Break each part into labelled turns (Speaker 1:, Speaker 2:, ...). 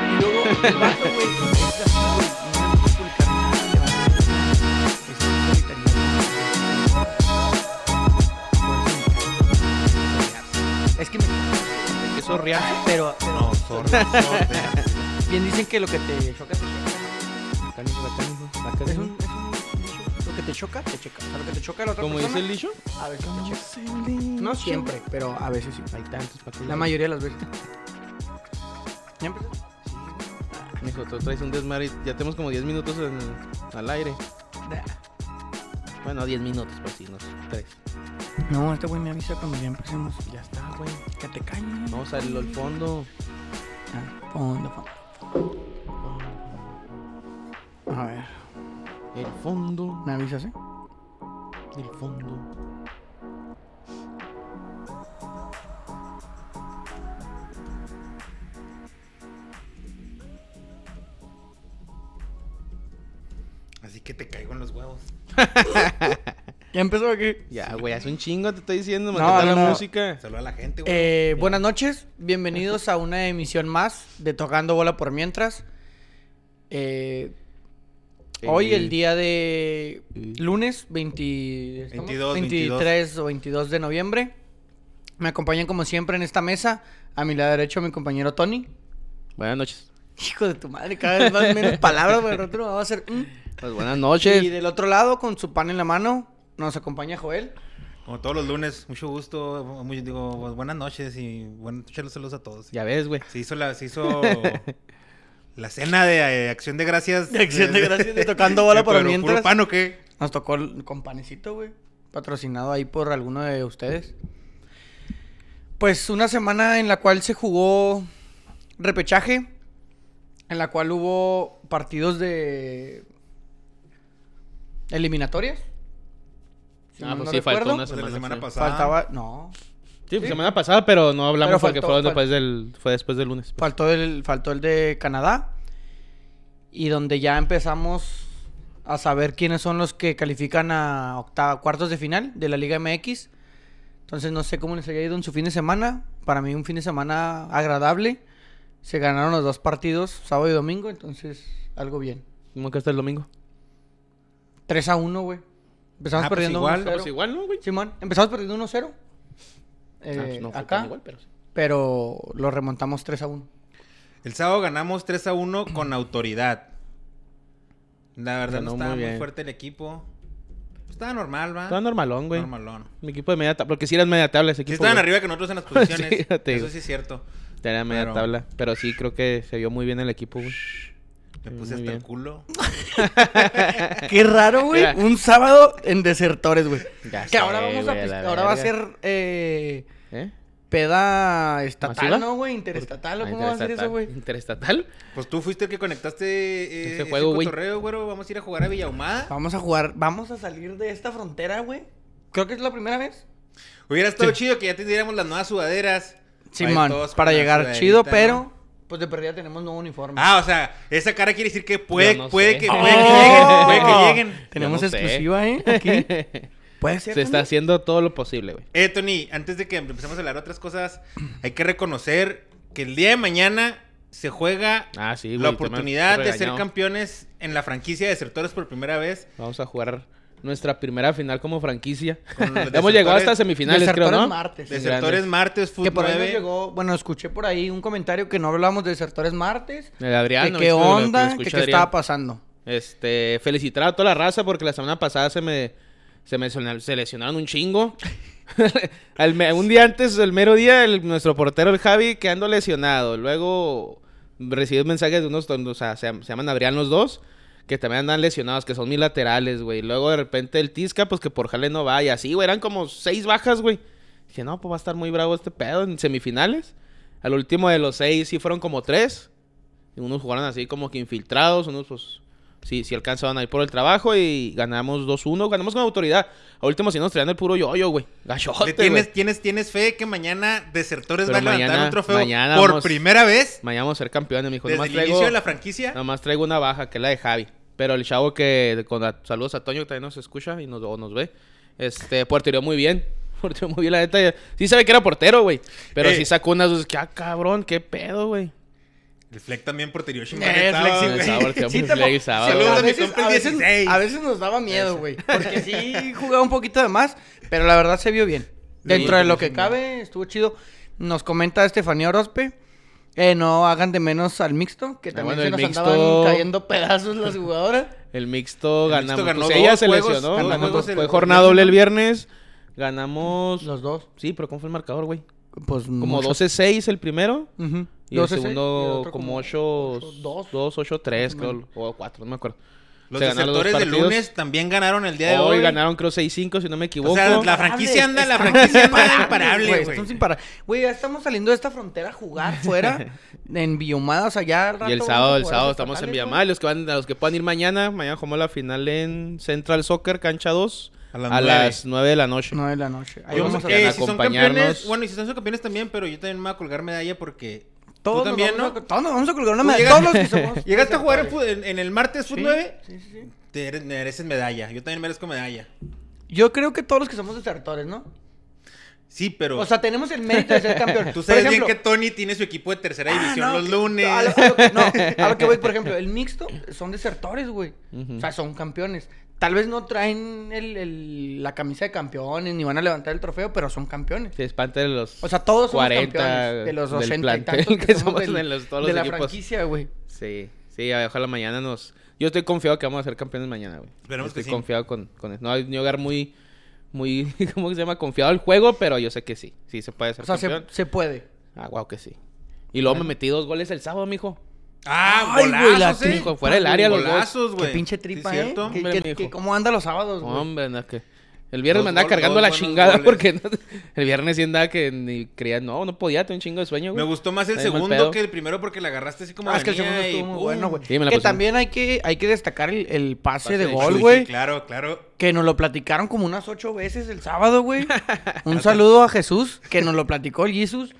Speaker 1: el vato, güey, es gastado, güey, no es republicano, nada le vale. Es un solitario. Es que me
Speaker 2: Es sorrear.
Speaker 1: pero
Speaker 2: No, sorrear.
Speaker 1: bien dicen que lo que te choca te checa. Es un, es un dicho. Lo que te choca, te checa. O sea, lo que te choca a la otra
Speaker 2: Como dice
Speaker 1: persona,
Speaker 2: el dicho.
Speaker 1: a veces te checa. No siempre, pero a veces sí.
Speaker 2: Hay tantos para
Speaker 1: La mayoría de las veces. Siempre.
Speaker 2: Mijo, tú traes un desmadre. y Ya tenemos como 10 minutos en- al aire. Bueno, 10 minutos, pues sí, no sé, tres.
Speaker 1: No, este güey me avisa cuando ya empecemos. Ya está, güey. Que te calles.
Speaker 2: No, salió al fondo.
Speaker 1: Ah, fondo, fondo. A ver,
Speaker 2: El fondo.
Speaker 1: ¿me avisas, eh?
Speaker 2: El fondo.
Speaker 3: Así que te caigo en los huevos.
Speaker 1: Ya empezó aquí.
Speaker 2: Ya, güey, hace un chingo, te estoy diciendo.
Speaker 1: No,
Speaker 2: Mantente
Speaker 1: no,
Speaker 2: la
Speaker 1: no.
Speaker 2: música.
Speaker 3: Saluda a la gente, güey.
Speaker 1: Eh, buenas noches, bienvenidos a una emisión más de Tocando Bola por Mientras. Eh, Hoy el día de lunes 20 ¿estamos?
Speaker 3: 22,
Speaker 1: 23 o 22 de noviembre. Me acompañan como siempre en esta mesa. A mi lado derecho mi compañero Tony.
Speaker 2: Buenas noches.
Speaker 1: Hijo de tu madre, cada vez más menos palabras, güey. al rato no va a hacer... mm.
Speaker 2: Pues buenas
Speaker 1: Y
Speaker 2: noches.
Speaker 1: del otro lado, con su pan en la mano, nos acompaña Joel.
Speaker 3: Como todos los lunes, mucho gusto. Muy, digo, bu- buenas noches y buenas noches. Saludos a todos.
Speaker 2: Ya ves, güey.
Speaker 3: Se hizo la, se hizo la cena de eh, Acción de Gracias.
Speaker 1: De Acción de Gracias, de Tocando Bola por
Speaker 3: pero
Speaker 1: Mientras.
Speaker 3: ¿Puro pan o qué?
Speaker 1: Nos tocó el- con panecito, güey. Patrocinado ahí por alguno de ustedes. Pues una semana en la cual se jugó repechaje. En la cual hubo partidos de eliminatorias. Si
Speaker 2: Ah,
Speaker 1: mal
Speaker 2: pues
Speaker 1: no
Speaker 2: sí, faltó
Speaker 1: recuerdo.
Speaker 2: una
Speaker 3: Pues de la semana
Speaker 2: sí.
Speaker 3: pasada.
Speaker 1: Faltaba, no.
Speaker 2: Sí, pues, semana pasada, pero no
Speaker 1: Pero
Speaker 2: hablamos porque
Speaker 1: faltó-
Speaker 2: fue
Speaker 1: fal-
Speaker 2: después del, fue después del lunes. pues.
Speaker 1: Faltó el, faltó el de Canadá. Y donde ya empezamos a saber quiénes son los que califican a octava, cuartos de final de la Liga MX. Entonces no sé cómo les haya ido en su fin de semana. Para mí un fin de semana agradable. Se ganaron los dos partidos, sábado y domingo, entonces algo bien.
Speaker 2: ¿Cómo que hasta el domingo?
Speaker 1: 3 a 1, güey. Empezamos
Speaker 3: Ah, pues
Speaker 1: perdiendo
Speaker 3: igual,
Speaker 1: 1-0.
Speaker 2: Pues igual, ¿no, güey?
Speaker 1: Simón, empezamos perdiendo 1-0. eh,
Speaker 2: Ah, pues no fue
Speaker 1: acá,
Speaker 2: tan igual, pero sí.
Speaker 1: pero lo remontamos 3 a 1.
Speaker 3: El sábado ganamos 3 a 1 con autoridad. La verdad
Speaker 2: Ganó
Speaker 3: no
Speaker 2: muy
Speaker 3: estaba muy,
Speaker 2: bien.
Speaker 3: fuerte el equipo. Estaba normal, va.
Speaker 2: Estaba normalón, güey.
Speaker 3: Normalón.
Speaker 2: Mi equipo de media tabla. Porque si eran media tabla ese
Speaker 3: Sí
Speaker 2: equipo.
Speaker 3: estaban
Speaker 2: güey.
Speaker 3: arriba que nosotros en las posiciones.
Speaker 2: Sí, ya te digo.
Speaker 3: Eso sí es cierto.
Speaker 2: Tenía media
Speaker 3: Pero-
Speaker 2: tabla. Pero sí, creo que se vio muy bien el equipo, güey. Sí,
Speaker 3: Me puse
Speaker 2: muy
Speaker 3: hasta
Speaker 2: bien.
Speaker 3: el culo.
Speaker 1: Qué raro, güey.
Speaker 2: Mira.
Speaker 1: Un sábado en desertores, güey.
Speaker 2: Ya
Speaker 1: Que
Speaker 2: sé,
Speaker 1: ahora vamos a,
Speaker 2: güey, a
Speaker 1: pis-
Speaker 2: la
Speaker 1: ahora va a
Speaker 2: verga.
Speaker 1: ser eh,
Speaker 2: ¿Eh?
Speaker 1: peda estatal,
Speaker 2: ¿Masiva?
Speaker 1: ¿no, güey? Interestatal, ¿o
Speaker 2: Ah,
Speaker 1: ¿cómo va a ser eso,
Speaker 2: interestatal.
Speaker 1: güey?
Speaker 2: ¿Interestatal?
Speaker 3: Pues tú fuiste el que conectaste eh,
Speaker 2: Ese
Speaker 3: ese
Speaker 2: juego, güey. Ah.
Speaker 3: cotorreo, güero. Vamos a ir a jugar a Villahumada.
Speaker 1: Vamos a jugar, vamos a salir de esta frontera, güey. Creo que es la primera vez.
Speaker 3: Hubiera estado chido que ya tuviéramos las nuevas sudaderas. Ahí
Speaker 1: Simón,
Speaker 3: todos con
Speaker 1: para
Speaker 3: la
Speaker 1: llegar
Speaker 3: sudaderita,
Speaker 1: chido,
Speaker 3: ¿no?
Speaker 1: pero pues de perdida tenemos nuevo uniforme.
Speaker 3: Ah, o sea, esa cara quiere decir que puede,
Speaker 2: Yo no sé.
Speaker 3: puede, que,
Speaker 2: ¡Oh!
Speaker 3: puede que lleguen, puede que lleguen.
Speaker 1: Tenemos
Speaker 2: Yo no sé.
Speaker 1: exclusiva, ¿eh? Aquí. Puede ser.
Speaker 2: Se está
Speaker 1: también?
Speaker 2: haciendo todo lo posible, güey.
Speaker 3: Eh, Tony, antes de que empecemos a hablar de otras cosas, hay que reconocer que el día de mañana se juega
Speaker 2: Ah, sí, güey. te
Speaker 3: la
Speaker 2: me has
Speaker 3: oportunidad de ser
Speaker 2: regañado.
Speaker 3: campeones en la franquicia de desertores por primera vez.
Speaker 2: Vamos a jugar nuestra primera final como franquicia.
Speaker 3: Con los
Speaker 2: Hemos llegado
Speaker 3: desertores-
Speaker 2: hasta semifinales, creo,
Speaker 1: Desertores
Speaker 2: ¿no?
Speaker 1: martes.
Speaker 2: Grandes.
Speaker 3: Desertores martes, fútbol
Speaker 1: Que por ahí nos
Speaker 3: 9.
Speaker 1: llegó, bueno, escuché por ahí un comentario que no hablábamos de desertores martes.
Speaker 2: El Adrián,
Speaker 1: que
Speaker 2: ¿no?
Speaker 1: qué
Speaker 2: ¿Viste lo que
Speaker 1: onda,
Speaker 2: escuché,
Speaker 1: que qué
Speaker 2: Adrián?
Speaker 1: estaba pasando.
Speaker 2: Este, felicitar a toda la raza porque la semana pasada se me, se me sona- se lesionaron un chingo. Al me- un día antes, el mero día, el- nuestro portero, el Javi, quedando lesionado. Luego recibí mensajes de unos, ton- o sea, se, se llaman Adrián los dos, que también andan lesionados, que son mis laterales, güey. Luego de repente el Tisca, pues que por jale no va. Y así, güey, eran como seis bajas, güey. Dije, no, pues va a estar muy bravo este pedo en semifinales. Al último de los seis sí fueron como tres. Y unos jugaron así como que infiltrados, unos pues sí, sí alcanzaban a ir por el trabajo y ganamos 2-1, ganamos con autoridad. A último sí nos traían el puro yoyo, güey.
Speaker 3: Le
Speaker 2: Gachote,
Speaker 3: tienes,
Speaker 2: güey.
Speaker 3: tienes, tienes fe que mañana Desertores
Speaker 2: Pero
Speaker 3: va a levantar
Speaker 2: mañana-
Speaker 3: un trofeo
Speaker 2: mañana
Speaker 3: por
Speaker 2: vamos-
Speaker 3: primera vez
Speaker 2: Mañana vamos a ser campeones, mijo.
Speaker 3: desde
Speaker 2: Nomás
Speaker 3: el
Speaker 2: traigo,
Speaker 3: inicio de la franquicia.
Speaker 2: nomás traigo una baja, que es la de Javi. Pero el chavo que, con la- saludos a Toño, que también nos escucha y nos, o nos ve. Este, portería muy bien. Porteó muy bien, la neta. Sí sabe que era portero, güey. Pero
Speaker 3: Eh.
Speaker 2: sí sacó unas... dos- que, ah, cabrón, qué pedo, güey.
Speaker 3: El Fleck también por Teriyoshi.
Speaker 1: Eh, Fleck,
Speaker 2: El
Speaker 1: güey.
Speaker 2: Sauer, que
Speaker 1: Sí,
Speaker 2: hombre,
Speaker 1: tampoco-
Speaker 2: Fleck, Sauer.
Speaker 1: sí,
Speaker 3: Saludos
Speaker 1: a
Speaker 3: a mi
Speaker 1: veces-
Speaker 3: compa el
Speaker 1: a veces-
Speaker 3: 16.
Speaker 1: A veces nos daba miedo, güey. Porque sí jugaba un poquito de más, pero la verdad se vio bien. Dentro de lo que cabe, estuvo chido. Nos comenta Estefanía Orozpe. eh, no hagan de menos al mixto, que
Speaker 2: Ah,
Speaker 1: también
Speaker 2: bueno,
Speaker 1: se
Speaker 2: el
Speaker 1: nos
Speaker 2: mixto-
Speaker 1: andaban cayendo pedazos las jugadoras.
Speaker 2: El mixto
Speaker 3: El
Speaker 2: ganamos.
Speaker 3: mixto ganó
Speaker 2: pues ella
Speaker 3: dos
Speaker 2: se
Speaker 3: juegos,
Speaker 2: lesionó.
Speaker 3: ganó
Speaker 2: ganamos-
Speaker 3: dos el-
Speaker 2: fue jornada doble el viernes. Ganamos.
Speaker 1: Los dos.
Speaker 2: Sí, pero ¿cómo fue el marcador, güey?
Speaker 1: Pues
Speaker 2: Como 12-6 el primero. Y el segundo como 8... 2,
Speaker 1: 2.
Speaker 2: 8, 3,
Speaker 1: Más o
Speaker 2: creo. O 4, no me acuerdo.
Speaker 3: Los
Speaker 2: Se ganaron los
Speaker 3: desertores del
Speaker 2: partidos.
Speaker 3: lunes también ganaron el día de
Speaker 2: Hoy,
Speaker 3: hoy.
Speaker 2: ganaron creo 6-5, si no me equivoco.
Speaker 3: O sea, la franquicia anda, la franquicia anda imparable, güey.
Speaker 1: Estamos imparables. Güey, ya estamos saliendo de esta frontera a jugar fuera, en Biomada, o sea, ya al rato
Speaker 2: Y el
Speaker 1: vamos a
Speaker 2: sábado, el
Speaker 1: jugar
Speaker 2: sábado
Speaker 1: los
Speaker 2: estamos en
Speaker 1: estatales,
Speaker 2: Villamar. Los que, van, a los que puedan ir mañana, mañana jugamos la final en Central Soccer, cancha 2,
Speaker 3: A
Speaker 2: a
Speaker 3: las
Speaker 2: las, 9
Speaker 3: nueve.
Speaker 2: de la noche.
Speaker 1: güey. Nueve de la noche. Ahí
Speaker 3: Yo
Speaker 1: vamos
Speaker 3: sé
Speaker 1: a
Speaker 2: que-
Speaker 1: ganar.
Speaker 3: si son
Speaker 2: acompañarnos.
Speaker 3: campeones, bueno, y si son campeones también, pero yo también me voy a colgar medalla porque
Speaker 1: Todos
Speaker 3: tú
Speaker 1: nos
Speaker 3: también,
Speaker 1: vamos
Speaker 3: ¿no?
Speaker 1: a- todos nos vamos a colgar una
Speaker 3: Tú
Speaker 1: medalla.
Speaker 3: llegas-
Speaker 1: Todos los que somos.
Speaker 3: Llegaste a jugar en, fut- en- en el martes fut
Speaker 1: Sí,
Speaker 3: 9,
Speaker 1: sí, sí, sí.
Speaker 3: te eres- mereces medalla. Yo también merezco medalla.
Speaker 1: Yo creo que todos los que somos desertores, ¿no?
Speaker 3: Sí, pero
Speaker 1: O sea, tenemos el mérito de ser campeón.
Speaker 3: tú
Speaker 1: Por
Speaker 3: sabes
Speaker 1: ejemplo,
Speaker 3: bien que Tony tiene su equipo de tercera división
Speaker 1: Ah, no,
Speaker 3: los
Speaker 1: que-
Speaker 3: lunes.
Speaker 1: A lo, a lo que, no, a lo que voy, por ejemplo, el mixto son desertores, güey.
Speaker 2: Ujú.
Speaker 1: O sea, son campeones. Tal vez no traen el- el- la camisa de campeones ni van a levantar el trofeo, pero son campeones.
Speaker 2: Se espanta de los
Speaker 1: O sea, todos somos
Speaker 2: 40
Speaker 1: campeones de los
Speaker 2: del
Speaker 1: 80 y
Speaker 2: plantel
Speaker 1: tantos que,
Speaker 2: que
Speaker 1: somos
Speaker 2: somos
Speaker 1: del-
Speaker 2: de los- todos
Speaker 1: de
Speaker 2: los
Speaker 1: la
Speaker 2: equipos.
Speaker 1: franquicia, güey.
Speaker 2: Sí, sí, a- ojalá mañana nos... Yo estoy confiado que vamos a ser campeones mañana, güey.
Speaker 3: Esperemos que
Speaker 2: estoy
Speaker 3: sí.
Speaker 2: confiado con, con eso. No hay un hogar muy, muy, ¿cómo se llama? Confiado al juego, pero yo sé que sí. Sí se puede ser
Speaker 1: O sea, se,
Speaker 2: campeón.
Speaker 1: se puede.
Speaker 2: Ah, guau, que sí. Y luego me metí dos goles el sábado, mijo.
Speaker 3: Ah,
Speaker 1: Ay,
Speaker 3: golazos,
Speaker 1: güey, la
Speaker 3: eh.
Speaker 1: tripa,
Speaker 2: Fuera del área los dos.
Speaker 3: golazos, güey.
Speaker 1: Qué pinche
Speaker 3: Sí,
Speaker 1: tripa, ¿eh?
Speaker 3: ¿cierto?
Speaker 1: Que-
Speaker 2: Hombre,
Speaker 1: que-
Speaker 2: me dijo.
Speaker 1: que ¿Cómo anda los sábados, güey?
Speaker 2: Hombre, anda que... El viernes
Speaker 3: Dos
Speaker 2: me andaba
Speaker 3: gol-
Speaker 2: cargando
Speaker 3: dos
Speaker 2: la
Speaker 3: buenos
Speaker 2: chingada
Speaker 3: goles.
Speaker 2: porque el viernes sí andaba que ni creía, no, no podía, tenía un chingo de sueño,
Speaker 3: Me
Speaker 2: güey.
Speaker 3: gustó más el
Speaker 2: Está bien mal
Speaker 3: segundo
Speaker 2: pedo.
Speaker 3: que el primero porque la agarraste así como
Speaker 1: Ah, es que el
Speaker 3: venía
Speaker 1: segundo
Speaker 3: y
Speaker 1: estuvo muy
Speaker 3: ¡pum!
Speaker 1: bueno, güey.
Speaker 2: Sí, me la
Speaker 1: que
Speaker 2: pusieron.
Speaker 1: también hay que, hay que destacar el, el pase,
Speaker 2: Pase
Speaker 1: de
Speaker 2: de
Speaker 1: gol,
Speaker 3: Sí,
Speaker 1: güey.
Speaker 3: claro, claro.
Speaker 1: Que nos lo platicaron como unas ocho veces el sábado, güey. Un saludo a Jesús, que nos lo platicó el Jesus.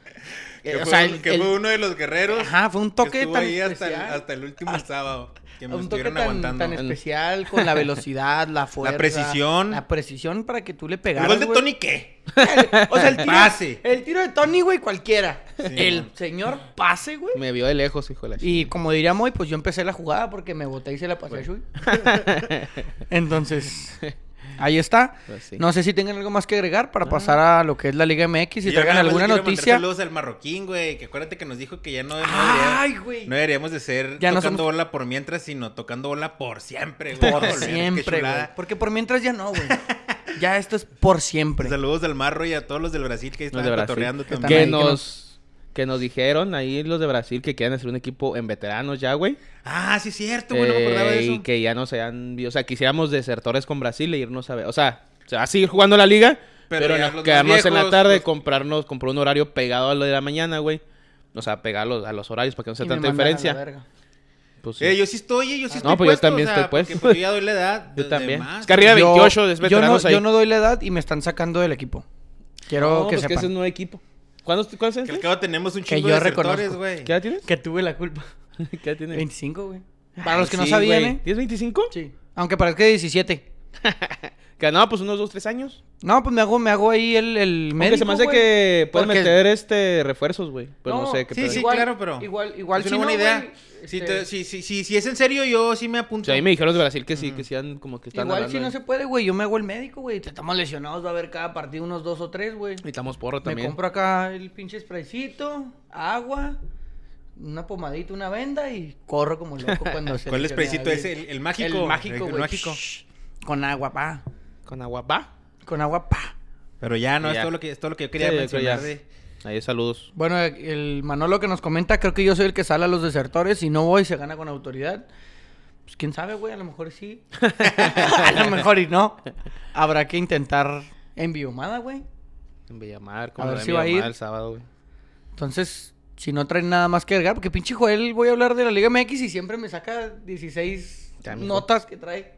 Speaker 1: Eh,
Speaker 3: Que,
Speaker 1: o
Speaker 3: fue,
Speaker 1: sea,
Speaker 3: un-
Speaker 1: el-
Speaker 3: que
Speaker 1: el-
Speaker 3: fue uno de los guerreros.
Speaker 1: Ajá, fue un
Speaker 3: que
Speaker 1: toque
Speaker 3: estuvo
Speaker 1: tan
Speaker 3: ahí hasta el,
Speaker 1: especial. Ah,
Speaker 3: hasta el último sábado. Que me
Speaker 1: un toque
Speaker 3: estuvieron
Speaker 1: tan,
Speaker 3: aguantando.
Speaker 1: tan especial con la velocidad, la fuerza.
Speaker 3: precisión.
Speaker 1: La precisión para que tú le
Speaker 3: ¿El
Speaker 1: pegaras,
Speaker 3: gol de
Speaker 1: güey.
Speaker 3: Tony qué?
Speaker 1: O sea, el tiro, Eh,
Speaker 3: Pase.
Speaker 1: el tiro de Tony, güey, cualquiera.
Speaker 3: Sí,
Speaker 1: el
Speaker 3: güey.
Speaker 1: señor pase, güey.
Speaker 2: Me vio de lejos, hijo de la
Speaker 1: Y como diría Moy, pues yo empecé la jugada porque me boté y se la pasé a Shui. Entonces, ahí está.
Speaker 2: Pues sí.
Speaker 1: No sé si tengan algo más que agregar para pasar a lo que es la Liga MX. Si
Speaker 3: pues, yo
Speaker 1: traigan
Speaker 3: nada más le
Speaker 1: alguna
Speaker 3: quiero mandar
Speaker 1: noticia.
Speaker 3: Saludos al marroquín, güey. Que acuérdate que nos dijo que ya no, no debería-
Speaker 1: Ay, güey.
Speaker 3: no deberíamos de ser
Speaker 1: Ya no
Speaker 3: tocando
Speaker 1: somos-
Speaker 3: bola por mientras, sino tocando bola por siempre, güey.
Speaker 1: Por
Speaker 3: Olvídate, qué
Speaker 1: siempre,
Speaker 3: chulada.
Speaker 1: güey. Porque por mientras ya no, güey. Ya esto es por siempre.
Speaker 3: Saludos al Marro y a todos los del Brasil que ahí
Speaker 2: Los
Speaker 3: están
Speaker 2: de
Speaker 3: cotorreando
Speaker 2: Brasil.
Speaker 1: están
Speaker 2: Que
Speaker 1: ahí,
Speaker 3: también.
Speaker 1: que
Speaker 2: nos, que nos dijeron ahí los de Brasil que quieren hacer un equipo en veteranos ya, güey.
Speaker 3: Ah, sí, es cierto, güey. no me acordaba de
Speaker 2: Eh, Y
Speaker 3: eso.
Speaker 2: que ya no se han... O sea, quisiéramos desertores con Brasil e irnos a ver. O sea, se va a seguir jugando la liga,
Speaker 3: Pero
Speaker 2: pero,
Speaker 3: ya
Speaker 2: nos
Speaker 3: los más
Speaker 2: quedarnos en la
Speaker 3: viejos,
Speaker 2: tarde,
Speaker 3: los-
Speaker 2: comprarnos, comprar un horario pegado a lo de la mañana, güey. O sea, pegar a los, a los horarios para que no sea
Speaker 1: Y me
Speaker 2: tanta
Speaker 1: mandan a la
Speaker 2: diferencia.
Speaker 1: verga.
Speaker 2: Pues, sí.
Speaker 3: Eh, yo sí estoy, eh, yo sí
Speaker 2: Ah,
Speaker 3: estoy.
Speaker 2: no, pues yo
Speaker 3: puesto,
Speaker 2: también
Speaker 3: o sea,
Speaker 2: estoy puesto.
Speaker 3: porque, pues, yo ya doy la edad.
Speaker 2: Yo
Speaker 3: de- de
Speaker 2: también.
Speaker 3: más.
Speaker 2: Es que arriba de
Speaker 1: Yo-
Speaker 2: 28, es
Speaker 1: yo, no,
Speaker 2: veteranos ahí.
Speaker 1: yo no doy la edad y me están sacando del equipo. Quiero
Speaker 2: No,
Speaker 1: que
Speaker 2: pues
Speaker 1: sepan.
Speaker 2: ese es un nuevo equipo. ¿Cuándo, ¿cuándo es
Speaker 3: Que al
Speaker 2: este?
Speaker 3: cabo tenemos un chingo
Speaker 1: yo
Speaker 3: de sectores,
Speaker 1: reconozco.
Speaker 3: güey.
Speaker 2: ¿Qué edad tienes?
Speaker 1: Que tuve la culpa.
Speaker 2: ¿Qué edad tienes?
Speaker 1: 25, güey. Para los que no
Speaker 2: Sí,
Speaker 1: sabían,
Speaker 2: güey.
Speaker 1: ¿eh?
Speaker 2: ¿Tienes 25?
Speaker 1: Sí. Aunque parezca de 17.
Speaker 2: Que no, pues unos 2, 3 años.
Speaker 1: No, pues me hago, me hago ahí el, el médico,
Speaker 2: Aunque se me hace
Speaker 1: güey.
Speaker 2: que puedes
Speaker 1: Porque-
Speaker 2: meter este refuerzos, güey. Pues no, sé qué
Speaker 3: sí,
Speaker 2: pedo.
Speaker 3: sí.
Speaker 2: Sí,
Speaker 3: claro, pero
Speaker 1: Igual, igual
Speaker 3: es
Speaker 1: si
Speaker 3: una buena
Speaker 1: no,
Speaker 3: idea.
Speaker 1: güey,
Speaker 3: Si,
Speaker 1: este,
Speaker 3: te- si, si, si, si es en serio, yo sí me apunto.
Speaker 2: ahí me dijeron los de Brasil que sí, que sí han como que están
Speaker 1: Igual
Speaker 2: hablando
Speaker 1: si no
Speaker 2: ahí.
Speaker 1: se puede, güey, yo me hago el médico, güey. Te estamos lesionados, va a haber cada partido unos dos o tres, güey.
Speaker 2: Necesitamos porro
Speaker 1: Me
Speaker 2: también.
Speaker 1: compro acá el pinche spraycito, agua, una pomadita, una venda y corro como loco cuando se
Speaker 3: ¿Cuál
Speaker 1: lesione
Speaker 3: spraycito
Speaker 1: a
Speaker 3: es?
Speaker 1: alguien.
Speaker 3: El, el mágico.
Speaker 1: El mágico,
Speaker 3: El
Speaker 1: güey.
Speaker 3: mágico.
Speaker 1: Shh. Con agua, pa.
Speaker 2: Con agua, va.
Speaker 1: Con agua, pa.
Speaker 3: Pero ya, no,
Speaker 2: Ya.
Speaker 3: es todo lo que, es todo lo que yo
Speaker 2: Sí,
Speaker 3: quería
Speaker 2: yo creo ya.
Speaker 3: mencionar. de-
Speaker 2: Ahí saludos.
Speaker 1: Bueno, eh, el Manolo que nos comenta, creo que yo soy el que sale a los desertores. Si no voy, se gana con autoridad. Pues quién sabe, güey, a lo mejor sí. a lo mejor y no. Habrá que intentar en biomada, güey.
Speaker 2: En Villamar,
Speaker 1: A
Speaker 2: como
Speaker 1: ver
Speaker 2: de
Speaker 1: si va a
Speaker 2: Villamar
Speaker 1: ir.
Speaker 2: el sábado, güey.
Speaker 1: Entonces, si no traen nada más que agregar, porque pinche Joel, voy a hablar de la Liga MX y siempre me saca 16
Speaker 2: Ya, mijo.
Speaker 1: notas que trae.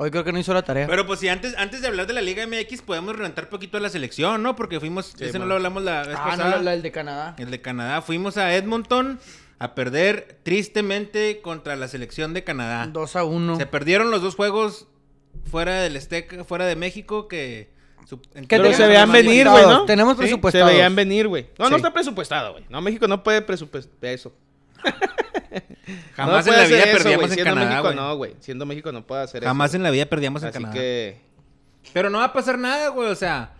Speaker 1: Hoy creo que no hizo la tarea.
Speaker 3: Pero pues si antes, antes de hablar de la Liga MX, podemos reventar poquito a la selección, ¿no? Porque fuimos, ese no
Speaker 2: man.
Speaker 3: lo hablamos la vez
Speaker 1: ah,
Speaker 3: pasada.
Speaker 1: no, la del de Canadá.
Speaker 3: El de Canadá. Fuimos a Edmonton a perder tristemente contra la selección de Canadá.
Speaker 1: 2 a 1.
Speaker 3: Ah, Se perdieron los dos juegos fuera del Azteca, fuera de México, que... su-
Speaker 2: Pero
Speaker 1: tenemos
Speaker 2: se veían venir, güey,
Speaker 1: presupuestados,
Speaker 2: ¿no?
Speaker 1: tenemos
Speaker 2: Sí,
Speaker 1: presupuestados.
Speaker 2: Se veían venir, güey. No,
Speaker 1: Sí.
Speaker 2: no está presupuestado, güey. No, México no puede presupuestar eso.
Speaker 3: Jamás
Speaker 2: No
Speaker 3: en la
Speaker 2: puede
Speaker 3: vida
Speaker 2: hacer eso,
Speaker 3: perdíamos
Speaker 2: güey.
Speaker 3: en
Speaker 2: Siendo
Speaker 3: Canadá,
Speaker 2: México,
Speaker 3: güey.
Speaker 2: no, güey. Siendo México no puede hacer
Speaker 3: Jamás
Speaker 2: eso.
Speaker 3: en la vida perdíamos en
Speaker 2: Así
Speaker 3: Canadá.
Speaker 2: que...
Speaker 3: Pero no va a pasar nada, güey. O sea,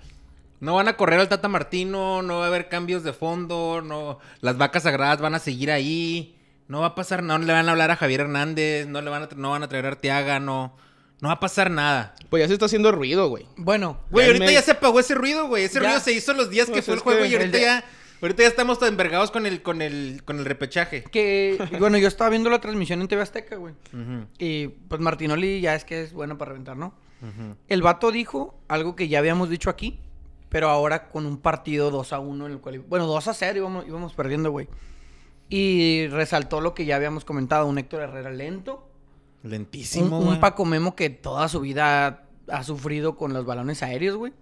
Speaker 3: no van a correr al Tata Martino, no va a haber cambios de fondo, no. Las vacas sagradas van a seguir ahí. No va a pasar nada, no le van a hablar a Javier Hernández, no le van a, tra- no van a traer a Arteaga, no. No va a pasar nada.
Speaker 2: Pues ya se está haciendo ruido, güey.
Speaker 1: Bueno,
Speaker 3: Güey,
Speaker 2: Ya
Speaker 3: ahorita
Speaker 2: me-
Speaker 3: ya se apagó ese ruido, güey.
Speaker 1: Ya.
Speaker 3: Ese ruido se hizo los días que
Speaker 2: Pues
Speaker 3: fue el
Speaker 2: es
Speaker 3: juego
Speaker 2: que
Speaker 3: y ahorita
Speaker 1: el de-
Speaker 3: ya, ahorita ya estamos tan envergados con el, con el, con el repechaje.
Speaker 1: que bueno, yo estaba viendo la transmisión en TV Azteca, güey.
Speaker 3: Ujú,
Speaker 1: Y pues Martinoli ya es que es bueno para reventar, ¿no?
Speaker 3: ujú.
Speaker 1: El vato dijo algo que ya habíamos dicho aquí, pero ahora con un partido 2 a 1 en el cual bueno, 2 a 0 íbamos, íbamos perdiendo, güey. Y resaltó lo que ya habíamos comentado, un Héctor Herrera lento, un,
Speaker 3: Lentísimo,
Speaker 1: un
Speaker 3: güey.
Speaker 1: Paco Memo que toda su vida ha sufrido con los balones aéreos, güey.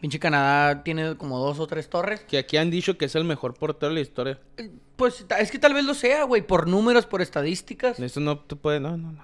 Speaker 1: Pinche Canadá tiene como dos o tres torres.
Speaker 2: Que aquí han dicho que es el mejor portero de la historia.
Speaker 1: Eh, Pues ta- es que tal vez lo sea, güey, por números, por estadísticas.
Speaker 2: Esto no te puede... No, no, no.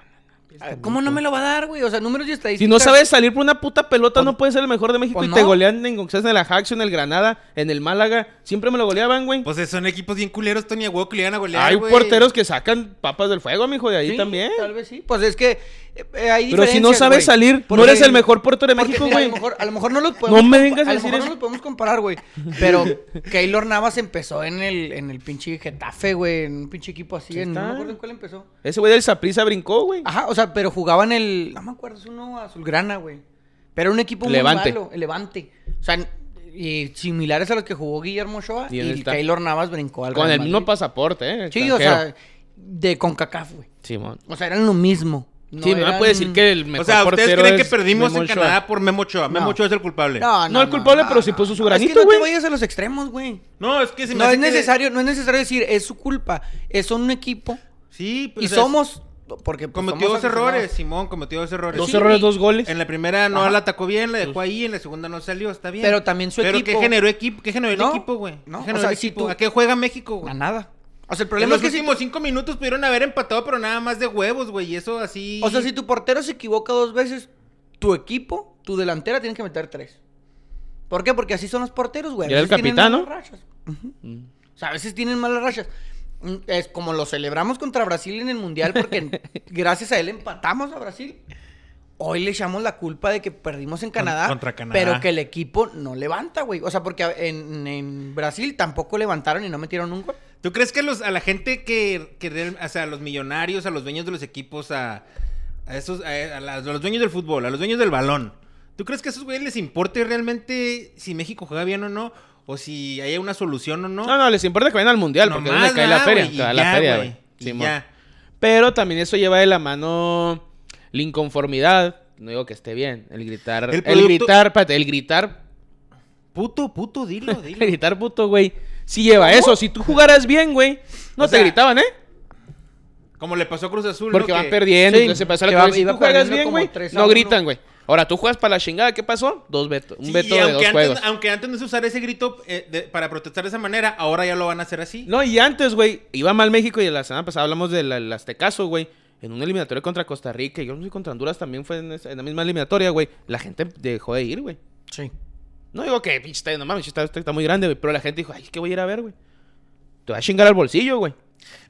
Speaker 1: Ah, ¿Cómo no me lo va a dar, güey? O sea, números y
Speaker 2: Si
Speaker 1: estadísticas.
Speaker 2: no sabes salir por una puta pelota, no puedes ser el mejor de México
Speaker 1: pues
Speaker 2: y te
Speaker 1: no.
Speaker 2: golean en, en el Ajax, en el Granada, en el Málaga. Siempre me lo goleaban, güey.
Speaker 3: Pues son equipos bien culeros, Tony, a huevo que le iban a golear,
Speaker 2: Hay
Speaker 3: güey.
Speaker 2: porteros que sacan papas del fuego, mijo, de ahí
Speaker 1: Sí,
Speaker 2: también.
Speaker 1: Tal vez sí. Pues es que eh, eh, hay
Speaker 2: Pero si no
Speaker 1: diferencias,
Speaker 2: sabes
Speaker 1: güey.
Speaker 2: salir, no
Speaker 1: Porque-
Speaker 2: eres el mejor portero de
Speaker 1: porque,
Speaker 2: México,
Speaker 1: mira,
Speaker 2: güey.
Speaker 1: A lo mejor, a lo mejor no los podemos.
Speaker 2: me
Speaker 1: compa-
Speaker 2: vengas a
Speaker 1: lo
Speaker 2: decir
Speaker 1: mejor
Speaker 2: eso.
Speaker 1: no los podemos comparar, güey. Pero Keylor Navas empezó en el, en el pinche Getafe, güey. En un pinche equipo así.
Speaker 2: Sí
Speaker 1: en- no me
Speaker 2: está.
Speaker 1: acuerdo en cuál empezó.
Speaker 2: Ese güey del Saprisa brincó, güey.
Speaker 1: Ajá, o sea, pero jugaban el. No me acuerdo, es uno azulgrana, güey. Pero era un equipo
Speaker 2: Levante.
Speaker 1: muy malo, el Levante. O sea, y similares a los que jugó Guillermo Ochoa
Speaker 2: Y
Speaker 1: y,
Speaker 2: él está.
Speaker 1: Keylor Navas brincó al
Speaker 2: Con
Speaker 1: Real
Speaker 2: el mismo
Speaker 1: Madrid.
Speaker 2: pasaporte, ¿eh?
Speaker 1: Sí, o
Speaker 2: extranjero.
Speaker 1: sea, de CONCACAF, güey.
Speaker 2: Simón.
Speaker 1: O sea, eran lo mismo.
Speaker 2: sí, no me
Speaker 1: eran-
Speaker 2: puede decir que el mejor
Speaker 3: O sea, ¿ustedes
Speaker 2: portero
Speaker 3: creen que
Speaker 2: es
Speaker 3: perdimos
Speaker 2: Memo
Speaker 3: en
Speaker 2: Ochoa?
Speaker 3: Canadá por Memo Ochoa? Memo
Speaker 1: No.
Speaker 3: Ochoa es el culpable.
Speaker 1: No, no,
Speaker 2: No, el culpable, pero sí puso su granito,
Speaker 1: Es que no
Speaker 2: güey.
Speaker 1: te vayas a los extremos, güey.
Speaker 3: No, es que se me
Speaker 1: No
Speaker 3: hace
Speaker 1: es
Speaker 3: que-
Speaker 1: necesario, no es necesario decir es su culpa. Es son un equipo
Speaker 3: Sí, pues,
Speaker 1: y
Speaker 3: o sea,
Speaker 1: somos porque pues,
Speaker 3: Cometió
Speaker 1: somos
Speaker 3: dos errores, Simón cometió dos errores.
Speaker 2: Dos
Speaker 1: Sí,
Speaker 2: errores,
Speaker 1: güey.
Speaker 2: dos goles.
Speaker 3: En la primera no
Speaker 1: Ajá.
Speaker 3: la atacó bien, la dejó ahí, en la segunda no salió, está bien.
Speaker 1: Pero también su
Speaker 3: Pero
Speaker 1: equipo-
Speaker 3: ¿qué generó equipo? ¿Qué generó el
Speaker 1: No,
Speaker 3: equipo, güey?
Speaker 1: no,
Speaker 3: ¿Qué generó
Speaker 1: o sea,
Speaker 3: el
Speaker 1: si
Speaker 3: equipo?
Speaker 1: tú- Ah,
Speaker 3: ¿A qué juega México,
Speaker 1: A
Speaker 3: güey?
Speaker 1: nada. O sea, el
Speaker 3: En
Speaker 1: problema
Speaker 3: los
Speaker 1: es que si
Speaker 3: últimos cinco minutos pudieron haber empatado, pero nada más de huevos, güey. Y eso así.
Speaker 1: O sea, si tu portero se equivoca dos veces, tu equipo, tu delantera, tienes que meter tres. ¿Por qué? Porque así son los porteros, güey. A
Speaker 2: Y era el
Speaker 1: veces tienen
Speaker 2: capitán,
Speaker 1: malas
Speaker 2: ¿no?
Speaker 1: rachas. Ujú. O sea, a veces tienen malas rachas. Mm, Es como lo celebramos contra Brasil en el Mundial, porque gracias a él empatamos a Brasil. Hoy le echamos la culpa de que perdimos en Canadá,
Speaker 3: contra Canadá.
Speaker 1: pero que el equipo no levanta, güey. O sea, porque en, en Brasil tampoco levantaron y no metieron un gol.
Speaker 3: ¿Tú crees que a, los, a la gente que, que real- o sea, a los millonarios, a los dueños de los equipos, a, a esos, a, a las- a los dueños del fútbol, a los dueños del balón, ¿tú crees que a esos güeyes les importe realmente si México juega bien o no? ¿O si hay una solución o no?
Speaker 2: No, no, les importa que vayan al mundial, Ah, porque es
Speaker 3: Nomás,
Speaker 2: donde cae la
Speaker 3: ah,
Speaker 2: feria.
Speaker 3: güey, y
Speaker 2: te da la
Speaker 3: ya,
Speaker 2: feria,
Speaker 3: güey,
Speaker 2: güey.
Speaker 3: y
Speaker 2: Simón.
Speaker 3: ya.
Speaker 2: Pero también eso lleva de la mano la inconformidad. No digo que esté bien. El gritar. El,
Speaker 3: El producto-
Speaker 2: gritar, espérate, el gritar.
Speaker 3: Puto, puto, dilo,
Speaker 2: El
Speaker 3: dilo.
Speaker 2: gritar puto, güey. Si lleva eso. Si tú jugaras bien, güey. No
Speaker 3: O
Speaker 2: te
Speaker 3: sea,
Speaker 2: gritaban, ¿eh?
Speaker 3: Como le pasó a Cruz Azul,
Speaker 2: Porque
Speaker 3: ¿no?
Speaker 2: van
Speaker 3: Que-
Speaker 2: perdiendo.
Speaker 1: Sí,
Speaker 2: entonces se pasó
Speaker 1: que
Speaker 2: la
Speaker 1: va-
Speaker 2: cosa. Si
Speaker 1: iba
Speaker 2: tú juegas
Speaker 1: perdiendo
Speaker 2: bien,
Speaker 1: como
Speaker 2: güey.
Speaker 1: tres a
Speaker 2: No
Speaker 1: uno.
Speaker 2: gritan, güey. Ahora tú juegas para la chingada. ¿Qué pasó? Dos veto, un
Speaker 3: Sí,
Speaker 2: veto
Speaker 3: y
Speaker 2: de
Speaker 3: aunque,
Speaker 2: dos
Speaker 3: antes,
Speaker 2: juegos.
Speaker 3: aunque antes no se usara ese grito eh, de- para protestar de esa manera, ahora ya lo van a hacer así.
Speaker 2: No, y antes, güey, iba mal México y la semana pasada hablamos del del Aztecaso, güey. En una eliminatoria contra Costa Rica y yo no sé, contra Honduras también fue en, esa- en la misma eliminatoria, güey. La gente dejó de ir, güey.
Speaker 1: Sí.
Speaker 2: No digo que, pinche, está- no mames, está, está- está muy grande, güey. Pero la gente dijo, ay, ¿qué voy a ir a ver, güey? Te va a chingar al bolsillo, güey.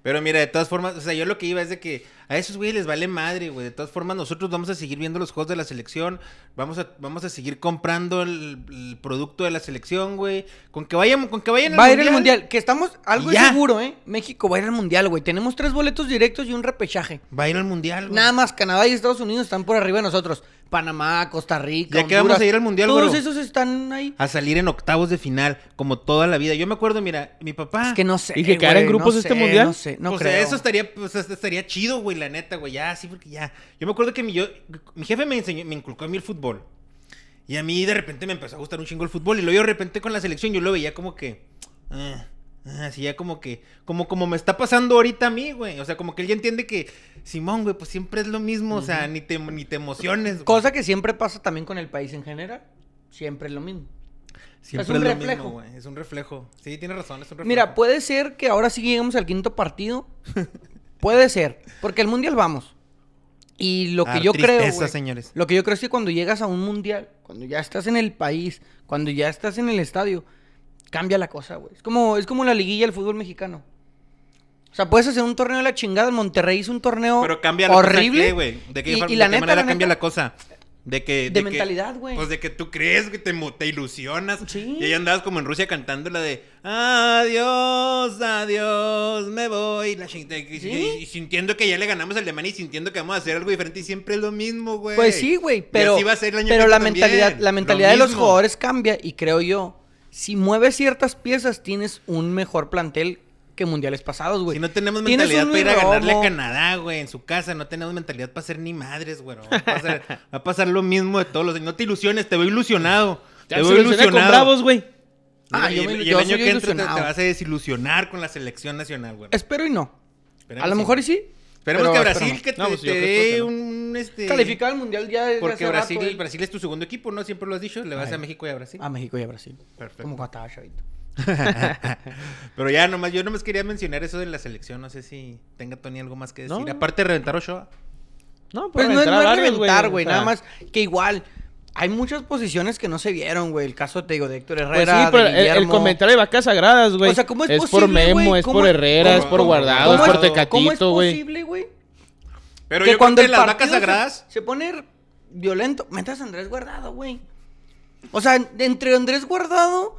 Speaker 3: Pero mira, de todas formas, o sea, yo lo que iba es de que a esos güeyes les vale madre, güey. De todas formas, nosotros vamos a seguir viendo los juegos de la selección. Vamos a, vamos a seguir comprando el, el producto de la selección, güey. Con que vayan, con que vayan
Speaker 1: Va a ir al mundial, que estamos algo
Speaker 3: Y ya.
Speaker 1: seguro, ¿eh? México va a ir al mundial, güey. Tenemos tres boletos directos y un repechaje.
Speaker 3: Va a ir al mundial, güey.
Speaker 1: Nada más Canadá y Estados Unidos están por arriba de nosotros. Panamá, Costa Rica.
Speaker 3: Ya que vamos a ir al mundial, Ah.
Speaker 1: Todos
Speaker 3: güero.
Speaker 1: esos están ahí.
Speaker 3: A salir en octavos de final, como toda la vida. Yo me acuerdo, mira, mi papá.
Speaker 1: Es que no sé.
Speaker 2: ¿Y que quedaran
Speaker 1: güey,
Speaker 2: grupos
Speaker 1: no sé,
Speaker 2: este mundial?
Speaker 1: No sé, no
Speaker 3: o sea,
Speaker 1: creo.
Speaker 3: eso estaría, pues, hasta estaría chido, güey, la neta, güey. Ya, sí, porque ya. Yo me acuerdo que mi, yo, mi jefe me enseñó, me inculcó a mí el fútbol. Y a mí de repente me empezó a gustar un chingo el fútbol. Y luego yo de repente con la selección yo lo veía como que. ah, ah, así ya como que. Como, como me está pasando ahorita a mí, güey. O sea, como que él ya entiende que. Simón, güey, pues siempre es lo mismo. O sea, ni te, ni te emociones. güey.
Speaker 1: Cosa que siempre pasa también con el país en general. Siempre es lo mismo.
Speaker 3: Siempre
Speaker 1: es un
Speaker 3: lo
Speaker 1: reflejo.
Speaker 3: mismo, güey. Es un reflejo. Sí, tienes razón, es un reflejo.
Speaker 1: Mira, puede ser que ahora sí lleguemos al quinto partido. puede ser. Porque al mundial vamos. Y lo que
Speaker 3: Dar
Speaker 1: yo creo.
Speaker 3: Ah, tristeza,
Speaker 1: güey,
Speaker 3: señores.
Speaker 1: Lo que yo creo es que cuando llegas a un mundial, cuando ya estás en el país, cuando ya estás en el estadio, cambia la cosa, güey. Es como, es como la liguilla del fútbol mexicano. O sea, puedes hacer un torneo de la chingada. El Monterrey hizo un torneo
Speaker 3: Pero cambia la cosa, ¿qué,
Speaker 1: horrible.
Speaker 3: güey? ¿De qué,
Speaker 1: y,
Speaker 3: forma-
Speaker 1: y
Speaker 3: de
Speaker 1: la
Speaker 3: qué
Speaker 1: neta,
Speaker 3: manera
Speaker 1: la
Speaker 3: cambia
Speaker 1: neta,
Speaker 3: la cosa? De que... De, que-
Speaker 1: mentalidad, güey.
Speaker 3: Pues de que tú crees, que te, mo- te ilusionas.
Speaker 1: Sí.
Speaker 3: Y ahí andabas como en Rusia cantando la de... Adiós, adiós, me voy. La chingada, y,
Speaker 1: Sí.
Speaker 3: y- y sintiendo que ya le ganamos al Alemania y sintiendo que vamos a hacer algo diferente y siempre es lo mismo, güey.
Speaker 1: Pues sí, güey,
Speaker 3: Y
Speaker 1: pero,
Speaker 3: así va a ser el año
Speaker 1: pero
Speaker 3: que
Speaker 1: la,
Speaker 3: viene
Speaker 1: mentalidad,
Speaker 3: también.
Speaker 1: la
Speaker 3: Lo
Speaker 1: mentalidad de los
Speaker 3: mismo.
Speaker 1: jugadores cambia y creo yo, si mueves ciertas piezas, tienes un mejor plantel que mundiales pasados, güey.
Speaker 3: Si no tenemos
Speaker 1: Tienes
Speaker 3: mentalidad
Speaker 1: un
Speaker 3: para ir a
Speaker 1: Luis
Speaker 3: ganarle a
Speaker 1: Romo.
Speaker 3: Canadá, güey, en su casa, no tenemos mentalidad para hacer ni madres, güey. Va, a pasar- va a pasar lo mismo de todos los No te ilusiones, te veo ilusionado.
Speaker 2: Ya
Speaker 3: te
Speaker 2: se
Speaker 3: veo
Speaker 2: ilusioné con Bravos, güey.
Speaker 1: Ah,
Speaker 3: y,
Speaker 1: yo
Speaker 3: y-
Speaker 1: me-
Speaker 3: y el
Speaker 1: yo
Speaker 3: año
Speaker 1: soy
Speaker 3: que entra te, te
Speaker 1: ilusionado.
Speaker 3: vas a desilusionar con la selección nacional, güey.
Speaker 1: Espero y no.
Speaker 3: Esperemos
Speaker 1: a lo
Speaker 3: sí.
Speaker 1: mejor y sí.
Speaker 3: Esperemos
Speaker 1: pero
Speaker 3: que
Speaker 1: espero
Speaker 3: Brasil
Speaker 1: no.
Speaker 3: que te,
Speaker 2: No, pues, yo
Speaker 3: te
Speaker 2: creo que
Speaker 3: dé
Speaker 2: no.
Speaker 3: un este
Speaker 1: Calificar al mundial ya desde
Speaker 3: porque
Speaker 1: hace
Speaker 3: Brasil,
Speaker 1: rato, güey.
Speaker 3: Brasil es tu segundo equipo, ¿no? Siempre lo has dicho, le vas
Speaker 1: Ay. Ah,
Speaker 3: a México y a Brasil.
Speaker 1: A México y a Brasil.
Speaker 3: Perfecto.
Speaker 1: Como cuando estaba chavito.
Speaker 3: Pero ya nomás, yo nomás quería mencionar eso de la selección, no sé si tenga Tony algo más que
Speaker 2: No.
Speaker 3: decir. Aparte de reventar Ochoa.
Speaker 2: No,
Speaker 1: Pues no es,
Speaker 2: reventar a
Speaker 1: no es
Speaker 2: varios,
Speaker 1: reventar,
Speaker 2: o
Speaker 1: güey.
Speaker 2: sea.
Speaker 1: Nada más que igual. Hay muchas posiciones que no se vieron, güey. El caso, te digo, de Héctor
Speaker 2: Pues
Speaker 1: Herrera.
Speaker 2: sí, pero
Speaker 1: de
Speaker 2: el, el
Speaker 1: Guillermo.
Speaker 2: comentario de vacas sagradas, güey.
Speaker 1: O sea, ¿cómo es
Speaker 2: Es por
Speaker 1: posible,
Speaker 2: Memo,
Speaker 1: güey?
Speaker 2: es
Speaker 1: ¿Cómo
Speaker 2: por
Speaker 1: es-
Speaker 2: Herrera, es
Speaker 3: cómo-
Speaker 2: por
Speaker 3: cómo-
Speaker 2: Guardado, es
Speaker 1: ¿Cómo
Speaker 2: por
Speaker 1: es- ¿Cómo es
Speaker 2: Tecatito, güey.
Speaker 1: posible, güey?
Speaker 3: Pero
Speaker 1: que
Speaker 3: yo creo
Speaker 1: cuando
Speaker 3: que
Speaker 1: el
Speaker 3: las
Speaker 1: partido
Speaker 3: vacas
Speaker 1: se-
Speaker 3: sagradas
Speaker 1: Se, pone violento. Metas a Andrés Guardado, güey. O sea, en- entre Andrés Guardado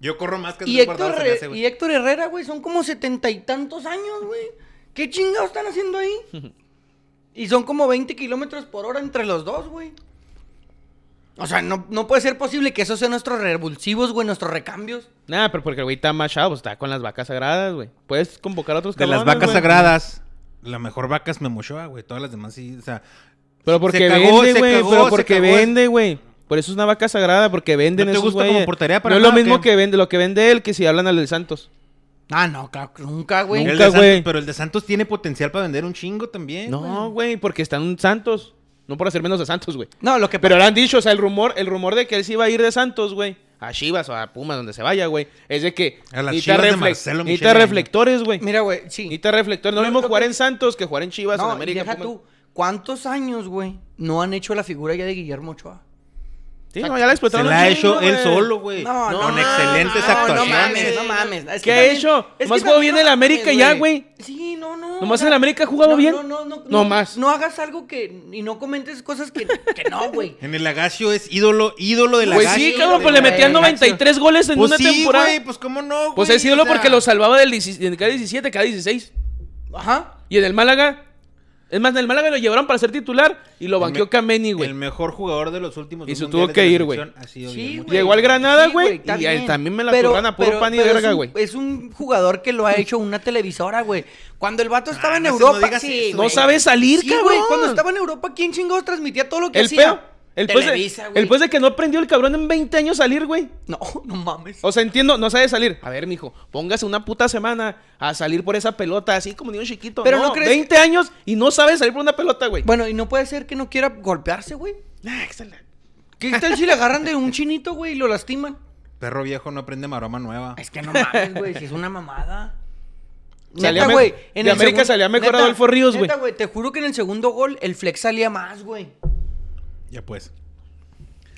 Speaker 3: Yo corro más que
Speaker 1: y
Speaker 3: Andrés
Speaker 1: Héctor,
Speaker 3: Guardado, se me
Speaker 1: Herre-
Speaker 3: hace, güey.
Speaker 1: y Héctor Herrera, güey, son como setenta y tantos años, güey. ¿Qué chingados están haciendo ahí? Y son como 20 kilómetros por hora entre los dos, güey. O sea, no, no puede ser posible que esos sean nuestros revulsivos, güey, nuestros recambios.
Speaker 2: Nah, pero porque el güey está machado, pues está con las vacas sagradas, güey. Puedes convocar a otros
Speaker 3: De las
Speaker 2: cabrones,
Speaker 3: vacas
Speaker 2: güey.
Speaker 3: sagradas, la mejor vaca es Memochoa, güey. Todas las demás sí, o sea...
Speaker 2: Pero
Speaker 3: se
Speaker 2: porque
Speaker 3: cagó,
Speaker 2: vende,
Speaker 3: se
Speaker 2: güey.
Speaker 3: cagó,
Speaker 2: Pero
Speaker 3: se
Speaker 2: porque
Speaker 3: cagó.
Speaker 2: vende, güey. Por eso es una vaca sagrada, porque venden
Speaker 3: ¿No te
Speaker 2: esos
Speaker 3: gusta como
Speaker 2: güeyes.
Speaker 3: portería para
Speaker 2: No es
Speaker 3: nada,
Speaker 2: lo
Speaker 3: o
Speaker 2: mismo
Speaker 3: qué?
Speaker 2: que vende, lo que vende él que si hablan al del Santos.
Speaker 1: Ah, no, claro, que nunca, güey.
Speaker 3: el
Speaker 2: Nunca,
Speaker 3: de Santos-
Speaker 2: güey.
Speaker 3: pero el de Santos tiene potencial para vender un chingo también.
Speaker 2: No, güey, porque están un Santos. No por hacer menos de Santos, güey.
Speaker 1: No, lo que
Speaker 2: Pero lo han dicho, o sea, el rumor, el rumor de que él sí iba a ir de Santos, güey. A Chivas o a Pumas, donde se vaya, güey. Es de que
Speaker 3: A las
Speaker 2: necesita,
Speaker 3: Chivas de
Speaker 2: refle-
Speaker 3: Marcelo
Speaker 2: necesita
Speaker 3: Michele Año.
Speaker 2: reflectores, güey.
Speaker 1: Mira, güey, sí.
Speaker 2: Necesita reflectores.
Speaker 1: No,
Speaker 2: No es lo mismo
Speaker 1: lo
Speaker 2: jugar
Speaker 1: que-
Speaker 2: en Santos que jugar en Chivas, en
Speaker 1: No, y
Speaker 2: América.
Speaker 1: deja
Speaker 2: Pumas.
Speaker 3: pues,
Speaker 1: tú. ¿Cuántos años, güey, no han hecho la figura ya de Guillermo Ochoa?
Speaker 2: Sí, no, ya la
Speaker 3: Se
Speaker 2: explotaron. un
Speaker 3: la ha hecho
Speaker 2: chingo,
Speaker 3: él
Speaker 2: güey.
Speaker 3: solo, güey.
Speaker 2: no,
Speaker 3: Con
Speaker 2: no,
Speaker 3: excelentes
Speaker 2: no, no
Speaker 3: actuaciones.
Speaker 1: No mames, no mames. Es que
Speaker 2: ¿Qué ha
Speaker 1: también-
Speaker 2: hecho?
Speaker 1: es que
Speaker 2: Nomás
Speaker 1: también
Speaker 2: jugó bien
Speaker 1: no
Speaker 2: en la
Speaker 1: mames,
Speaker 2: América ya, güey.
Speaker 1: Sí, no, no.
Speaker 2: Nomás
Speaker 1: o sea,
Speaker 2: en la América ha jugado
Speaker 1: no,
Speaker 2: bien.
Speaker 1: No, no, no.
Speaker 2: No más.
Speaker 1: No hagas algo que. Y no comentes cosas que, que no, güey.
Speaker 3: En el Agacio es ídolo, ídolo del
Speaker 2: Güey,
Speaker 3: Agacio.
Speaker 2: sí,
Speaker 1: Gacho,
Speaker 2: cabrón,
Speaker 1: de
Speaker 2: pues le
Speaker 1: la
Speaker 2: metían
Speaker 1: Gacho.
Speaker 2: 93 goles en
Speaker 3: Pues
Speaker 2: una
Speaker 3: sí,
Speaker 2: temporada.
Speaker 3: güey, pues cómo no, güey.
Speaker 2: pues es ídolo
Speaker 3: o sea,
Speaker 2: porque lo salvaba del 17 en cada 17, cada 16.
Speaker 1: Ajá.
Speaker 2: Y en el Málaga. Es más, en el Málaga lo llevaron para ser titular y lo
Speaker 3: El
Speaker 2: banqueó
Speaker 3: me-
Speaker 2: Kameni, güey.
Speaker 3: El mejor jugador de los últimos
Speaker 2: Y
Speaker 3: dos
Speaker 2: se tuvo
Speaker 3: mundiales
Speaker 2: que
Speaker 3: de la
Speaker 2: ir, güey.
Speaker 3: selección ha sido
Speaker 1: Sí,
Speaker 3: Guillermo
Speaker 1: güey.
Speaker 2: Llegó al Granada,
Speaker 1: Sí,
Speaker 2: güey,
Speaker 1: está
Speaker 2: y ahí
Speaker 1: bien.
Speaker 2: también me la
Speaker 1: Pero-
Speaker 2: turban a puro
Speaker 1: pero-
Speaker 2: pan y
Speaker 1: pero es
Speaker 2: verga,
Speaker 1: un-
Speaker 2: güey.
Speaker 1: Es un jugador que lo ha hecho una televisora, güey. Cuando el vato estaba
Speaker 3: Ah,
Speaker 1: en
Speaker 3: no se- no
Speaker 1: Europa.
Speaker 3: digas
Speaker 1: sí,
Speaker 3: eso,
Speaker 2: no
Speaker 1: güey.
Speaker 2: sabe salir,
Speaker 1: Sí,
Speaker 2: cabrón.
Speaker 1: güey, Cuando estaba en Europa, ¿quién chingados transmitía todo lo que
Speaker 2: el
Speaker 1: hacía?
Speaker 2: peo. El pues,
Speaker 1: Televisa,
Speaker 2: de,
Speaker 1: güey.
Speaker 2: el pues de que no aprendió el cabrón en 20 años salir, güey.
Speaker 1: No, no mames.
Speaker 2: O sea, entiendo, no sabe salir. A ver, mijo, póngase una puta semana a salir por esa pelota, así como niño chiquito.
Speaker 1: Pero
Speaker 2: no,
Speaker 1: no crees
Speaker 2: 20 años y no sabe salir por una pelota, güey.
Speaker 1: Bueno, y no puede ser que no quiera golpearse, güey.
Speaker 2: Ah, excelente.
Speaker 1: ¿Qué tal si le agarran de un chinito, güey, y lo lastiman?
Speaker 3: Perro viejo no aprende maroma nueva.
Speaker 1: Es que no mames, güey, si es una mamada.
Speaker 2: Salía me- de América salía mejor Adolfo Ríos,
Speaker 1: neta,
Speaker 2: güey.
Speaker 1: güey, te juro que en el segundo gol el flex salía más, güey.
Speaker 3: Ya pues.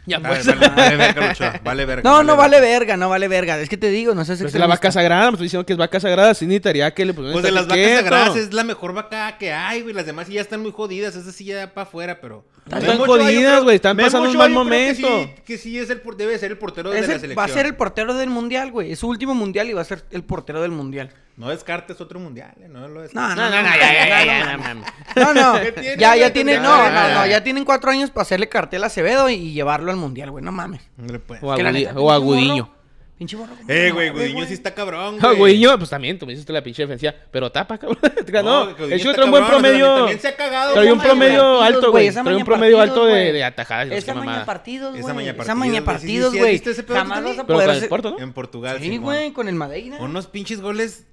Speaker 2: Ya
Speaker 3: Ah,
Speaker 2: pues.
Speaker 3: Vale, vale verga, Luchoa, Vale verga.
Speaker 1: No, no vale verga, no vale verga. Es que te digo, no seas
Speaker 2: Pero es la
Speaker 1: extremista.
Speaker 2: vaca sagrada, me estoy diciendo que es vaca sagrada, sí necesitaría que le pusieran
Speaker 3: Pues de las vacas
Speaker 2: etiqueta.
Speaker 3: sagradas es la mejor vaca que hay, güey. Las demás sí ya están muy jodidas. Esas sí ya para afuera, pero.
Speaker 2: Están
Speaker 3: Memo
Speaker 2: jodidas,
Speaker 3: Ochoa, yo creo-
Speaker 2: güey, están
Speaker 3: Memo
Speaker 2: pasando un
Speaker 3: Ochoa,
Speaker 2: mal
Speaker 3: yo creo que
Speaker 2: momento.
Speaker 3: sí- Que sí, es el, por- debe ser el portero de
Speaker 1: Es
Speaker 3: la
Speaker 1: el-
Speaker 3: selección.
Speaker 1: va a ser el portero del mundial, güey. Es su último mundial y va a ser el portero del mundial.
Speaker 3: No descartes otro mundial, eh, No lo
Speaker 1: No,
Speaker 3: descartes.
Speaker 1: no, no, no,
Speaker 2: ya, ya, ya,
Speaker 1: no,
Speaker 2: ya,
Speaker 1: no,
Speaker 2: ya,
Speaker 1: no.
Speaker 2: mames.
Speaker 1: No, no,
Speaker 3: ¿Qué tiene,
Speaker 1: ya, ya
Speaker 3: güey?
Speaker 1: tiene,
Speaker 3: Ya,
Speaker 1: no,
Speaker 2: ya,
Speaker 1: no,
Speaker 2: ya.
Speaker 1: no, ya tienen cuatro años para hacerle cartel a Acevedo y, y llevarlo al mundial, güey, no mames.
Speaker 3: Hombre, pues.
Speaker 2: O a
Speaker 1: Que la
Speaker 2: Agudi-
Speaker 1: neta,
Speaker 2: o a
Speaker 1: pinche morro-
Speaker 2: Gudiño.
Speaker 1: Pinche morro, ¿cómo
Speaker 3: Eh,
Speaker 1: se
Speaker 3: güey,
Speaker 1: llama,
Speaker 3: Gudiño sí está cabrón,
Speaker 2: Ah,
Speaker 3: güey.
Speaker 2: Gudiño, pues también, tú me hiciste la pinche defensiva. Pero tapa, cabrón. no,
Speaker 3: que Gudiño
Speaker 2: el chico
Speaker 3: está
Speaker 2: trae un buen
Speaker 3: cabrón, o sea,
Speaker 2: promedio.
Speaker 3: también se ha cagado,
Speaker 2: Trae un
Speaker 3: no mames,
Speaker 2: promedio
Speaker 1: partidos,
Speaker 2: alto,
Speaker 1: güey,
Speaker 2: güey.
Speaker 1: esa
Speaker 2: Trae un
Speaker 1: maña
Speaker 2: promedio
Speaker 1: partidos,
Speaker 2: alto de,
Speaker 1: güey.
Speaker 2: de atajadas. y no sé
Speaker 1: Esa
Speaker 2: qué
Speaker 1: maña
Speaker 2: mamada.
Speaker 1: partidos,
Speaker 3: Esa
Speaker 1: güey.
Speaker 3: maña
Speaker 1: Esa maña
Speaker 3: partidos,
Speaker 1: partidos,
Speaker 3: güey. Sí, sí, sí,
Speaker 1: güey.
Speaker 3: ¿viste ese pedo tú
Speaker 1: Jamás
Speaker 3: también?
Speaker 1: vas a
Speaker 2: Pero con
Speaker 1: poder
Speaker 2: el
Speaker 1: ser-
Speaker 2: Porto, ¿no?
Speaker 3: En Portugal,
Speaker 1: Sí,
Speaker 3: Simón.
Speaker 1: güey, con el Madeira.
Speaker 3: Unos pinches goles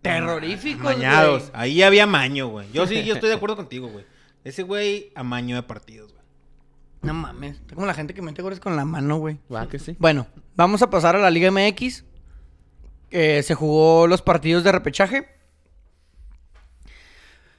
Speaker 1: Terroríficos,
Speaker 3: Amañados.
Speaker 1: güey.
Speaker 3: Ahí había maño, güey. Yo sí, yo estoy de acuerdo contigo, güey. Ese güey amaño de partidos, güey.
Speaker 1: No mames. Está como la gente que mete goles con la mano, güey.
Speaker 2: Va, que sí.
Speaker 1: Bueno, vamos a pasar a la Liga MX. Eh, se jugó los partidos de repechaje.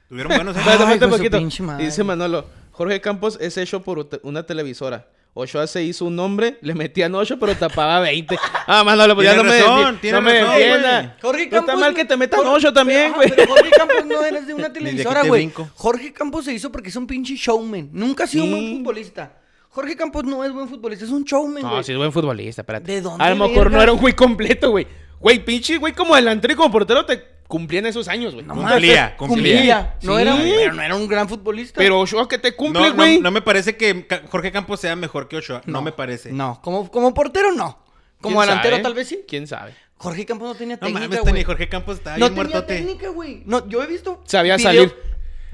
Speaker 3: Tuvieron buenos
Speaker 2: Espérate,
Speaker 3: años.
Speaker 1: Ay,
Speaker 2: espérate
Speaker 1: hijo de su
Speaker 2: un
Speaker 1: pinche
Speaker 2: poquito.
Speaker 1: madre.
Speaker 2: Dice Manolo, Jorge Campos es hecho por ut- una televisora. Ochoa se hizo un nombre, le metían 8, pero tapaba 20. Ah, más no, le podía, no
Speaker 3: Tiene
Speaker 2: me,
Speaker 3: razón,
Speaker 2: defi-
Speaker 3: tiene
Speaker 2: no me
Speaker 3: razón,
Speaker 2: defienda.
Speaker 3: güey.
Speaker 1: Jorge
Speaker 2: No está
Speaker 1: Campos-
Speaker 2: mal que te metan
Speaker 1: Jorge-
Speaker 2: 8 también,
Speaker 1: Ajá,
Speaker 2: güey.
Speaker 1: Ah, pero Jorge Campos no eres de una
Speaker 3: de
Speaker 1: televisora,
Speaker 3: aquí te
Speaker 1: güey.
Speaker 3: brinco.
Speaker 1: Jorge Campos se hizo porque es un pinche showman. Nunca ha sido un
Speaker 2: Sí.
Speaker 1: buen futbolista. Jorge Campos no es buen futbolista, es un showman,
Speaker 2: No,
Speaker 1: güey.
Speaker 2: Ah, sí es buen futbolista, espérate.
Speaker 1: ¿De dónde
Speaker 2: A lo mejor no
Speaker 1: vergas?
Speaker 2: era un güey completo, güey. Güey, pinche, güey, como delantero y como portero te cumplían esos años, güey.
Speaker 1: No
Speaker 2: Nunca-
Speaker 1: mames,
Speaker 3: Cumplía, cumplía.
Speaker 1: No
Speaker 2: Sí.
Speaker 1: era, un- pero no era un gran futbolista.
Speaker 2: Pero Ochoa que te cumple,
Speaker 3: No, no,
Speaker 2: güey.
Speaker 3: no me parece que Ca- Jorge Campos sea mejor que Ochoa. No, me parece.
Speaker 1: No, como, como portero no. Como
Speaker 2: ¿Quién
Speaker 1: delantero
Speaker 2: sabe?
Speaker 1: tal vez sí.
Speaker 2: ¿Quién sabe?
Speaker 1: Jorge Campos no tenía
Speaker 3: No
Speaker 1: técnica,
Speaker 3: mames,
Speaker 1: güey.
Speaker 3: Tony. Jorge Campos está
Speaker 1: no
Speaker 3: bien
Speaker 1: tenía
Speaker 3: muertote.
Speaker 1: técnica, güey. No, yo he visto
Speaker 2: Sabía
Speaker 1: video-
Speaker 2: salir.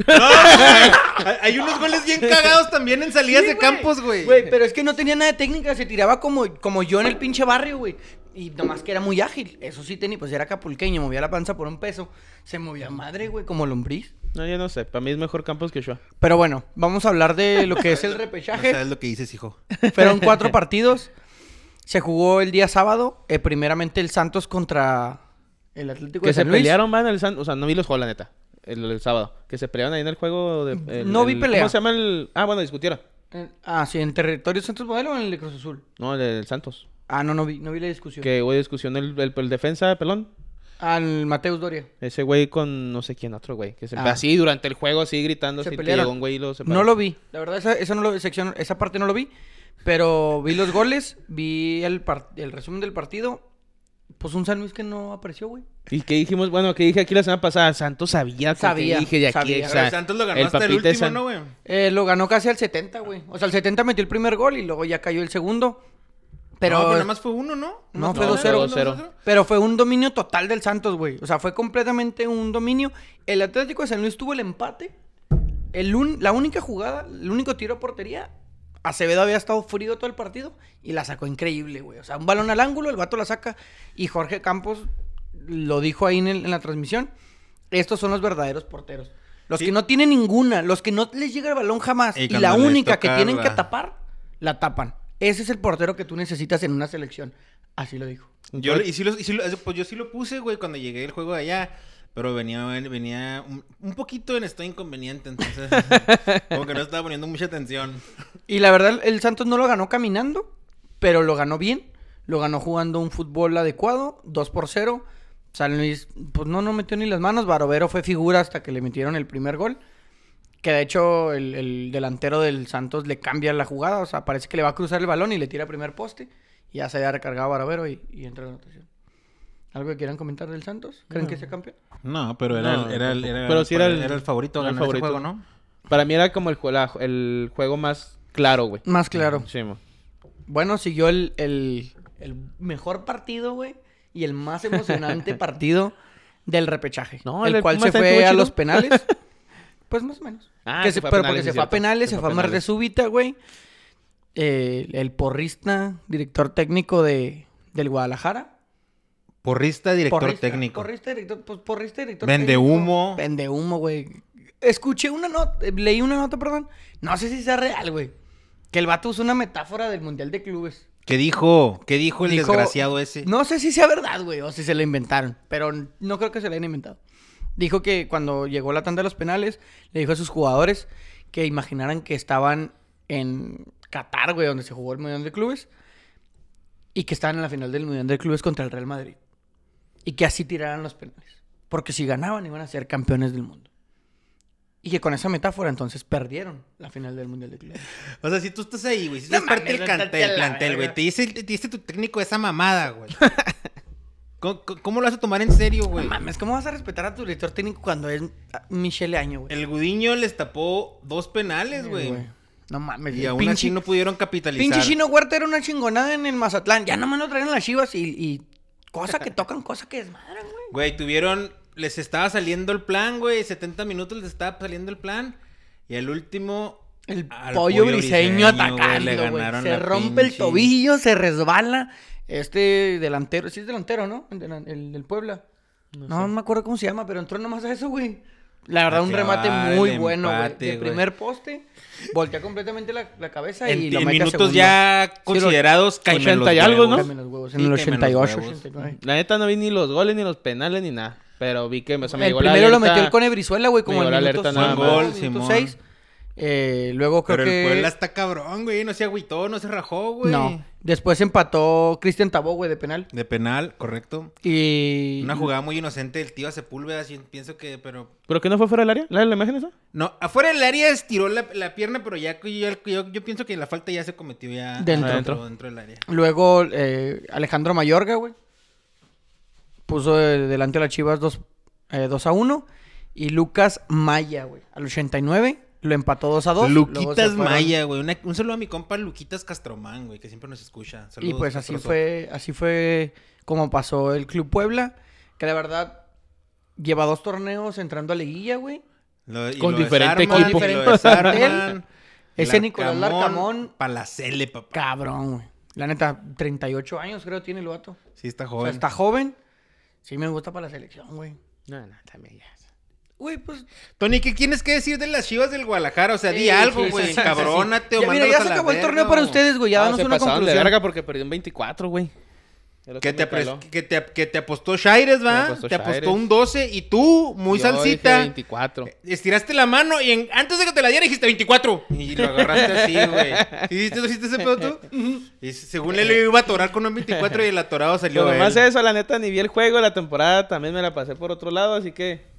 Speaker 3: No, güey. Ah, hay unos goles bien cagados también en salidas
Speaker 1: Sí,
Speaker 3: de
Speaker 1: güey.
Speaker 3: campos, güey.
Speaker 1: Güey, pero es que no tenía nada de técnica, se tiraba como, como yo en el pinche barrio, güey. Y nomás que era muy ágil. Eso sí tenía, pues era capulqueño, movía la panza por un peso. Se movía madre, güey, como lombriz.
Speaker 2: No, yo no sé. Para mí es mejor Campos que Ochoa.
Speaker 1: Pero bueno, vamos a hablar de lo que es el
Speaker 3: No
Speaker 1: repechaje.
Speaker 3: sabes lo que dices, hijo.
Speaker 1: Fueron cuatro partidos. Se jugó el día sábado. eh, primeramente el Santos contra el Atlético
Speaker 2: Que
Speaker 1: de
Speaker 2: se
Speaker 1: San Luis.
Speaker 2: pelearon, van, el San... O sea, no vi los juegos, la neta. El, el sábado. Que se pelearon ahí en el juego de... el-
Speaker 1: No vi
Speaker 2: el-
Speaker 1: pelea.
Speaker 2: ¿Cómo se llama el...? Ah, bueno, discutieron.
Speaker 1: Eh, Ah, sí, en territorio Santos Modelo o en el de Cruz Azul.
Speaker 2: No, el, el Santos.
Speaker 1: Ah, no, no vi, no vi la discusión.
Speaker 2: Que hubo discusión el, el, el defensa, pelón.
Speaker 1: Al Mateus Doria.
Speaker 2: Ese güey con no sé quién otro güey. Que se
Speaker 1: Ah.
Speaker 2: así durante el juego, así gritando,
Speaker 1: Se
Speaker 2: así que
Speaker 1: pelearon.
Speaker 2: llegó un güey y lo separó.
Speaker 1: No lo vi. La verdad, esa, esa no lo, sección, esa parte no lo vi. Pero vi los goles, vi el, par- el resumen del partido. Pues un San Luis que no apareció, güey.
Speaker 2: Y que dijimos, bueno, que dije aquí la semana pasada, Santos sabía con
Speaker 1: Sabía,
Speaker 2: qué dije de aquí.
Speaker 1: sabía.
Speaker 2: o
Speaker 3: Pero
Speaker 2: sea,
Speaker 3: Santos lo ganó hasta el
Speaker 2: papita
Speaker 3: último,
Speaker 2: San-
Speaker 3: ¿no, güey?
Speaker 1: Eh, lo ganó casi al 70, güey. O sea, al 70 metió el primer gol y luego ya cayó el segundo. Pero,
Speaker 3: No, pues nada más fue uno, ¿no?
Speaker 1: No,
Speaker 3: ¿Más
Speaker 1: fue
Speaker 3: uno,
Speaker 1: 2-0.
Speaker 3: no?
Speaker 2: 2-0.
Speaker 3: ¿Dos, dos,
Speaker 1: pero fue un dominio total del Santos, güey. O sea, fue completamente un dominio. El Atlético de San Luis tuvo el empate. El un- la única jugada, el único tiro a portería. Acevedo había estado frío todo el partido y la sacó increíble, güey. O sea, un balón al ángulo, el vato la saca. Y Jorge Campos lo dijo ahí en, el- en la transmisión. Estos son los verdaderos porteros. Los
Speaker 3: Sí.
Speaker 1: que no tienen ninguna, los que no les llega el balón jamás.
Speaker 3: Y
Speaker 1: Y,
Speaker 3: cuando
Speaker 1: la
Speaker 3: les
Speaker 1: única que
Speaker 3: toca
Speaker 1: tienen
Speaker 3: la-
Speaker 1: que tapar, la tapan. Ese es el portero que tú necesitas en una selección. Así lo dijo.
Speaker 3: Yo, lo- y sí lo- y sí lo- pues yo sí lo puse, güey, cuando llegué el juego de allá. Pero venía, venía un, un poquito en estado inconveniente, entonces. como que no estaba poniendo mucha atención.
Speaker 1: Y la verdad, el Santos no lo ganó caminando, pero lo ganó bien. Lo ganó jugando un fútbol adecuado, 2 por 0. San Luis, pues no, no metió ni las manos. Barovero fue figura hasta que le metieron el primer gol. Que de hecho, el, el delantero del Santos le cambia la jugada. O sea, parece que le va a cruzar el balón y le tira primer poste. Y ya se había recargado Barovero y, y entra la anotación. ¿Algo que quieran comentar del Santos? ¿Creen que sea campeón?
Speaker 3: No, pero
Speaker 2: era el- era el- era el- era el favorito a ganar ese juego, ¿no? Para mí era como el, jue- la- el juego más claro, güey.
Speaker 1: Más claro.
Speaker 2: Sí, mo.
Speaker 1: Bueno, siguió el, el- el mejor partido, güey, y el más emocionante partido del repechaje.
Speaker 2: No,
Speaker 1: el,
Speaker 2: el del
Speaker 1: cual se
Speaker 2: Pumas
Speaker 1: fue
Speaker 2: estuvo
Speaker 1: a
Speaker 2: chido.
Speaker 1: los penales. Pues más o menos.
Speaker 2: Ah,
Speaker 1: Que
Speaker 2: se
Speaker 1: se-
Speaker 2: fue a
Speaker 1: pero
Speaker 2: penales,
Speaker 1: porque
Speaker 2: sí,
Speaker 1: se fue a
Speaker 2: cierto.
Speaker 1: penales, se
Speaker 2: Se fue
Speaker 1: fue a
Speaker 2: a
Speaker 1: mar de
Speaker 2: penales.
Speaker 1: súbita, güey. Eh, el porrista, director técnico de, del Guadalajara.
Speaker 3: Porrista, director
Speaker 1: Porrista,
Speaker 3: técnico.
Speaker 1: Porrista, director, pues, porrista, director
Speaker 3: Vende
Speaker 1: técnico.
Speaker 3: humo.
Speaker 1: Vende humo, güey. Escuché una nota, eh, leí una nota, perdón. No sé si sea real, güey. Que el vato usó una metáfora del Mundial de Clubes.
Speaker 3: ¿Qué dijo? ¿Qué dijo el
Speaker 1: Dijo-
Speaker 3: desgraciado ese?
Speaker 1: No sé si sea verdad, güey, o si se lo inventaron, pero no creo que se lo hayan inventado. Dijo que cuando llegó la tanda de los penales, le dijo a sus jugadores que imaginaran que estaban en Qatar, güey, donde se jugó el Mundial de Clubes, y que estaban en la final del Mundial de Clubes contra el Real Madrid. Y que así tiraran los penales. Porque si ganaban iban a ser campeones del mundo. Y que con esa metáfora entonces perdieron la final del Mundial de Clubes.
Speaker 3: O sea, si tú estás ahí, güey, si
Speaker 1: No
Speaker 3: estás parte
Speaker 1: mames,
Speaker 3: del
Speaker 1: no estás
Speaker 3: cantel,
Speaker 1: a la
Speaker 3: plantel, güey,
Speaker 1: verga.
Speaker 3: te dice, te dice tu técnico esa mamada, güey. ¿Cómo, cómo- cómo lo vas a tomar en serio, güey?
Speaker 1: Mames, ¿cómo vas a respetar a tu director técnico cuando es ah, Michele Año, güey?
Speaker 3: El Gudiño les tapó dos penales,
Speaker 1: Eh,
Speaker 3: güey.
Speaker 1: No mames,
Speaker 3: Y
Speaker 1: el
Speaker 3: aún
Speaker 1: pinche,
Speaker 3: así no pudieron capitalizar.
Speaker 1: pinche Chino Huerta era una chingonada en el Mazatlán. Ya nomás lo traen a las chivas y, y cosa que tocan, cosa que desmadran, güey.
Speaker 3: Güey, tuvieron. Les estaba saliendo el plan, güey. 70 minutos les estaba saliendo el plan. Y al último.
Speaker 1: El
Speaker 3: al
Speaker 1: pollo, briseño
Speaker 3: güey, le
Speaker 1: atacando, güey.
Speaker 3: ganaron
Speaker 1: Se
Speaker 3: la
Speaker 1: rompe el
Speaker 3: pinche-
Speaker 1: tobillo, se resbala. Este delantero, sí es delantero, ¿no? El, delan- el del Puebla. No, me acuerdo cómo se llama, pero entró nomás a eso, güey. La verdad, un
Speaker 3: Acabar
Speaker 1: remate
Speaker 3: el
Speaker 1: muy bueno, güey.
Speaker 3: Ah, empate,
Speaker 1: De
Speaker 3: güey.
Speaker 1: primer poste, voltea completamente la, la cabeza
Speaker 3: En,
Speaker 1: y lo
Speaker 3: en
Speaker 1: mete a
Speaker 3: minutos
Speaker 1: segundo.
Speaker 3: ya considerados
Speaker 2: 80
Speaker 3: caimen los
Speaker 2: y algo,
Speaker 3: huevos.
Speaker 1: Cámbiame los huevos, En
Speaker 3: Sí,
Speaker 1: el
Speaker 3: cámbiame los
Speaker 1: 88,
Speaker 3: huevos.
Speaker 1: 89.
Speaker 2: La neta no vi ni los goles, ni los penales, ni nada. Pero vi que o sea, me
Speaker 1: el
Speaker 2: llegó Pues, la
Speaker 1: primero lo
Speaker 2: alerta.
Speaker 1: metió el Cone Brizuela, güey, como
Speaker 2: me
Speaker 1: en
Speaker 2: llegó la
Speaker 1: minuto
Speaker 2: alerta nada
Speaker 1: cinco,
Speaker 3: más.
Speaker 1: minuto
Speaker 3: Simón.
Speaker 1: seis. Eh, luego creo
Speaker 3: Pero
Speaker 1: que...
Speaker 3: el Puebla está cabrón, güey. No se agüitó, no se rajó, güey.
Speaker 1: No. Después empató Cristian Tabó, güey, de penal.
Speaker 3: De penal, correcto.
Speaker 1: Y...
Speaker 3: Una jugada muy inocente del tío a Sepúlveda, sí, pienso que, pero...
Speaker 2: ¿Pero qué no fue fuera del área? ¿La, la imagen esa?
Speaker 3: No, afuera del área estiró la, la pierna, pero ya yo, yo, yo pienso que la falta ya se cometió ya
Speaker 1: Dentro.
Speaker 3: dentro, dentro del área.
Speaker 1: Luego eh, Alejandro Mayorga, güey. Puso eh, delante a las Chivas 2 a 1. Y Lucas Maya, güey. Al 89 lo empató 2 a 2.
Speaker 3: Luquitas Maya, güey. Una- un saludo a mi compa Luquitas Castromán, güey, que siempre nos escucha.
Speaker 1: Y
Speaker 3: Saludos,
Speaker 1: pues así
Speaker 3: Castroso.
Speaker 1: fue, así fue como pasó el Club Puebla. Que la verdad lleva dos torneos entrando a liguilla, güey.
Speaker 3: Lo- y
Speaker 2: Con
Speaker 3: lo
Speaker 2: diferente
Speaker 3: desarman,
Speaker 2: equipo.
Speaker 3: y lo desarman.
Speaker 1: Ese Nicolás Larcamón.
Speaker 3: Palacele, papá.
Speaker 1: Cabrón, güey. La neta, 38 años creo tiene el vato.
Speaker 3: Sí, está
Speaker 1: O
Speaker 3: joven.
Speaker 1: sea, está joven. Sí me gusta para la selección, güey.
Speaker 2: No, no, también ya.
Speaker 1: Güey, pues
Speaker 3: Tony, ¿qué tienes que decir de las chivas del Guadalajara? O sea,
Speaker 1: Sí,
Speaker 3: di algo,
Speaker 1: sí,
Speaker 3: güey.
Speaker 1: sí, sí, sí.
Speaker 3: encabrónate o
Speaker 1: Ya, mira, ya se
Speaker 3: mándalos a la
Speaker 1: acabó el
Speaker 3: verga,
Speaker 1: torneo para
Speaker 3: o-
Speaker 1: ustedes, güey. Pues Ya danos
Speaker 2: Ah, se
Speaker 1: una
Speaker 2: pasaron de
Speaker 1: conclusión.
Speaker 2: verga porque perdió en 24, güey. Es lo
Speaker 3: Que te,
Speaker 2: me
Speaker 3: apres-
Speaker 2: caló.
Speaker 3: que, te, que te apostó Shires,
Speaker 2: Me
Speaker 3: ¿va?
Speaker 2: apostó
Speaker 3: te apostó
Speaker 2: Shires.
Speaker 3: un 12 y tú, muy
Speaker 2: Yo dije
Speaker 3: salsita, Eh,
Speaker 2: 24.
Speaker 3: estiraste la mano y en- antes de que te la diera dijiste 24. Y lo agarraste así, güey. ¿Hiciste, hiciste ese pedo tú? Y según él iba a atorar con un 24 y el atorado salió
Speaker 2: Lo
Speaker 3: él.
Speaker 2: más eso, la neta, ni vi el juego, la temporada también me la pasé por otro lado, así que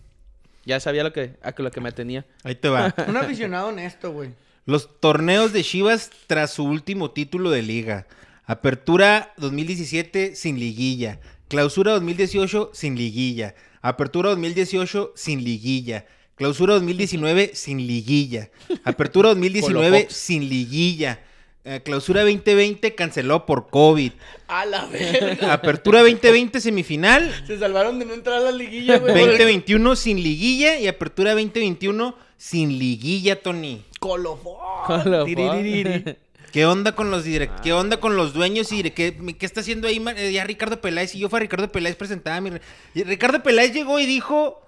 Speaker 2: ya sabía lo que, a lo que me tenía.
Speaker 3: Ahí te va.
Speaker 1: Un aficionado honesto, güey.
Speaker 3: Los torneos de Chivas tras su último título de liga. Apertura 2017 sin liguilla. Clausura 2018 sin liguilla. Apertura 2018 sin liguilla. Clausura 2019 sin liguilla. Apertura 2019
Speaker 2: Fox.
Speaker 3: sin liguilla. Eh, clausura 2020 canceló por COVID.
Speaker 1: A la verga.
Speaker 3: Apertura 2020 semifinal.
Speaker 1: Se salvaron de no entrar a la liguilla, güey. por el
Speaker 3: 2021 sin liguilla. Y apertura 2021 sin liguilla, Tony.
Speaker 1: Colofón.
Speaker 2: Con lo
Speaker 1: Tiririri.
Speaker 2: cual-
Speaker 3: ¿Qué onda con los direct
Speaker 2: Ah.
Speaker 3: ¿Qué onda con los dueños y de qué, qué está haciendo ahí ma- eh, ya Ricardo Peláez? Y yo fue a Ricardo Peláez presentaba mi re- y Ricardo Peláez llegó y dijo,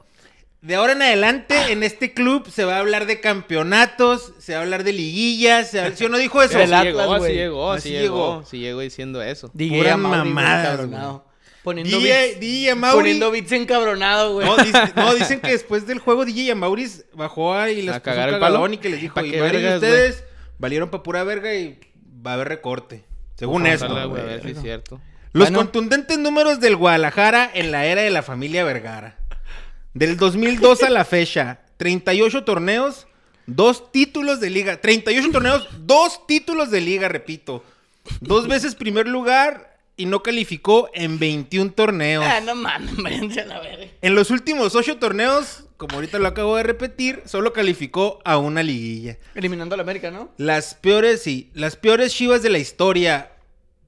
Speaker 3: de ahora en
Speaker 2: Ah.
Speaker 3: adelante en este club se va a hablar de campeonatos, se va a hablar de liguillas, se va a- ¿sí o no dijo eso?
Speaker 2: Pero sí
Speaker 1: Atlas, güey.
Speaker 2: llegó, así llegó,
Speaker 3: Así
Speaker 2: sí llegó,
Speaker 3: llegó.
Speaker 2: sí llegó diciendo eso.
Speaker 1: Dije,
Speaker 3: Pura
Speaker 1: a Mauri, güey,
Speaker 3: mamada,
Speaker 1: encabronado. Poniendo
Speaker 3: DJ,
Speaker 1: beats.
Speaker 3: DJ Mauri.
Speaker 1: Poniendo beats encabronado, güey.
Speaker 3: No, dice- no, dicen que después del juego DJ Amauris bajó ahí y les
Speaker 2: A
Speaker 3: puso un
Speaker 2: cagar el
Speaker 3: cagadón
Speaker 2: palo.
Speaker 3: y que les dijo,
Speaker 2: Pa'
Speaker 3: y
Speaker 2: qué
Speaker 3: madre de
Speaker 2: vergas,
Speaker 3: ustedes valieron para pura verga y va a haber recorte. Según
Speaker 2: Vamos a
Speaker 3: esto.
Speaker 2: hablar, güey, a
Speaker 1: güey,
Speaker 2: ver si es
Speaker 1: Ah, no.
Speaker 2: cierto.
Speaker 3: Los
Speaker 1: Bueno.
Speaker 3: contundentes números del Guadalajara en la era de la familia Vergara. Del 2002 a la fecha, 38 torneos, dos títulos de liga. 38 torneos, dos títulos de liga, repito. Dos veces primer lugar y no calificó en 21 torneos.
Speaker 1: Ah, no mames, váyanse a la verga.
Speaker 3: En los últimos 8 torneos, como ahorita lo acabo de repetir, solo calificó a una liguilla.
Speaker 1: Eliminando a la América, ¿no?
Speaker 3: Las peores, sí, las peores chivas de la historia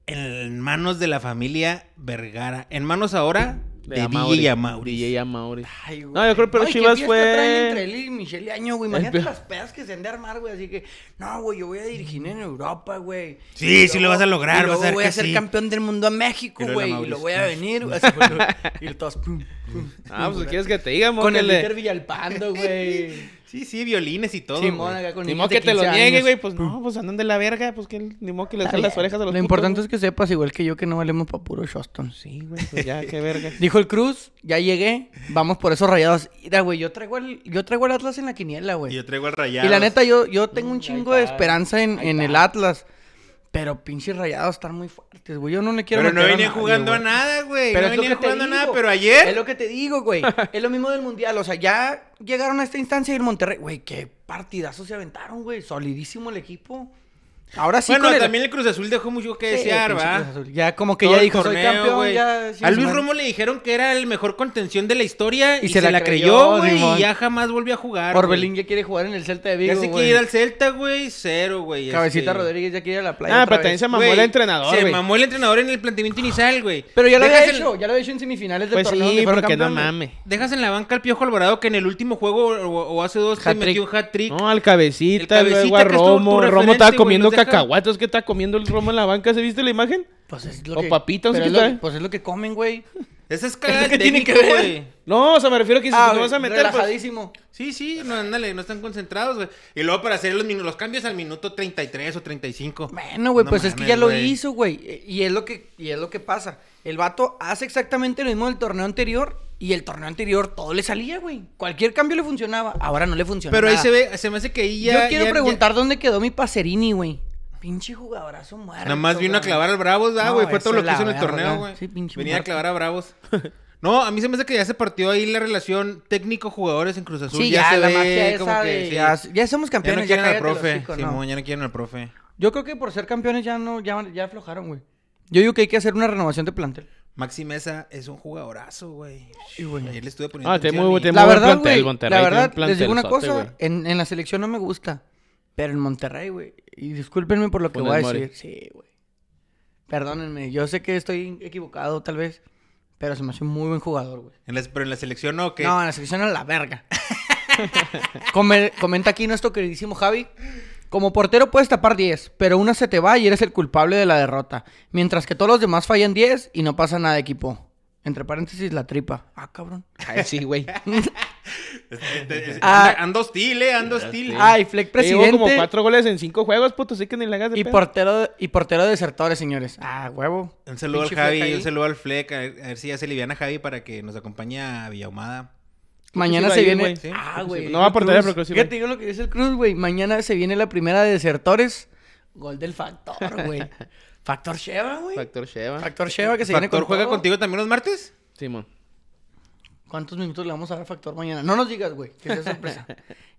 Speaker 3: en manos de la familia Vergara. En manos ahora de,
Speaker 2: Amauri.
Speaker 3: DJ Amauri.
Speaker 2: DJ Amaury.
Speaker 1: Ay, güey.
Speaker 2: No, yo creo que pero
Speaker 1: Ay, qué
Speaker 2: Chivas
Speaker 1: fiesta
Speaker 2: fue-
Speaker 1: traen entre él y Michelle Año, güey. Imagínate
Speaker 2: peor.
Speaker 1: las pedas que se han de armar, güey. Así que, no, güey, yo voy a dirigir en Europa, güey.
Speaker 3: Sí,
Speaker 1: Y
Speaker 3: sí lo vas a lograr,
Speaker 1: y
Speaker 3: vas a
Speaker 1: luego
Speaker 3: ver
Speaker 1: voy
Speaker 3: que
Speaker 1: a ser
Speaker 3: sí.
Speaker 1: campeón del mundo a México,
Speaker 3: Y luego la
Speaker 1: güey. Y
Speaker 3: Mauricio.
Speaker 1: lo voy a venir. güey, así, güey, y todos, pum, pum,
Speaker 2: Ah,
Speaker 1: pum,
Speaker 2: pues
Speaker 1: güey.
Speaker 2: quieres que te diga, mo,
Speaker 1: Con
Speaker 2: que
Speaker 1: el
Speaker 2: le-
Speaker 1: Peter Villalpando, güey.
Speaker 3: Sí, sí, violines y todo.
Speaker 1: Simón
Speaker 3: güey.
Speaker 1: acá con
Speaker 2: Ni
Speaker 1: niños
Speaker 2: modo
Speaker 1: de
Speaker 2: que te lo
Speaker 1: 15
Speaker 2: niegue,
Speaker 1: años.
Speaker 2: güey. Pues no, pues andan de la verga. Pues que ni modo que le salen las orejas a los
Speaker 1: Lo importante es que sepas, igual que yo, que no valemos para puro Shoston.
Speaker 2: Sí, güey, pues ya, qué verga.
Speaker 1: Dijo el Cruz, ya llegué, vamos por esos rayados. Mira, güey, yo traigo el, yo traigo el Atlas en la quiniela, güey.
Speaker 3: Y yo traigo el rayado.
Speaker 1: Y la neta, yo, yo tengo un
Speaker 2: Mm,
Speaker 1: chingo
Speaker 2: ahí
Speaker 1: de
Speaker 2: está.
Speaker 1: esperanza en,
Speaker 2: Ahí
Speaker 1: en
Speaker 2: está.
Speaker 1: el Atlas. Pero pinches rayados están muy fuertes, güey. Yo no le quiero
Speaker 3: Pero no
Speaker 1: meter a
Speaker 3: venían
Speaker 1: nadie,
Speaker 3: jugando
Speaker 1: güey.
Speaker 3: a nada, güey.
Speaker 1: Pero
Speaker 3: No
Speaker 1: es lo que
Speaker 3: venían
Speaker 1: te
Speaker 3: jugando a nada,
Speaker 1: digo.
Speaker 3: pero
Speaker 1: Es
Speaker 3: ayer.
Speaker 1: lo que te digo, güey. Es lo mismo del Mundial. O sea, ya llegaron a esta instancia y el Monterrey... Güey, qué partidazo se aventaron, güey. Solidísimo el equipo. Ahora sí
Speaker 3: bueno,
Speaker 1: con el-
Speaker 3: también el Cruz Azul dejó mucho que
Speaker 1: Sí,
Speaker 3: desear,
Speaker 1: pinche Cruz
Speaker 3: ¿va?
Speaker 1: Azul. Ya como que ya
Speaker 3: Todo el
Speaker 1: dijo, soy
Speaker 3: torneo,
Speaker 1: campeón,
Speaker 3: güey.
Speaker 1: ya... sí,
Speaker 3: a Luis
Speaker 1: madre.
Speaker 3: Romo le dijeron que era el mejor contención de la historia y, se, la,
Speaker 1: creyó,
Speaker 3: creyó, güey.
Speaker 1: Simón.
Speaker 3: Y ya jamás volvió a jugar.
Speaker 1: Orbelín
Speaker 3: güey.
Speaker 1: ya quiere jugar en el Celta de Vigo,
Speaker 3: Ya se quiere
Speaker 1: güey.
Speaker 3: ir al Celta, güey. Cero, güey.
Speaker 1: Cabecita
Speaker 3: este.
Speaker 1: Rodríguez ya quiere ir a la playa
Speaker 2: Ah,
Speaker 1: otra
Speaker 2: pero también
Speaker 1: vez.
Speaker 2: se mamó el
Speaker 3: Güey,
Speaker 2: entrenador,
Speaker 3: Se
Speaker 2: güey.
Speaker 3: mamó el entrenador en el planteamiento inicial, güey.
Speaker 1: Pero ya lo había
Speaker 3: Dejas en-
Speaker 1: hecho, ya lo había hecho en semifinales del
Speaker 2: Pues
Speaker 1: torneo
Speaker 2: sí,
Speaker 1: donde fueron
Speaker 2: porque no
Speaker 1: campeones.
Speaker 2: mames.
Speaker 3: Dejas en la banca al Piojo Alvarado que en el último juego o, o hace dos te
Speaker 1: Hat-trick.
Speaker 3: metió un hat-trick.
Speaker 2: No, al cabecita,
Speaker 3: El
Speaker 2: luego
Speaker 3: cabecita
Speaker 2: a
Speaker 3: que es tu- tu
Speaker 2: Romo. Romo
Speaker 3: referente,
Speaker 2: estaba
Speaker 3: güey,
Speaker 2: comiendo
Speaker 3: nos deja-
Speaker 2: cacahuatos. ¿Qué está comiendo el Romo en la banca? ¿Se viste la imagen?
Speaker 1: Pues es lo
Speaker 2: O
Speaker 1: que...
Speaker 2: papitas,
Speaker 1: pero
Speaker 2: ¿qué
Speaker 1: es lo que-
Speaker 2: tal?
Speaker 1: Pues es lo que comen, güey.
Speaker 3: Esa es cagada
Speaker 1: ¿Es lo
Speaker 3: del
Speaker 1: que tiene
Speaker 3: técnico,
Speaker 1: que ver?
Speaker 3: güey.
Speaker 2: No, o sea, me refiero que si
Speaker 1: Ah,
Speaker 2: te vas a meter, pues...
Speaker 1: relajadísimo.
Speaker 3: Sí, sí, no, ándale, no están concentrados, güey. Y luego para hacer los, minu- los cambios al minuto 33 o 35.
Speaker 1: Bueno, güey,
Speaker 3: No
Speaker 1: pues es que
Speaker 3: mames,
Speaker 1: ya lo
Speaker 3: güey.
Speaker 1: hizo, güey. Y es lo que y es lo que pasa. El vato hace exactamente lo mismo del torneo anterior Y el torneo anterior todo le salía, güey. Cualquier cambio le funcionaba. Ahora no le funciona.
Speaker 3: Pero ahí
Speaker 1: nada.
Speaker 3: se ve, se me hace que ahí ya.
Speaker 1: Yo quiero
Speaker 3: ya- ya-
Speaker 1: preguntar dónde quedó mi Pacerini, güey. Pinche jugadorazo muerto.
Speaker 3: Nada más vino a
Speaker 1: güey.
Speaker 3: clavar al Bravos, ah,
Speaker 1: No,
Speaker 3: güey. fue
Speaker 1: eso
Speaker 3: todo lo
Speaker 1: es
Speaker 3: que hizo en
Speaker 1: la
Speaker 3: el torneo,
Speaker 1: verga.
Speaker 3: güey.
Speaker 1: Sí, pinche
Speaker 3: Venía a
Speaker 1: muerto.
Speaker 3: clavar a Bravos. No, a mí se me hace que ya se partió ahí la relación técnico-jugadores en Cruz Azul.
Speaker 1: Sí, ya,
Speaker 3: se
Speaker 1: la
Speaker 3: ve
Speaker 1: magia esa
Speaker 3: como que,
Speaker 1: de-
Speaker 3: sí.
Speaker 1: ya,
Speaker 3: Ya
Speaker 1: ya somos
Speaker 3: no
Speaker 1: campeones, ya,
Speaker 3: quieren al
Speaker 1: cállate los
Speaker 3: profe.
Speaker 1: hocico, no.
Speaker 3: Simón, ya no quieren al profe.
Speaker 1: Yo creo que por ser campeones ya no ya, ya aflojaron, güey. Yo digo que hay que hacer una renovación de plantel.
Speaker 3: Maxi Mesa es un jugadorazo, güey.
Speaker 1: Sí, güey.
Speaker 3: Ayer le estuve poniendo.
Speaker 2: Ah, tiene
Speaker 3: atención
Speaker 2: muy,
Speaker 3: y-
Speaker 2: tiene
Speaker 1: La
Speaker 2: muy buen
Speaker 1: verdad,
Speaker 2: plantel,
Speaker 1: güey,
Speaker 2: Monterrey,
Speaker 1: la
Speaker 2: tiene
Speaker 1: verdad,
Speaker 2: un
Speaker 1: les digo una
Speaker 2: plantelzote, güey.
Speaker 1: cosa, en, en la selección no me gusta, pero en Monterrey, güey, y discúlpenme por lo que
Speaker 2: Funes
Speaker 1: voy a
Speaker 2: Mori.
Speaker 1: decir, sí, güey. Perdónenme, yo sé que estoy equivocado tal vez, pero se me hace un muy buen jugador, güey.
Speaker 3: En la- pero en la selección no, que.
Speaker 1: No, en la selección a la verga. Come- comenta aquí nuestro queridísimo Javi. Como portero puedes tapar 10, pero una se te va y eres el culpable de la derrota. Mientras que todos los demás fallan 10 y no pasa nada, equipo. Entre paréntesis, la tripa. Ah, cabrón.
Speaker 2: Ay, sí, güey.
Speaker 1: Ah.
Speaker 3: Anda, anda hostil, eh, anda hostil.
Speaker 1: Ay, Fleck
Speaker 2: Le llevo
Speaker 1: presidente
Speaker 2: como cuatro goles en cinco juegos, puto, así que ni le hagas de
Speaker 1: y,
Speaker 2: pedo.
Speaker 1: portero, y portero de desertores, señores. Ah, huevo.
Speaker 3: Un saludo al
Speaker 1: Pinche Fleck
Speaker 3: Javi,
Speaker 1: ahí.
Speaker 3: un saludo al Fleck. A ver, a ver si ya se liviana Javi para que nos acompañe a Villahumada.
Speaker 1: Mañana
Speaker 2: sí va
Speaker 1: se
Speaker 2: a ir,
Speaker 1: viene.
Speaker 2: güey.
Speaker 3: Sí,
Speaker 1: Ah,
Speaker 2: creo que
Speaker 1: güey.
Speaker 2: sí. No va a portería,
Speaker 1: Cruz.
Speaker 2: pero creo que sí va a
Speaker 1: Fíjate, digo lo que dice el Cruz, güey. Mañana se viene la primera de desertores. Gol del Factor, güey. Factor Sheva, güey.
Speaker 2: Factor Sheva.
Speaker 1: Factor Sheva que se viene
Speaker 3: ¿Factor
Speaker 1: con
Speaker 3: juega
Speaker 1: todo.
Speaker 3: contigo también los martes?
Speaker 2: Simón.
Speaker 1: ¿Cuántos minutos le vamos a dar a Factor mañana? No nos digas, güey, que sea sorpresa.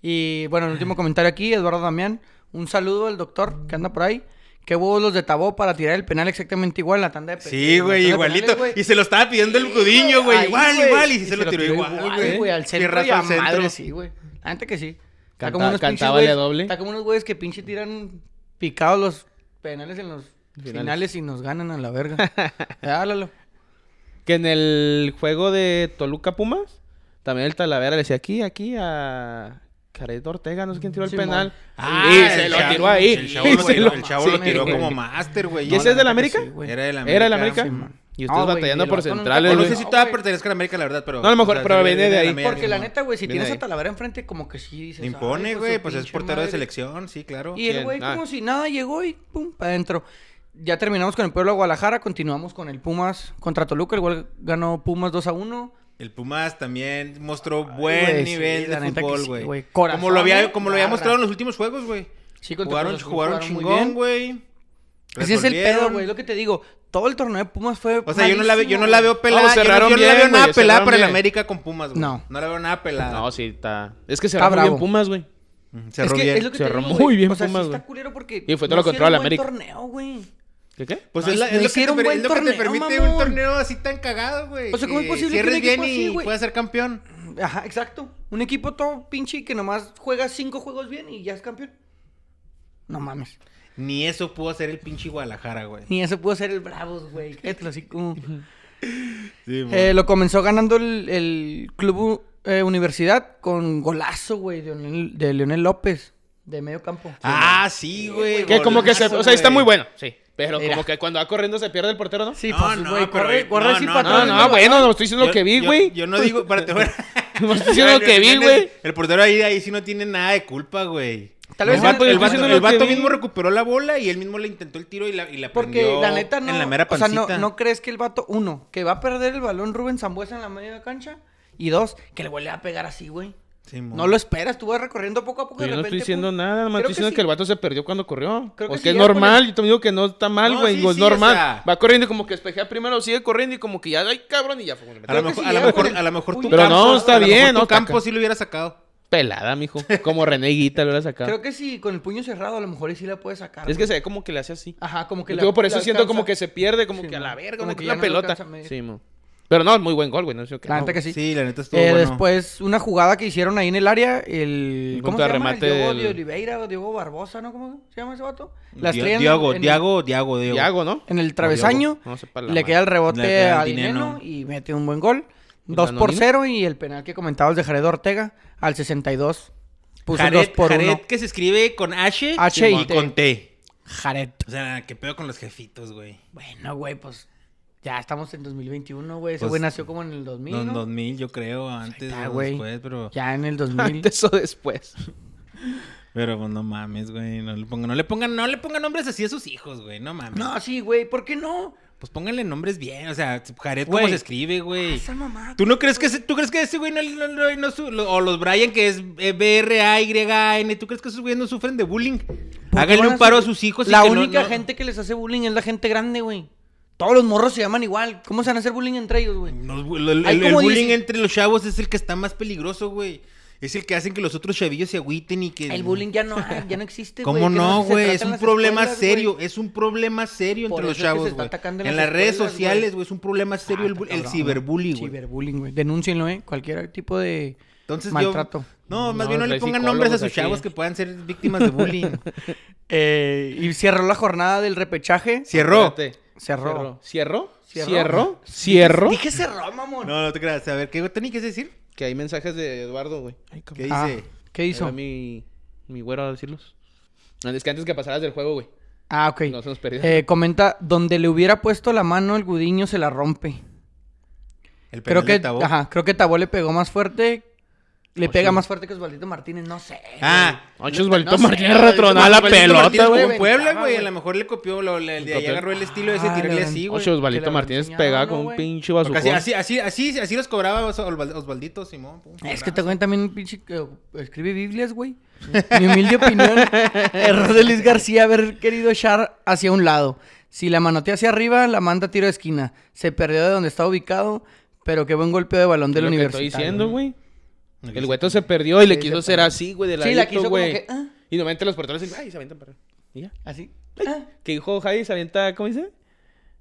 Speaker 1: y bueno, el último comentario aquí, Eduardo Damián. Un saludo al doctor que anda por ahí. Qué huevos los de Tabó para tirar el penal exactamente igual en la tanda de pe-
Speaker 3: Sí,
Speaker 1: en la tanda
Speaker 3: güey,
Speaker 1: de
Speaker 3: igualito.
Speaker 1: penales, güey.
Speaker 3: y se lo estaba pidiendo el
Speaker 1: Sí,
Speaker 3: Gudiño, güey. Igual,
Speaker 1: ahí,
Speaker 3: igual. Y,
Speaker 1: Y
Speaker 3: se, lo tiró, igual, güey.
Speaker 1: Al centro
Speaker 3: Tierrazo
Speaker 1: y a
Speaker 3: al centro.
Speaker 1: madre, sí, güey. La neta que sí. Está
Speaker 2: Canta-
Speaker 1: como unos pinches
Speaker 2: cantábale
Speaker 1: güeyes-
Speaker 2: doble.
Speaker 1: Está como unos güeyes que pinche tiran picados los penales en los finales,
Speaker 2: Finales.
Speaker 1: y nos ganan a la verga. Háblalo.
Speaker 2: Que en el juego de Toluca Pumas, también el Talavera le decía aquí, aquí a Jared Ortega, no sé quién tiró el
Speaker 1: Simón.
Speaker 2: penal.
Speaker 3: Ah,
Speaker 2: y
Speaker 3: el
Speaker 2: se lo
Speaker 3: chavo-
Speaker 2: tiró ahí.
Speaker 3: El chavo
Speaker 2: Y
Speaker 3: lo
Speaker 2: se
Speaker 3: tiró, el chavo
Speaker 2: sí,
Speaker 3: lo tiró
Speaker 2: güey.
Speaker 3: como máster, güey.
Speaker 2: ¿Y ese es
Speaker 1: la neta
Speaker 2: del
Speaker 1: que
Speaker 2: América?
Speaker 1: sí, güey.
Speaker 3: Era del América.
Speaker 2: Era el América.
Speaker 1: Sí, man.
Speaker 2: y
Speaker 1: No,
Speaker 2: ustedes
Speaker 1: Ah, güey,
Speaker 2: batallando
Speaker 1: el
Speaker 2: por
Speaker 1: vato nunca
Speaker 2: centrales,
Speaker 3: O
Speaker 1: con-
Speaker 3: no
Speaker 2: güey.
Speaker 3: sé si estaba
Speaker 1: güey.
Speaker 3: pertenezca a la América, la verdad, pero.
Speaker 2: No, a lo mejor, pero viene de ahí.
Speaker 3: América,
Speaker 1: Porque la
Speaker 3: Simón.
Speaker 1: neta, güey, si
Speaker 2: Viene
Speaker 1: tienes
Speaker 2: de
Speaker 1: a
Speaker 2: ahí.
Speaker 1: Talavera enfrente, como que sí dices.
Speaker 3: Le
Speaker 1: "Ay,
Speaker 3: impone,
Speaker 1: hijo de
Speaker 3: güey,
Speaker 1: su
Speaker 3: pues es
Speaker 1: pinche
Speaker 3: portero de
Speaker 1: madre".
Speaker 3: selección, sí, claro.
Speaker 1: Y el
Speaker 2: ¿Quién?
Speaker 1: güey,
Speaker 2: Ah.
Speaker 1: como si nada, llegó y pum, para adentro. Ya terminamos con el Pueblo de Guadalajara, continuamos con el Pumas contra Toluca. El gol ganó Pumas 2 a 1
Speaker 3: El Pumas también mostró buen
Speaker 1: güey, sí,
Speaker 3: nivel
Speaker 1: la
Speaker 3: de
Speaker 1: neta que
Speaker 3: fútbol,
Speaker 1: sí, güey.
Speaker 3: güey.
Speaker 1: Corazón,
Speaker 3: como lo había, como lo había
Speaker 1: garra.
Speaker 3: mostrado en los últimos juegos, güey.
Speaker 1: Sí, contra
Speaker 3: Jugaron,
Speaker 1: Cruz Azul
Speaker 3: jugaron
Speaker 1: jugaron muy
Speaker 3: chingón,
Speaker 1: bien.
Speaker 3: güey.
Speaker 1: Ese es el
Speaker 3: Resolvieron.
Speaker 1: pedo, güey, lo que te digo. Todo el torneo de Pumas fue.
Speaker 3: O sea, yo no, la, ve- yo no
Speaker 1: malísimo,
Speaker 3: la veo pelada.
Speaker 2: No,
Speaker 3: yo no-
Speaker 2: cerraron
Speaker 3: yo no, la
Speaker 2: bien,
Speaker 3: veo nada
Speaker 2: güey,
Speaker 3: pelada
Speaker 2: cerraron
Speaker 3: para el
Speaker 2: bien.
Speaker 3: América con Pumas, güey.
Speaker 1: No.
Speaker 3: No la veo nada pelada.
Speaker 2: No, sí, está. Es que se
Speaker 1: Está
Speaker 2: muy bien
Speaker 1: bravo.
Speaker 2: Pumas, güey.
Speaker 3: Mm,
Speaker 1: Es
Speaker 3: Cerró
Speaker 1: que
Speaker 3: bien.
Speaker 1: es lo que te
Speaker 2: Cerró
Speaker 1: digo,
Speaker 2: muy
Speaker 1: güey.
Speaker 2: bien
Speaker 1: O sea, sí
Speaker 2: Pumas,
Speaker 1: está
Speaker 2: güey.
Speaker 1: culero porque
Speaker 2: Y fue todo lo
Speaker 1: hicieron
Speaker 2: contrario al
Speaker 1: buen
Speaker 2: América.
Speaker 1: torneo, güey.
Speaker 2: ¿Qué qué?
Speaker 3: Pues
Speaker 1: No,
Speaker 3: es, la-
Speaker 1: no
Speaker 3: es lo, que te,
Speaker 1: hicieron
Speaker 3: per-
Speaker 1: buen
Speaker 3: es lo que te
Speaker 1: torneo,
Speaker 3: permite
Speaker 1: mamón.
Speaker 3: un torneo así tan cagado, güey.
Speaker 1: O sea, ¿cómo es
Speaker 3: que
Speaker 1: posible que un
Speaker 3: cierres
Speaker 1: equipo
Speaker 3: bien
Speaker 1: así,
Speaker 3: y
Speaker 1: güey?
Speaker 3: puedas ser campeón?
Speaker 1: Ajá, exacto. Un equipo todo pinche que nomás juega cinco juegos bien y ya es campeón. No mames.
Speaker 3: Ni eso pudo hacer el pinche Guadalajara, güey.
Speaker 1: Ni eso pudo ser el Bravos, güey. Cállate así como...
Speaker 3: Sí, mo.
Speaker 1: Eh, lo comenzó ganando el, el club eh, universidad con golazo, güey, de, Leonel- de Leonel López, de medio campo.
Speaker 3: ah, sí, güey.
Speaker 2: Que como que se...
Speaker 3: golazo,
Speaker 2: O sea, está
Speaker 3: güey.
Speaker 2: muy bueno, sí. Pero
Speaker 1: Mira.
Speaker 2: como que cuando va corriendo se pierde el portero, ¿no?
Speaker 1: Sí,
Speaker 3: No,
Speaker 1: pues,
Speaker 3: no,
Speaker 1: güey,
Speaker 3: pero,
Speaker 1: corre,
Speaker 3: güey,
Speaker 1: corre
Speaker 3: no,
Speaker 1: así
Speaker 3: no,
Speaker 1: para
Speaker 2: No,
Speaker 1: atrás,
Speaker 2: no,
Speaker 1: güey.
Speaker 2: bueno, no estoy diciendo lo
Speaker 3: Yo-
Speaker 2: que vi,
Speaker 3: yo-
Speaker 2: güey.
Speaker 3: Yo, no digo, espérate, güey.
Speaker 2: No estoy diciendo lo que vi, güey.
Speaker 3: El portero ahí, ahí sí no tiene nada de culpa, güey.
Speaker 1: Tal
Speaker 3: el
Speaker 1: vez
Speaker 3: vato,
Speaker 1: en-
Speaker 3: el vato-
Speaker 2: Yo estoy diciendo
Speaker 3: el
Speaker 2: lo que
Speaker 3: vato
Speaker 2: vi.
Speaker 3: mismo recuperó la bola y él mismo le intentó el tiro y la, y la
Speaker 1: Porque
Speaker 3: prendió
Speaker 1: la neta no.
Speaker 3: en la mera
Speaker 1: o sea,
Speaker 3: pancita.
Speaker 1: no, no crees que el vato, uno, que va a perder el balón Rubén Zambuesa en la media cancha. Y dos, que le vuelve a pegar así, güey.
Speaker 3: Sí, mo.
Speaker 1: No lo esperas, tú vas recorriendo poco a poco.
Speaker 2: Yo
Speaker 1: Pues de
Speaker 2: no estoy
Speaker 1: repente,
Speaker 2: diciendo
Speaker 1: pum.
Speaker 2: nada, nomás
Speaker 1: Creo
Speaker 2: estoy diciendo que,
Speaker 1: sí.
Speaker 2: el vato se perdió cuando corrió.
Speaker 1: Creo que
Speaker 2: Porque
Speaker 1: sí,
Speaker 2: es
Speaker 1: ya con
Speaker 2: normal,
Speaker 1: el-
Speaker 2: yo te digo que no está mal,
Speaker 3: No,
Speaker 2: güey.
Speaker 3: sí,
Speaker 2: digo, es
Speaker 3: sí, o
Speaker 2: normal.
Speaker 3: sea-
Speaker 2: Va corriendo como que espejea primero, sigue corriendo y como que ya, ay, cabrón, y ya fue.
Speaker 3: A lo
Speaker 1: Creo que
Speaker 3: mejor,
Speaker 1: sí
Speaker 3: a lo
Speaker 1: llega con
Speaker 3: mejor,
Speaker 1: el
Speaker 3: a lo mejor tu
Speaker 1: puño.
Speaker 2: Pero no, está
Speaker 3: a lo mejor
Speaker 2: bien,
Speaker 3: tu
Speaker 2: no,
Speaker 3: campo
Speaker 2: caca.
Speaker 3: sí lo hubiera sacado.
Speaker 2: Pelada, mijo. Como reneguita lo hubiera sacado.
Speaker 1: Creo que sí, con el puño cerrado, a lo mejor y sí la puede sacar.
Speaker 2: Es que
Speaker 1: güey.
Speaker 2: se ve como que le hace así.
Speaker 1: Ajá, como que
Speaker 2: Yo por eso
Speaker 1: la
Speaker 2: siento
Speaker 1: alcanza.
Speaker 2: como que se pierde, como
Speaker 1: Sí,
Speaker 2: que a
Speaker 1: mo.
Speaker 2: la verga,
Speaker 1: Como
Speaker 2: como
Speaker 1: que
Speaker 2: que
Speaker 1: ya
Speaker 2: la
Speaker 1: no lo
Speaker 2: pelota.
Speaker 1: alcanza a medir.
Speaker 2: Sí, mo. Pero no, es muy buen gol, güey. No sé qué.
Speaker 1: La
Speaker 2: no.
Speaker 1: neta que sí.
Speaker 3: Sí, la neta estuvo
Speaker 1: Eh,
Speaker 3: bueno.
Speaker 1: Después, una jugada que hicieron ahí en el área, el.
Speaker 2: Un
Speaker 1: ¿Cómo se llama? El
Speaker 2: contrarremate
Speaker 1: Diogo
Speaker 2: del-
Speaker 1: de Oliveira, o Diogo Barbosa, ¿no? ¿Cómo se llama ese vato? La
Speaker 3: Di-
Speaker 1: estrella en-
Speaker 3: Diago,
Speaker 1: en-
Speaker 3: Diago, Diago, Diago.
Speaker 2: Thiago, ¿no?
Speaker 1: en el travesaño.
Speaker 2: No sepa la
Speaker 1: le
Speaker 2: madre.
Speaker 1: queda el
Speaker 3: Le
Speaker 1: rebote
Speaker 3: queda
Speaker 1: a
Speaker 3: al
Speaker 1: Dineno
Speaker 3: Dineno.
Speaker 1: y mete un buen gol.
Speaker 2: ¿El
Speaker 1: 2 por
Speaker 2: Danonino?
Speaker 1: 0 y el penal que comentabas de Jared Ortega al 62. Puso
Speaker 3: Jared,
Speaker 1: 2 por
Speaker 3: Jared
Speaker 1: 1.
Speaker 3: que se escribe con H,
Speaker 1: H y
Speaker 3: y
Speaker 1: T.
Speaker 3: con T.
Speaker 1: Jared.
Speaker 3: O sea, qué pedo con los jefitos, güey.
Speaker 1: Bueno, güey, pues ya estamos en 2021, güey. Ese
Speaker 3: Pues,
Speaker 1: güey nació como en el 2000,
Speaker 3: No,
Speaker 1: ¿no?
Speaker 3: 2000 yo creo, antes
Speaker 1: está,
Speaker 3: o
Speaker 1: güey.
Speaker 3: después, pero...
Speaker 1: Ya en el 2000.
Speaker 2: Antes o después.
Speaker 3: Pero pues, no mames, güey. No le pongan, no le pongan, no le pongan nombres así a sus hijos, güey. No mames.
Speaker 1: No, sí, güey, ¿por qué no?
Speaker 3: Pues pónganle nombres bien, o sea, Jared,
Speaker 1: Güey.
Speaker 3: ¿cómo se escribe, güey?
Speaker 1: Esa mamá.
Speaker 3: ¿Tú no crees que ese, tú crees que ese güey no, no- no- no su- lo- o los Brian que es eh, B R A Y A N, ¿tú crees que esos güeyes no sufren de bullying?
Speaker 1: qué
Speaker 3: Háganle
Speaker 1: van
Speaker 3: un paro a
Speaker 1: hacer-
Speaker 3: sus hijos y
Speaker 1: La
Speaker 3: que no-
Speaker 1: única
Speaker 3: no-
Speaker 1: gente que les hace bullying es la gente grande, güey. Todos los morros se llaman igual. ¿Cómo se van a hacer bullying entre ellos, güey?
Speaker 3: Nos- el, el-
Speaker 1: Hay
Speaker 3: el
Speaker 1: como
Speaker 3: bullying
Speaker 1: dieci-
Speaker 3: entre los chavos es el que está más peligroso, güey. Es el que hacen que los otros chavillos se agüiten y que
Speaker 1: El bullying ya no, hay, ya no existe, güey.
Speaker 3: ¿Cómo
Speaker 1: que
Speaker 3: no,
Speaker 1: se
Speaker 3: güey?
Speaker 1: trata
Speaker 3: Es
Speaker 1: en
Speaker 3: un
Speaker 1: las
Speaker 3: problema
Speaker 1: escuelas, güey.
Speaker 3: serio. Es un problema serio
Speaker 1: Por
Speaker 3: entre
Speaker 1: eso es
Speaker 3: los
Speaker 1: que se
Speaker 3: chavos,
Speaker 1: está
Speaker 3: güey.
Speaker 1: atacando en
Speaker 3: en
Speaker 1: las
Speaker 3: las redes
Speaker 1: escuelas,
Speaker 3: sociales,
Speaker 1: güey.
Speaker 3: güey, es un problema serio
Speaker 1: Ah,
Speaker 3: el, bu-
Speaker 1: está
Speaker 3: el
Speaker 1: cabrón,
Speaker 3: ciberbullying, güey.
Speaker 1: Ciberbullying, güey. Denúncienlo, ¿eh? Cualquier tipo de
Speaker 3: Entonces
Speaker 1: maltrato.
Speaker 3: yo... No, más
Speaker 2: No,
Speaker 3: bien no le
Speaker 2: hay
Speaker 3: pongan nombres a sus
Speaker 2: psicólogos aquí.
Speaker 3: chavos que puedan ser víctimas de bullying.
Speaker 1: Eh, y cerró la jornada del repechaje.
Speaker 3: Cerró.
Speaker 2: Espérate.
Speaker 1: Cerró.
Speaker 2: ¿Cierro?
Speaker 1: Cierró.
Speaker 2: ¿Cierro? ¿Cierro?
Speaker 1: Dije cerró, mamón.
Speaker 3: No, no te creas. A ver, ¿qué tenías que decir?
Speaker 2: Que hay mensajes de Eduardo, güey.
Speaker 3: ¿Qué
Speaker 1: Ah,
Speaker 3: dice?
Speaker 1: ¿Qué
Speaker 2: Ahí va
Speaker 1: hizo?
Speaker 2: mi, mi güero a decirlos. No, Es que antes que pasaras del juego, güey.
Speaker 1: Ah, ok.
Speaker 2: No se nos perdió.
Speaker 1: Eh, comenta, donde le hubiera puesto la mano el gudiño se la rompe.
Speaker 3: El penal
Speaker 1: Creo
Speaker 3: de
Speaker 1: que,
Speaker 3: Tabó.
Speaker 1: ajá, creo que Tabó le pegó más fuerte. Le
Speaker 2: Ochoa.
Speaker 1: pega más fuerte que Osvaldito Martínez, no sé.
Speaker 3: Ah,
Speaker 2: Ochos
Speaker 1: no
Speaker 2: Bolito
Speaker 1: sé,
Speaker 2: Martínez
Speaker 1: güey,
Speaker 2: retronó
Speaker 1: Osvaldo
Speaker 2: la
Speaker 1: Martínez
Speaker 2: pelota,
Speaker 1: Martínez,
Speaker 2: güey.
Speaker 3: como
Speaker 1: güey,
Speaker 3: en Puebla,
Speaker 1: ventaba,
Speaker 3: güey. A
Speaker 1: güey.
Speaker 3: lo mejor le copió, lo, le, de ahí
Speaker 2: Copió.
Speaker 3: agarró el estilo ese,
Speaker 1: Ah,
Speaker 3: tirarle
Speaker 1: la-
Speaker 3: así, güey.
Speaker 2: Ochos
Speaker 1: Que
Speaker 2: Bolito
Speaker 1: la
Speaker 2: Martínez
Speaker 1: enseñaron,
Speaker 2: pegaba
Speaker 1: ¿no,
Speaker 2: con un
Speaker 1: güey?
Speaker 2: pinche
Speaker 3: Porque así,
Speaker 2: bazucón.
Speaker 3: así, así, así, así los cobraba Os- Osval- Osvaldito, Simón. pum,
Speaker 1: Es que
Speaker 3: cobraba.
Speaker 1: te güey también pinche que escribe Biblias, güey. Mi humilde opinión, error de Luis García haber querido echar hacia un lado. Si la manotea hacia arriba, la manda tiro de esquina. Se perdió de donde estaba ubicado, pero qué buen golpe de balón
Speaker 2: Es
Speaker 1: del
Speaker 2: lo que
Speaker 1: universitario.
Speaker 2: estoy diciendo, güey.
Speaker 3: No, que
Speaker 2: El
Speaker 3: sí.
Speaker 2: güeto se perdió y le
Speaker 1: Sí,
Speaker 2: quiso
Speaker 1: se
Speaker 2: hacer así, güey, de
Speaker 1: Sí, la quiso
Speaker 2: ladito,
Speaker 1: como
Speaker 2: güey.
Speaker 1: que, ah.
Speaker 2: Y normalmente los porteros dicen, ay, se avientan para arriba. Y ya.
Speaker 1: Así.
Speaker 2: ¿Qué dijo Javi? ¿Se avienta, cómo dice?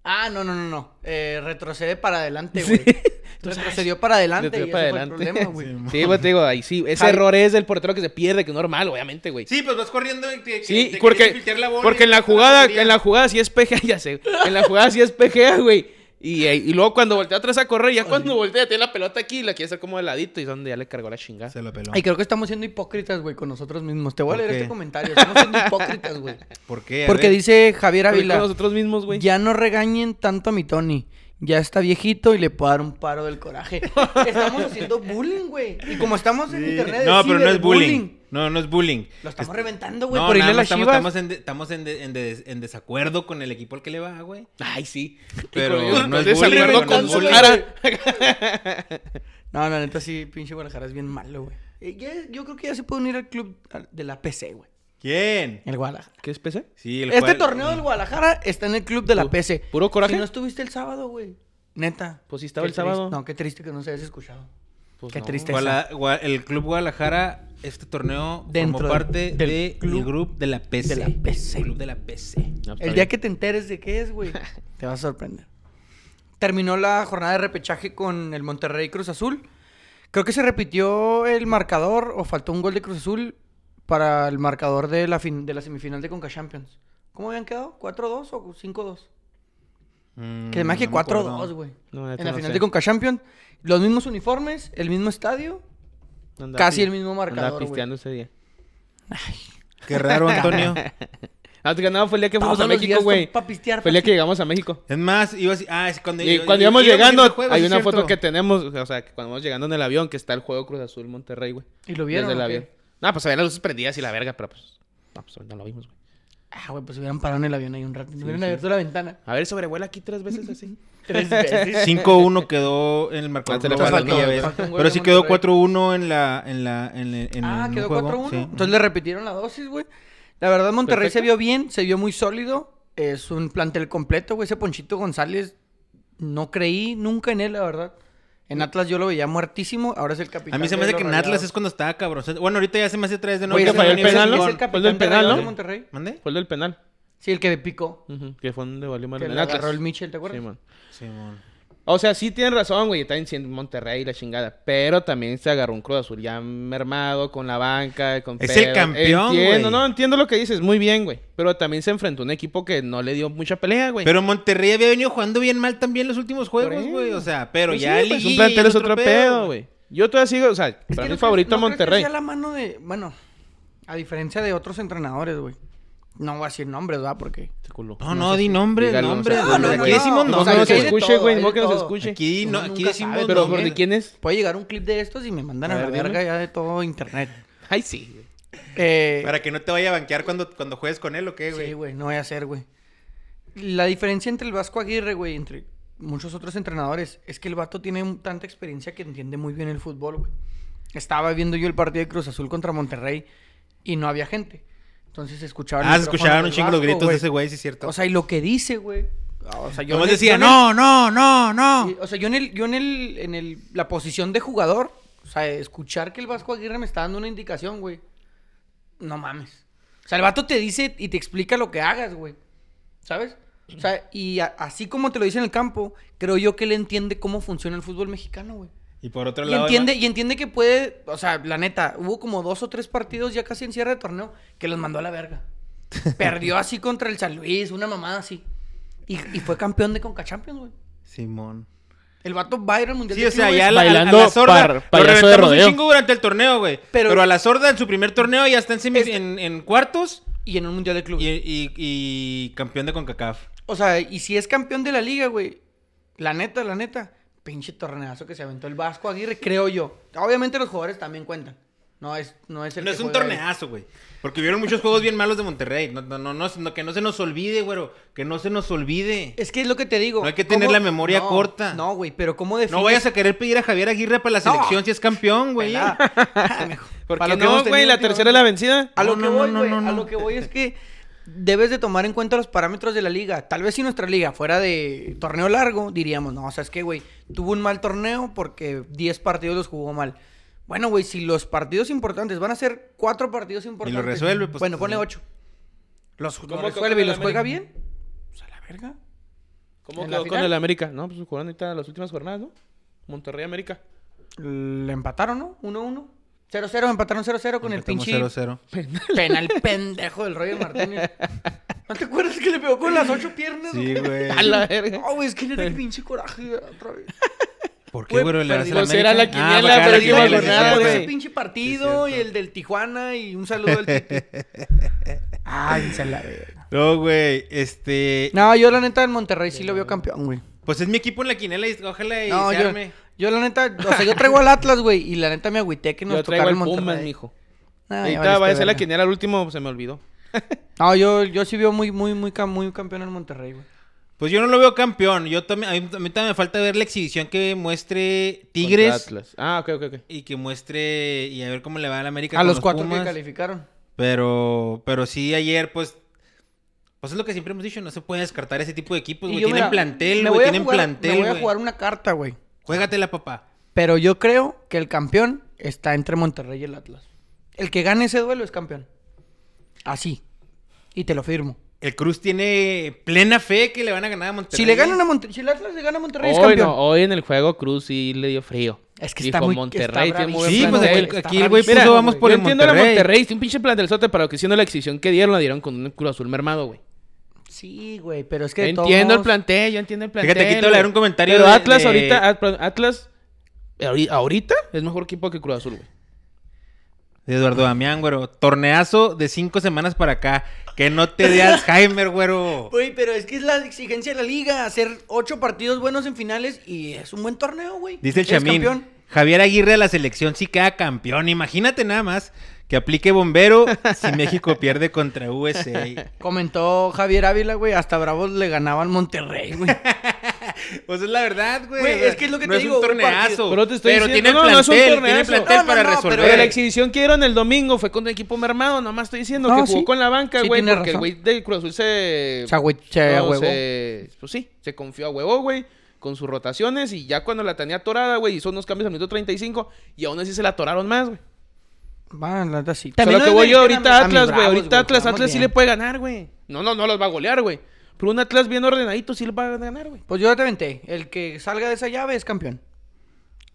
Speaker 1: Ah, no, no, no, no. Eh, retrocede para adelante, güey. Retrocedió para adelante.
Speaker 2: Le tiró
Speaker 1: y
Speaker 2: para
Speaker 1: ese fue el
Speaker 2: adelante.
Speaker 1: problema, güey.
Speaker 2: Sí, güey, te digo, ahí sí. Ese
Speaker 1: Javi-
Speaker 2: error es del portero que se pierde, que es normal, obviamente, güey.
Speaker 3: Sí, pues vas corriendo y te,
Speaker 2: Sí,
Speaker 3: te quieres
Speaker 2: porque,
Speaker 3: filtrar la bola
Speaker 2: porque
Speaker 3: y
Speaker 2: en la
Speaker 3: te vas
Speaker 2: jugada,
Speaker 3: a la
Speaker 2: en la jugada sí es PGA, ya sé. En la jugada sí es PGA, güey. Y, eh, y luego cuando voltea atrás a correr, ya cuando voltea, tiene la pelota aquí y la quiere hacer como de ladito y es donde ya le cargó la chingada.
Speaker 3: Se la peló.
Speaker 1: Y creo que estamos siendo hipócritas, güey, con nosotros mismos. Te voy a
Speaker 3: ¿Por
Speaker 1: leer
Speaker 3: qué?
Speaker 1: este comentario. Estamos siendo hipócritas, güey.
Speaker 3: ¿Por qué? A
Speaker 1: Porque
Speaker 3: ver.
Speaker 1: dice Javier
Speaker 2: Pero con
Speaker 1: Ávila,
Speaker 2: nosotros mismos, güey.
Speaker 1: ya no regañen tanto a mi Tony. Ya está viejito y le puedo dar un paro del coraje. estamos haciendo bullying, güey. Y como estamos en internet,
Speaker 3: No,
Speaker 1: es
Speaker 3: pero no es bullying.
Speaker 1: ciberbullying.
Speaker 3: No, no es bullying.
Speaker 1: Lo
Speaker 3: Es-
Speaker 1: estamos reventando, güey,
Speaker 3: No,
Speaker 1: por irle
Speaker 3: nada
Speaker 1: a las
Speaker 3: más estamos,
Speaker 1: chivas.
Speaker 3: estamos en, de- estamos en, de- en de- en desacuerdo con el equipo al que le va, güey.
Speaker 2: Ay, sí. Y
Speaker 3: Pero
Speaker 2: con ellos
Speaker 3: no es
Speaker 2: desacuerdo
Speaker 3: bullying,
Speaker 1: no
Speaker 2: con
Speaker 1: es
Speaker 2: su
Speaker 1: bullying.
Speaker 2: cara.
Speaker 1: No, la neta sí, pinche Guadalajara es bien malo, güey. Eh, ya- Yo creo que ya se puede unir al club al- de la PC, güey.
Speaker 3: ¿Quién?
Speaker 1: El Guadalajara.
Speaker 2: ¿Qué es PC?
Speaker 3: Sí, el
Speaker 1: este
Speaker 3: cual-
Speaker 1: torneo del Guadalajara está en el club de la
Speaker 2: Pu-
Speaker 1: PC.
Speaker 2: ¿puro coraje?
Speaker 1: Si no estuviste el sábado, güey. Neta.
Speaker 2: Pues sí estaba
Speaker 1: Qué
Speaker 2: el sábado.
Speaker 1: triste- No, qué triste que no se hayas escuchado.
Speaker 2: Pues
Speaker 1: qué
Speaker 2: no.
Speaker 1: triste.
Speaker 3: Guala- Gua- el Club Guadalajara, este torneo
Speaker 1: Dentro
Speaker 3: formó parte
Speaker 1: del
Speaker 3: del de
Speaker 1: club
Speaker 3: el grupo de la PC.
Speaker 1: de la PC.
Speaker 3: Club de la PC.
Speaker 2: No, está
Speaker 1: El
Speaker 2: bien.
Speaker 1: día que te enteres de qué es, güey, te vas a sorprender. Terminó la jornada de repechaje con el Monterrey Cruz Azul. Creo que se repitió el marcador o faltó un gol de Cruz Azul para el marcador de la, fin- de la semifinal de Conca Champions. ¿Cómo habían quedado? ¿4-2 o 5-2?
Speaker 3: Mm,
Speaker 1: Que más que
Speaker 3: no me
Speaker 1: 4-2,
Speaker 3: acuerdo.
Speaker 1: güey.
Speaker 2: No, neta,
Speaker 1: en la
Speaker 2: no
Speaker 1: final
Speaker 2: sé.
Speaker 1: de Conca Champions. Los mismos uniformes, el mismo estadio.
Speaker 2: Andaba
Speaker 1: Casi
Speaker 2: pi-
Speaker 1: el mismo marcador,
Speaker 2: Andaba
Speaker 1: güey.
Speaker 2: pisteando ese día.
Speaker 3: Qué raro, Antonio.
Speaker 2: Ah, te ganaba fue el día que fuimos
Speaker 1: Todos
Speaker 2: a
Speaker 1: los días
Speaker 2: México,
Speaker 1: son
Speaker 2: güey.
Speaker 1: pa' pistear,
Speaker 2: Fue el día
Speaker 1: pa'
Speaker 2: que llegamos a México.
Speaker 3: Es más, iba así. Ah, es cuando,
Speaker 2: Y
Speaker 3: yo-
Speaker 2: cuando
Speaker 3: yo-
Speaker 2: íbamos
Speaker 3: íbamos
Speaker 2: llegando,
Speaker 3: al juego,
Speaker 2: hay
Speaker 3: sí,
Speaker 2: una foto
Speaker 3: cierto.
Speaker 2: que tenemos, o sea, que cuando vamos llegando en el avión, que está el juego Cruz Azul Monterrey, güey.
Speaker 1: ¿Y lo vieron
Speaker 2: Desde el
Speaker 1: o qué?
Speaker 2: avión. No, pues había las luces prendidas y la verga, pero pues. No, pues no lo vimos, güey.
Speaker 1: Ah, güey, pues hubieran parado en el avión ahí un rato. hubieran
Speaker 2: sí.
Speaker 1: abierto la ventana.
Speaker 2: A ver, sobrevuela aquí tres veces así.
Speaker 1: Tres veces.
Speaker 3: 5-1 quedó en el marcador.
Speaker 2: Ah, se le
Speaker 3: global
Speaker 2: faltó,
Speaker 3: aquella
Speaker 2: ¿no?
Speaker 3: vez.
Speaker 1: Falta un gol
Speaker 3: Pero
Speaker 1: de
Speaker 3: sí quedó
Speaker 1: Monterrey.
Speaker 3: 4-1 en la. En la en, el- en
Speaker 1: Ah,
Speaker 3: el
Speaker 1: quedó
Speaker 3: juego,
Speaker 1: 4-1.
Speaker 3: sí.
Speaker 1: Entonces le repitieron la dosis, güey. La verdad, Monterrey se vio
Speaker 2: Perfecto.
Speaker 1: bien, se vio muy sólido. Es un plantel completo, güey. Ese Ponchito González, no creí nunca en él, la verdad. En Atlas yo lo veía muertísimo, ahora es el capitán.
Speaker 3: A mí se me
Speaker 1: de
Speaker 3: hace
Speaker 1: los
Speaker 3: que en
Speaker 1: Rayados.
Speaker 3: Atlas es cuando estaba cabrón. O sea, Bueno, ahorita ya se me hace otra vez de nuevo.
Speaker 1: Güey,
Speaker 2: que
Speaker 1: ese
Speaker 3: Ese
Speaker 2: falló el
Speaker 1: es-
Speaker 3: Universal
Speaker 2: penal, ¿no?
Speaker 1: Es
Speaker 3: León.
Speaker 1: el capitán
Speaker 2: Fue el del
Speaker 1: de
Speaker 2: penal,
Speaker 1: Rayados
Speaker 2: ¿no?
Speaker 1: de Monterrey.
Speaker 3: ¿Mande?
Speaker 2: Fue el del penal.
Speaker 1: Sí, el que le picó.
Speaker 2: Ujú, Que fue donde valió mal
Speaker 1: Que
Speaker 2: en
Speaker 1: le
Speaker 2: Atlas.
Speaker 1: agarró el Michel, ¿te acuerdas?
Speaker 2: Sí, man.
Speaker 3: Simón.
Speaker 2: O sea, sí tienen razón, güey. Está en Monterrey y la chingada. Pero también se agarró un Cruz Azul ya mermado con la banca, con
Speaker 3: Es el
Speaker 2: pedos.
Speaker 3: campeón,
Speaker 2: Entiendo,
Speaker 3: güey.
Speaker 2: no, entiendo lo que dices. Muy bien, güey. Pero también se enfrentó a un equipo que no le dio mucha pelea, güey.
Speaker 3: Pero Monterrey había venido jugando bien mal también los últimos juegos,
Speaker 2: eso.
Speaker 3: güey. O sea, pero
Speaker 2: Pues
Speaker 3: ya
Speaker 2: sí,
Speaker 3: el
Speaker 2: pues, un plantel es otro pedo, güey. Yo todavía sigo, o sea,
Speaker 1: Es que
Speaker 2: para
Speaker 1: no
Speaker 2: mí
Speaker 1: crees-
Speaker 2: favorito
Speaker 1: no creo que
Speaker 2: Monterrey.
Speaker 1: sea la mano de. Bueno, a diferencia de otros entrenadores, güey. No voy a decir nombres, ¿verdad? Porque.
Speaker 3: No, no, di nombres,
Speaker 2: Este Dígalo,
Speaker 3: nombres.
Speaker 2: no, no,
Speaker 3: nombres.
Speaker 2: no,
Speaker 3: Aquí
Speaker 2: no.
Speaker 3: decimos
Speaker 2: No, no,
Speaker 3: nombres.
Speaker 2: no se
Speaker 1: hay de
Speaker 2: escuche,
Speaker 1: todo,
Speaker 2: güey,
Speaker 1: hay
Speaker 2: no
Speaker 1: de
Speaker 2: que no se
Speaker 1: todo.
Speaker 2: escuche.
Speaker 3: Aquí, no,
Speaker 1: Uno
Speaker 3: aquí
Speaker 1: nunca
Speaker 3: decimos
Speaker 1: sabe,
Speaker 2: Pero,
Speaker 1: no,
Speaker 2: ¿por
Speaker 1: mira.
Speaker 2: de quién es?
Speaker 1: Puede llegar un clip de estos y me mandan a,
Speaker 2: A
Speaker 1: la
Speaker 2: ver, dime.
Speaker 1: verga ya de todo internet.
Speaker 2: Ay, sí, güey.
Speaker 1: Eh,
Speaker 3: Para que no te vaya a banquear cuando, cuando juegues con él o qué, güey.
Speaker 1: Sí, güey, no voy a hacer, güey. la diferencia entre el Vasco Aguirre, güey, entre muchos otros entrenadores, es que el vato tiene un- tanta experiencia que entiende muy bien el fútbol, güey. Estaba viendo yo el partido de Cruz Azul contra Monterrey y no había gente. Entonces escuchaban...
Speaker 3: Ah, se escuchaban un chingo los
Speaker 1: los
Speaker 3: gritos de ese güey, sí es cierto.
Speaker 1: O sea, y lo que dice, güey. O sea,
Speaker 3: Nomás
Speaker 1: en el-
Speaker 3: decía,
Speaker 1: en el-
Speaker 3: no, no, no, no.
Speaker 1: Sí, O sea, yo en el, yo en el, en el, la posición de jugador, o sea, escuchar que el Vasco Aguirre me está dando una indicación, güey. No mames. O sea, el vato te dice y te explica lo que hagas, güey. ¿Sabes? O sea, y a- así como te lo dice en el campo, creo yo que él entiende cómo funciona el fútbol mexicano, güey.
Speaker 3: Y por otro
Speaker 1: Y
Speaker 3: lado.
Speaker 1: entiende, y entiende que puede, o sea, la neta, hubo como dos o tres partidos ya casi en cierre de torneo que los mandó a la verga. Perdió así contra el San Luis, una mamada así. Y, y fue campeón de Conca Champions, güey.
Speaker 3: Simón.
Speaker 1: El vato va a ir al mundial.
Speaker 3: Sí,
Speaker 1: de
Speaker 3: o sea,
Speaker 1: clubes.
Speaker 3: ya a la, a la- a la
Speaker 2: Bailando
Speaker 3: sorda.
Speaker 2: par-
Speaker 3: lo
Speaker 2: payaso de
Speaker 3: reventamos
Speaker 2: rodeo.
Speaker 3: un chingo durante el torneo, güey.
Speaker 1: Pero- Este
Speaker 3: Pero, a la sorda en su primer torneo ya está en, semis- en, en cuartos
Speaker 1: Y en un mundial de clubes.
Speaker 3: y, y- y campeón de CONCACAF.
Speaker 1: O sea, y si es campeón de la liga, güey. La neta, la neta. Pinche torneazo que se aventó el Vasco Aguirre, creo yo. Obviamente los jugadores también cuentan. No es, no es el
Speaker 3: No
Speaker 1: que
Speaker 3: es un
Speaker 1: juega ahí.
Speaker 3: torneazo, güey. Porque hubieron muchos juegos bien malos de Monterrey. No, no, no, no, no, que no se nos olvide, güero. Que no se nos olvide.
Speaker 1: Es que es lo que te digo.
Speaker 3: No hay que tener la memoria
Speaker 1: No,
Speaker 3: corta.
Speaker 1: No, güey, pero ¿cómo defines?
Speaker 3: No vayas a querer pedir a Javier Aguirre para la
Speaker 1: Este No.
Speaker 3: selección si es campeón, güey.
Speaker 1: Pelada. Para
Speaker 2: ¿Por qué
Speaker 1: Pues, lo que hemos
Speaker 2: no, güey?
Speaker 1: tenido
Speaker 2: La tercera es la vencida.
Speaker 1: A lo
Speaker 3: No,
Speaker 1: que
Speaker 3: no,
Speaker 1: voy,
Speaker 3: no,
Speaker 1: güey,
Speaker 3: no, no,
Speaker 1: a
Speaker 3: no.
Speaker 1: lo que voy es que debes de tomar en cuenta los parámetros de la liga. Tal vez si nuestra liga fuera de torneo largo, diríamos, no, o sea, es que, güey, tuvo un mal torneo porque 10 partidos los jugó mal. Bueno, güey, si los partidos importantes van a ser cuatro partidos importantes.
Speaker 3: resuelve, pues,
Speaker 1: Bueno,
Speaker 3: pues,
Speaker 1: ponle
Speaker 3: sí.
Speaker 1: ocho. Los, los
Speaker 2: ¿Cómo
Speaker 1: resuelve y
Speaker 2: toca
Speaker 1: los
Speaker 2: el
Speaker 1: juega
Speaker 2: América?
Speaker 1: bien. Pues a la verga.
Speaker 2: ¿Cómo
Speaker 1: ¿En la
Speaker 2: quedó con
Speaker 1: final?
Speaker 2: el América? No, pues jugaron ahorita las últimas jornadas, ¿no? Monterrey-América.
Speaker 1: Le empataron, ¿no? 1-1. 0-0, empataron 0-0 con el pinche penal pendejo del Roger Martínez. ¿No te acuerdas que le pegó con las ocho piernas? o
Speaker 3: Sí,
Speaker 1: qué?
Speaker 3: güey.
Speaker 2: A la
Speaker 3: ¿Eh?
Speaker 2: verga.
Speaker 1: No, güey, es que le da el pinche coraje otra vez. Güey, pues
Speaker 3: ¿Por qué, güero? ¿Le vas a
Speaker 1: perdimos.
Speaker 3: América?
Speaker 2: Era la
Speaker 3: Ah,
Speaker 2: quiniela,
Speaker 3: va a ganar la
Speaker 2: perdimos
Speaker 3: quiniela, sí,
Speaker 2: jornada,
Speaker 3: cierto.
Speaker 1: Por ese
Speaker 2: güey.
Speaker 1: pinche partido
Speaker 3: Sí,
Speaker 1: y
Speaker 3: cierto.
Speaker 1: el del Tijuana y un saludo al Titi. Ay, se la verga.
Speaker 3: No, güey. Este.
Speaker 1: No, yo la neta en Monterrey sí lo veo campeón, güey.
Speaker 3: Pues es mi equipo en la quinela y ojalá y
Speaker 1: No,
Speaker 3: se
Speaker 1: yo,
Speaker 3: arme.
Speaker 1: yo la neta, o sea, yo traigo al Atlas, güey, y la neta me agüité que nos
Speaker 2: Yo traigo
Speaker 1: tocara el
Speaker 2: el Pumas,
Speaker 1: Monterrey.
Speaker 2: mijo.
Speaker 1: No, ya
Speaker 2: Ahorita
Speaker 1: valiste
Speaker 2: va a ser la
Speaker 1: verga.
Speaker 2: quiniela al último, se me olvidó.
Speaker 1: No, yo, yo sí veo muy, muy, muy, cam- muy campeón en Monterrey, güey.
Speaker 3: Pues yo no lo veo campeón. Yo también, a mí a mí también me falta ver la exhibición que muestre Tigres
Speaker 2: Contra Atlas. Ah, ok, ok, ok.
Speaker 3: y que muestre y a ver cómo le va a la América.
Speaker 1: A
Speaker 3: con
Speaker 1: los cuatro
Speaker 3: Pumas.
Speaker 1: que calificaron.
Speaker 3: Pero, pero sí ayer, pues, pues es lo que siempre hemos dicho, no se puede descartar ese tipo de equipos.
Speaker 1: Y
Speaker 3: Pues, güey.
Speaker 1: yo,
Speaker 3: Tienen
Speaker 1: mira,
Speaker 3: plantel,
Speaker 1: me
Speaker 3: güey.
Speaker 1: voy a
Speaker 3: Tienen
Speaker 1: jugar-
Speaker 3: plantel.
Speaker 1: Me voy a
Speaker 3: güey.
Speaker 1: jugar una carta, güey.
Speaker 3: Juégatela, papá.
Speaker 1: Pero yo creo que el campeón está entre Monterrey y el Atlas. El que gane ese duelo es campeón. Así. Y te lo firmo.
Speaker 3: El Cruz tiene plena fe que le van a ganar a Monterrey.
Speaker 1: Si le ganan a Monterrey, si el Atlas le gana a Monterrey es
Speaker 2: Hoy,
Speaker 1: campeón.
Speaker 2: no, hoy en el juego Cruz sí le dio frío.
Speaker 1: Es que
Speaker 2: Dijo,
Speaker 1: está muy
Speaker 2: Monterrey
Speaker 1: está
Speaker 2: tiene muy buen
Speaker 1: bravísimo,
Speaker 3: Sí, pues,
Speaker 2: plantel.
Speaker 3: aquí-
Speaker 1: Está
Speaker 3: aquí el güey
Speaker 1: bravísimo,
Speaker 3: puso, vamos por
Speaker 2: Yo
Speaker 3: el
Speaker 2: entiendo a la
Speaker 3: Monterrey.
Speaker 2: Monterrey, tiene un pinche plantel sote, pero que siendo la exhibición que dieron, la dieron con un Cruz Azul mermado, güey.
Speaker 1: Sí, güey, pero es que de todos
Speaker 2: Entiendo el
Speaker 1: modos-
Speaker 2: plantel, yo entiendo el plantel.
Speaker 3: Fíjate, aquí te voy a leer un
Speaker 2: güey.
Speaker 3: comentario
Speaker 2: Pero
Speaker 3: de-
Speaker 2: Atlas
Speaker 3: de-
Speaker 2: ahorita, At- perdón, Atlas ahori- ahorita es mejor equipo que Cruz Azul, güey.
Speaker 3: De Eduardo Damián, güero. Torneazo de cinco semanas para acá. Que no te dé Alzheimer, güero.
Speaker 1: Güey, pero es que es la exigencia de la liga hacer ocho partidos buenos en finales y es un buen torneo, güey.
Speaker 3: Dice el
Speaker 1: Eres
Speaker 3: Chamín.
Speaker 1: campeón.
Speaker 3: Javier Aguirre a la selección sí queda campeón. Imagínate nada más que aplique bombero si México pierde contra USA.
Speaker 1: Comentó Javier Ávila, güey, hasta Bravos le ganaban Monterrey, güey.
Speaker 3: Pues es la verdad, güey.
Speaker 1: Güey,
Speaker 3: O sea,
Speaker 1: es que es lo que
Speaker 3: no
Speaker 1: te
Speaker 3: es
Speaker 1: digo,
Speaker 3: un
Speaker 1: un
Speaker 3: torneazo.
Speaker 1: partido.
Speaker 2: Pero te estoy diciendo,
Speaker 3: tiene
Speaker 2: no,
Speaker 3: plantel,
Speaker 2: no es un
Speaker 3: tiene
Speaker 2: torneazo.
Speaker 3: plantel
Speaker 1: No, no,
Speaker 3: para
Speaker 1: no,
Speaker 3: resolver.
Speaker 1: Pero,
Speaker 2: Pero la
Speaker 1: eh,
Speaker 2: exhibición que dieron el domingo fue contra equipo mermado, nomás estoy diciendo
Speaker 1: No,
Speaker 2: que jugó
Speaker 1: sí.
Speaker 2: con la banca,
Speaker 1: Sí,
Speaker 2: güey,
Speaker 1: tienes
Speaker 2: porque el
Speaker 1: razón.
Speaker 2: güey de Cruz Azul se...
Speaker 1: O sea, güey, che,
Speaker 2: no,
Speaker 1: huevo.
Speaker 2: se- pues sí, se confió a huevo, güey, con sus rotaciones y ya cuando la tenía atorada, güey, hizo unos cambios al minuto 35 y aún así se la atoraron más, güey.
Speaker 1: Va, la neta sí.
Speaker 2: Pero
Speaker 1: También
Speaker 2: lo que
Speaker 1: no
Speaker 2: voy yo
Speaker 1: desmeritamos a
Speaker 2: ahorita
Speaker 1: mis
Speaker 2: Atlas, güey,
Speaker 1: Bravos,
Speaker 2: ahorita Atlas,
Speaker 1: jugamos
Speaker 2: Atlas sí
Speaker 1: bien.
Speaker 2: le puede ganar, güey. No, no, no los va a golear, güey. Pero un Atlas bien ordenadito sí le va a ganar, güey.
Speaker 1: Pues yo ya te aventé. El que salga de esa llave es campeón.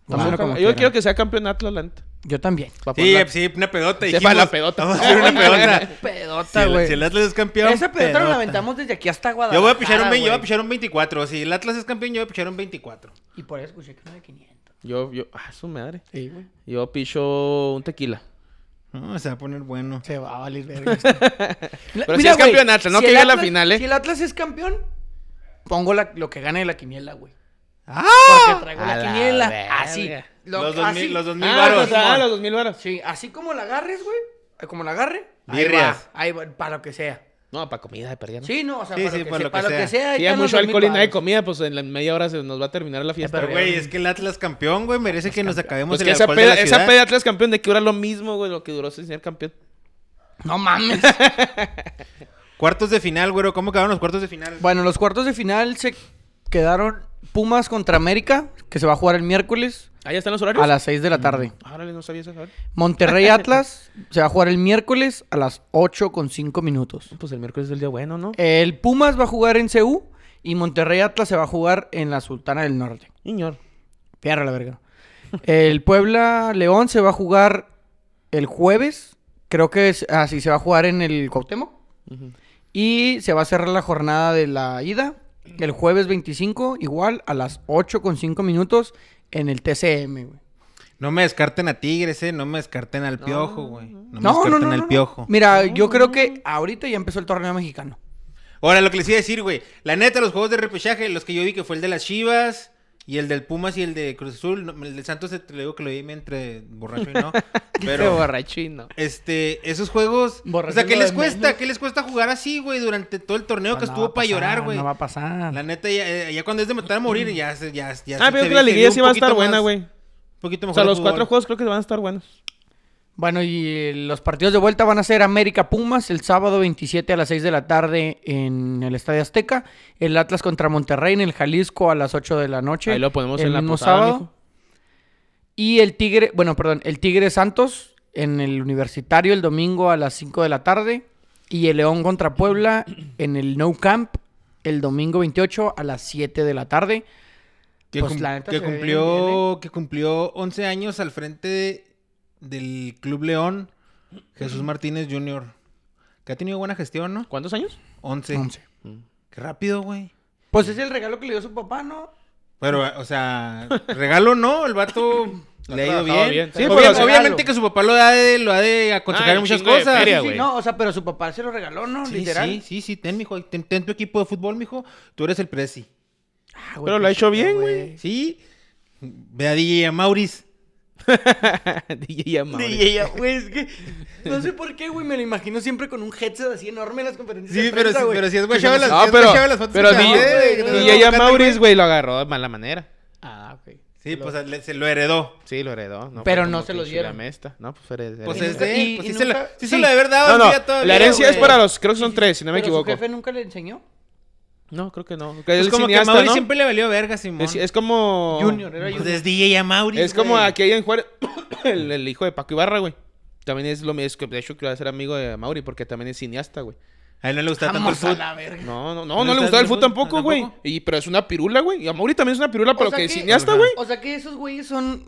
Speaker 2: Yo
Speaker 1: Tómalo como
Speaker 2: quiero
Speaker 1: quieran.
Speaker 2: que sea campeón Atlas, la neta.
Speaker 1: Yo también.
Speaker 2: Pa'
Speaker 3: Sí,
Speaker 2: ponerla-
Speaker 3: sí, una pedota.
Speaker 2: Se
Speaker 3: dijimos.
Speaker 2: va la pedota.
Speaker 3: Vamos a hacer una pedota. Si
Speaker 1: Pedota,
Speaker 3: el,
Speaker 1: güey.
Speaker 3: si el Atlas es campeón.
Speaker 1: Esa pedota la
Speaker 3: pedota.
Speaker 1: aventamos desde aquí hasta
Speaker 3: Yo
Speaker 1: Guadalajara.
Speaker 3: voy a pichar un,
Speaker 1: güey.
Speaker 3: vein- yo voy a pichar un 24. Si el Atlas es campeón, yo voy a pichar un 24.
Speaker 1: Y por eso escuché que no de 500.
Speaker 2: Yo, yo, ah, su madre.
Speaker 1: Sí, güey.
Speaker 2: Yo picho un tequila.
Speaker 3: No, se va a poner bueno.
Speaker 1: Se va a valer verga. esto.
Speaker 2: Pero si es campeón Atlas, no
Speaker 1: el
Speaker 2: que llegue a la
Speaker 1: Atlas-
Speaker 2: final, ¿eh?
Speaker 1: Si el Atlas es campeón, pongo la- lo que gane de la quiniela, güey.
Speaker 3: ¡Ah!
Speaker 1: Porque traigo
Speaker 2: A
Speaker 1: la
Speaker 2: la
Speaker 1: quiniela.
Speaker 2: verga.
Speaker 1: así. Lo-
Speaker 3: Los dos
Speaker 1: así.
Speaker 3: mil- los dos mil
Speaker 2: Ah,
Speaker 3: varos.
Speaker 2: los, ah, los dos mil varas.
Speaker 1: Sí, así como la agarres, güey. eh, Como la agarre.
Speaker 3: Birrias.
Speaker 1: Ahí va, ahí va, para lo que sea.
Speaker 2: No, para comida de perdida, ¿no?
Speaker 1: Sí, no, o sea,
Speaker 3: Sí,
Speaker 1: para,
Speaker 3: sí,
Speaker 1: lo, que
Speaker 3: por
Speaker 1: sea,
Speaker 3: lo que
Speaker 1: para lo que
Speaker 3: sea.
Speaker 1: sea. ahí
Speaker 2: Si hay
Speaker 1: están los
Speaker 2: mucho
Speaker 1: 2000
Speaker 2: alcohol y no hay
Speaker 1: varos.
Speaker 2: comida, pues en la media hora se nos va a terminar la fiesta.
Speaker 1: pero,
Speaker 2: güey.
Speaker 3: Güey, es que el Atlas campeón, güey, merece que nos acabemos
Speaker 2: Pues
Speaker 3: el
Speaker 2: que esa
Speaker 3: alcohol de
Speaker 2: peda,
Speaker 3: la
Speaker 2: esa
Speaker 3: ciudad.
Speaker 2: peda de Atlas campeón de que dura lo mismo, güey, lo que duró ese señor campeón.
Speaker 1: No mames.
Speaker 3: Cuartos de final, güero. ¿Cómo quedaron los cuartos de final?
Speaker 1: Bueno, los cuartos de final se quedaron Pumas contra América, que se va a jugar el miércoles
Speaker 2: Ahí están los horarios.
Speaker 1: a las 6 de la tarde.
Speaker 2: Ah, órale, no sabía eso. a ver.
Speaker 1: Monterrey Atlas se va a jugar el miércoles a las 8 con 5 minutos.
Speaker 2: Pues el miércoles es el día bueno, ¿no?
Speaker 1: El Pumas va a jugar en CU y Monterrey Atlas se va a jugar en la Sultana del Norte.
Speaker 2: Señor.
Speaker 1: Fierra la verga. El Puebla León se va a jugar el jueves. Creo que es así, se va a jugar en el Cuauhtémoc.
Speaker 2: Ujú.
Speaker 1: Y se va a cerrar la jornada de la ida el jueves 25, igual a las 8 con 5 minutos en el TCM, güey.
Speaker 3: No me descarten a Tigres, eh. No me descarten al Piojo, güey. No, me
Speaker 1: No, no,
Speaker 3: descarten
Speaker 1: no,
Speaker 3: al
Speaker 1: no, no.
Speaker 3: Piojo.
Speaker 1: Mira, yo creo que ahorita ya empezó el torneo mexicano.
Speaker 3: Ahora, lo que les iba a decir, güey. La neta, los juegos de repechaje, los que yo vi que fue el de las Chivas y el del Pumas y el de Cruz Azul. no, el de Santos, eh, te lo digo que lo vi entre borracho y no.
Speaker 2: Qué
Speaker 3: Pero,
Speaker 2: borrachino.
Speaker 3: este, esos juegos.
Speaker 1: Borracho
Speaker 3: o sea, ¿qué
Speaker 1: lo
Speaker 3: les
Speaker 1: de
Speaker 3: cuesta?
Speaker 1: menos.
Speaker 3: ¿Qué les cuesta jugar así, güey, durante todo el torneo
Speaker 1: No
Speaker 3: que estuvo
Speaker 1: va a
Speaker 3: para
Speaker 1: pasar,
Speaker 3: llorar, güey?
Speaker 1: No va a pasar.
Speaker 3: La neta, ya, eh, ya cuando es de matar a morir, ya se- ya, ya
Speaker 2: Ah,
Speaker 3: se-
Speaker 2: pero
Speaker 3: se
Speaker 2: que la
Speaker 3: ve- se
Speaker 2: liguilla
Speaker 3: ve
Speaker 2: sí
Speaker 3: un
Speaker 2: va a
Speaker 3: poquito
Speaker 2: estar buena,
Speaker 3: más-
Speaker 2: güey.
Speaker 3: Un poquito
Speaker 2: O
Speaker 3: mejor.
Speaker 2: sea,
Speaker 3: el
Speaker 2: los
Speaker 3: fútbol.
Speaker 2: cuatro juegos creo que van a estar buenos.
Speaker 1: Bueno, y eh, los partidos de vuelta van a ser América Pumas el sábado 27 a las 6 de la tarde en el Estadio Azteca, el Atlas contra Monterrey en el Jalisco a las 8 de la noche.
Speaker 2: Ahí lo ponemos
Speaker 1: el
Speaker 2: en la
Speaker 1: mismo
Speaker 2: posada,
Speaker 1: sábado.
Speaker 2: mijo.
Speaker 1: Y el Tigre, bueno, perdón, el Tigre Santos en el Universitario el domingo a las 5 de la tarde y el León contra Puebla en el No Camp el domingo 28 a las 7 de la tarde.
Speaker 3: Que,
Speaker 1: Pues,
Speaker 3: cum-
Speaker 1: la neta
Speaker 3: que
Speaker 1: se ve
Speaker 3: cumplió,
Speaker 1: bien,
Speaker 3: que cumplió 11 años al frente de- del Club León, Jesús Martínez Jr. Que ha tenido buena gestión, ¿no?
Speaker 2: ¿Cuántos años?
Speaker 3: 11.
Speaker 1: Once.
Speaker 3: Qué rápido, güey.
Speaker 1: Pues es el regalo que le dio su papá, ¿no?
Speaker 3: Pero, o sea, regalo no, el vato le ha ido
Speaker 2: trabajado
Speaker 3: bien.
Speaker 2: bien. Sí,
Speaker 3: Obvia-
Speaker 2: pero, o sea,
Speaker 3: obviamente que su papá lo ha de, lo ha de aconsejar
Speaker 2: Ah,
Speaker 3: en
Speaker 2: un
Speaker 3: muchas
Speaker 2: chingo de
Speaker 3: cosas.
Speaker 2: feria,
Speaker 1: Sí,
Speaker 2: güey.
Speaker 1: no, o sea, pero su papá se lo regaló, ¿no?
Speaker 3: Sí,
Speaker 1: Literal.
Speaker 3: sí, sí, sí, ten, mijo. Ten, ten tu equipo de fútbol, mijo. Tú eres el presi.
Speaker 1: Ah, güey,
Speaker 2: Pero lo ha
Speaker 1: qué
Speaker 2: hecho
Speaker 1: chido,
Speaker 2: bien, güey.
Speaker 3: Sí. Ve a DJ a Mauris.
Speaker 2: DJ Amaury.
Speaker 1: Y ella, güey, es que no sé por qué, güey, me lo imagino siempre con un headset así enorme en las conferencias
Speaker 3: Sí,
Speaker 1: de
Speaker 3: pero,
Speaker 1: prensa,
Speaker 3: si-
Speaker 1: güey.
Speaker 3: pero si es
Speaker 1: Que
Speaker 3: guachaba
Speaker 1: yo
Speaker 3: las,
Speaker 1: no-
Speaker 2: No,
Speaker 3: si es
Speaker 2: Ah, pero,
Speaker 3: guachaba las fotos
Speaker 2: pero
Speaker 3: que te dan, güey,
Speaker 2: DJ,
Speaker 3: que te
Speaker 1: no,
Speaker 3: dan
Speaker 2: DJ
Speaker 3: bocate,
Speaker 2: Amaury,
Speaker 3: güey.
Speaker 2: güey, lo agarró de mala manera.
Speaker 1: Ah, ok.
Speaker 3: Sí, pues a- le- se lo heredó.
Speaker 2: Sí, lo heredó. No
Speaker 1: Pero
Speaker 2: fue
Speaker 1: no
Speaker 2: como
Speaker 1: se lo
Speaker 2: pinche
Speaker 1: dieron.
Speaker 2: Lamesta. No, pues heredó.
Speaker 3: Pues
Speaker 1: Y
Speaker 3: es
Speaker 1: nunca-
Speaker 3: de
Speaker 1: y-
Speaker 3: él. Pues
Speaker 1: y
Speaker 3: sí, se
Speaker 1: nunca-
Speaker 3: la, sí, se
Speaker 1: sí.
Speaker 3: la haber dado
Speaker 2: No,
Speaker 3: al día
Speaker 2: no.
Speaker 3: todavía,
Speaker 2: La herencia es
Speaker 3: güey.
Speaker 2: para los, creo que son tres, si no me
Speaker 1: Pero su
Speaker 2: equivoco.
Speaker 1: jefe nunca le enseñó.
Speaker 2: No, creo que no. Que
Speaker 3: Pues
Speaker 2: el
Speaker 3: como que a
Speaker 2: cineasta,
Speaker 3: Mauri
Speaker 2: ¿no?
Speaker 3: siempre le valió verga, Simón.
Speaker 2: Es, es como.
Speaker 1: Junior, era
Speaker 3: Pues
Speaker 1: Junior.
Speaker 3: es DJ a Mauri.
Speaker 2: Es como aquí hay en Juárez. el, el hijo de Paco Ibarra, güey. También es lo mismo. es que, De hecho, quiero ser amigo de Mauri porque también es cineasta, güey.
Speaker 3: A él no le gusta tanto el
Speaker 1: Vamos a
Speaker 3: fútbol.
Speaker 1: la verga.
Speaker 2: No, no, no,
Speaker 3: ¿No
Speaker 2: no
Speaker 3: estás
Speaker 2: le gustaba el
Speaker 3: del
Speaker 2: fútbol
Speaker 3: fútbol?
Speaker 2: tampoco,
Speaker 3: ¿No,
Speaker 2: güey.
Speaker 3: tampoco?
Speaker 2: Y pero es una pirula, güey. Y a Mauri también es una pirula, pero
Speaker 1: sea
Speaker 2: que es
Speaker 1: que-
Speaker 2: cineasta,
Speaker 3: Ajá.
Speaker 2: güey.
Speaker 1: O sea que esos güeyes son.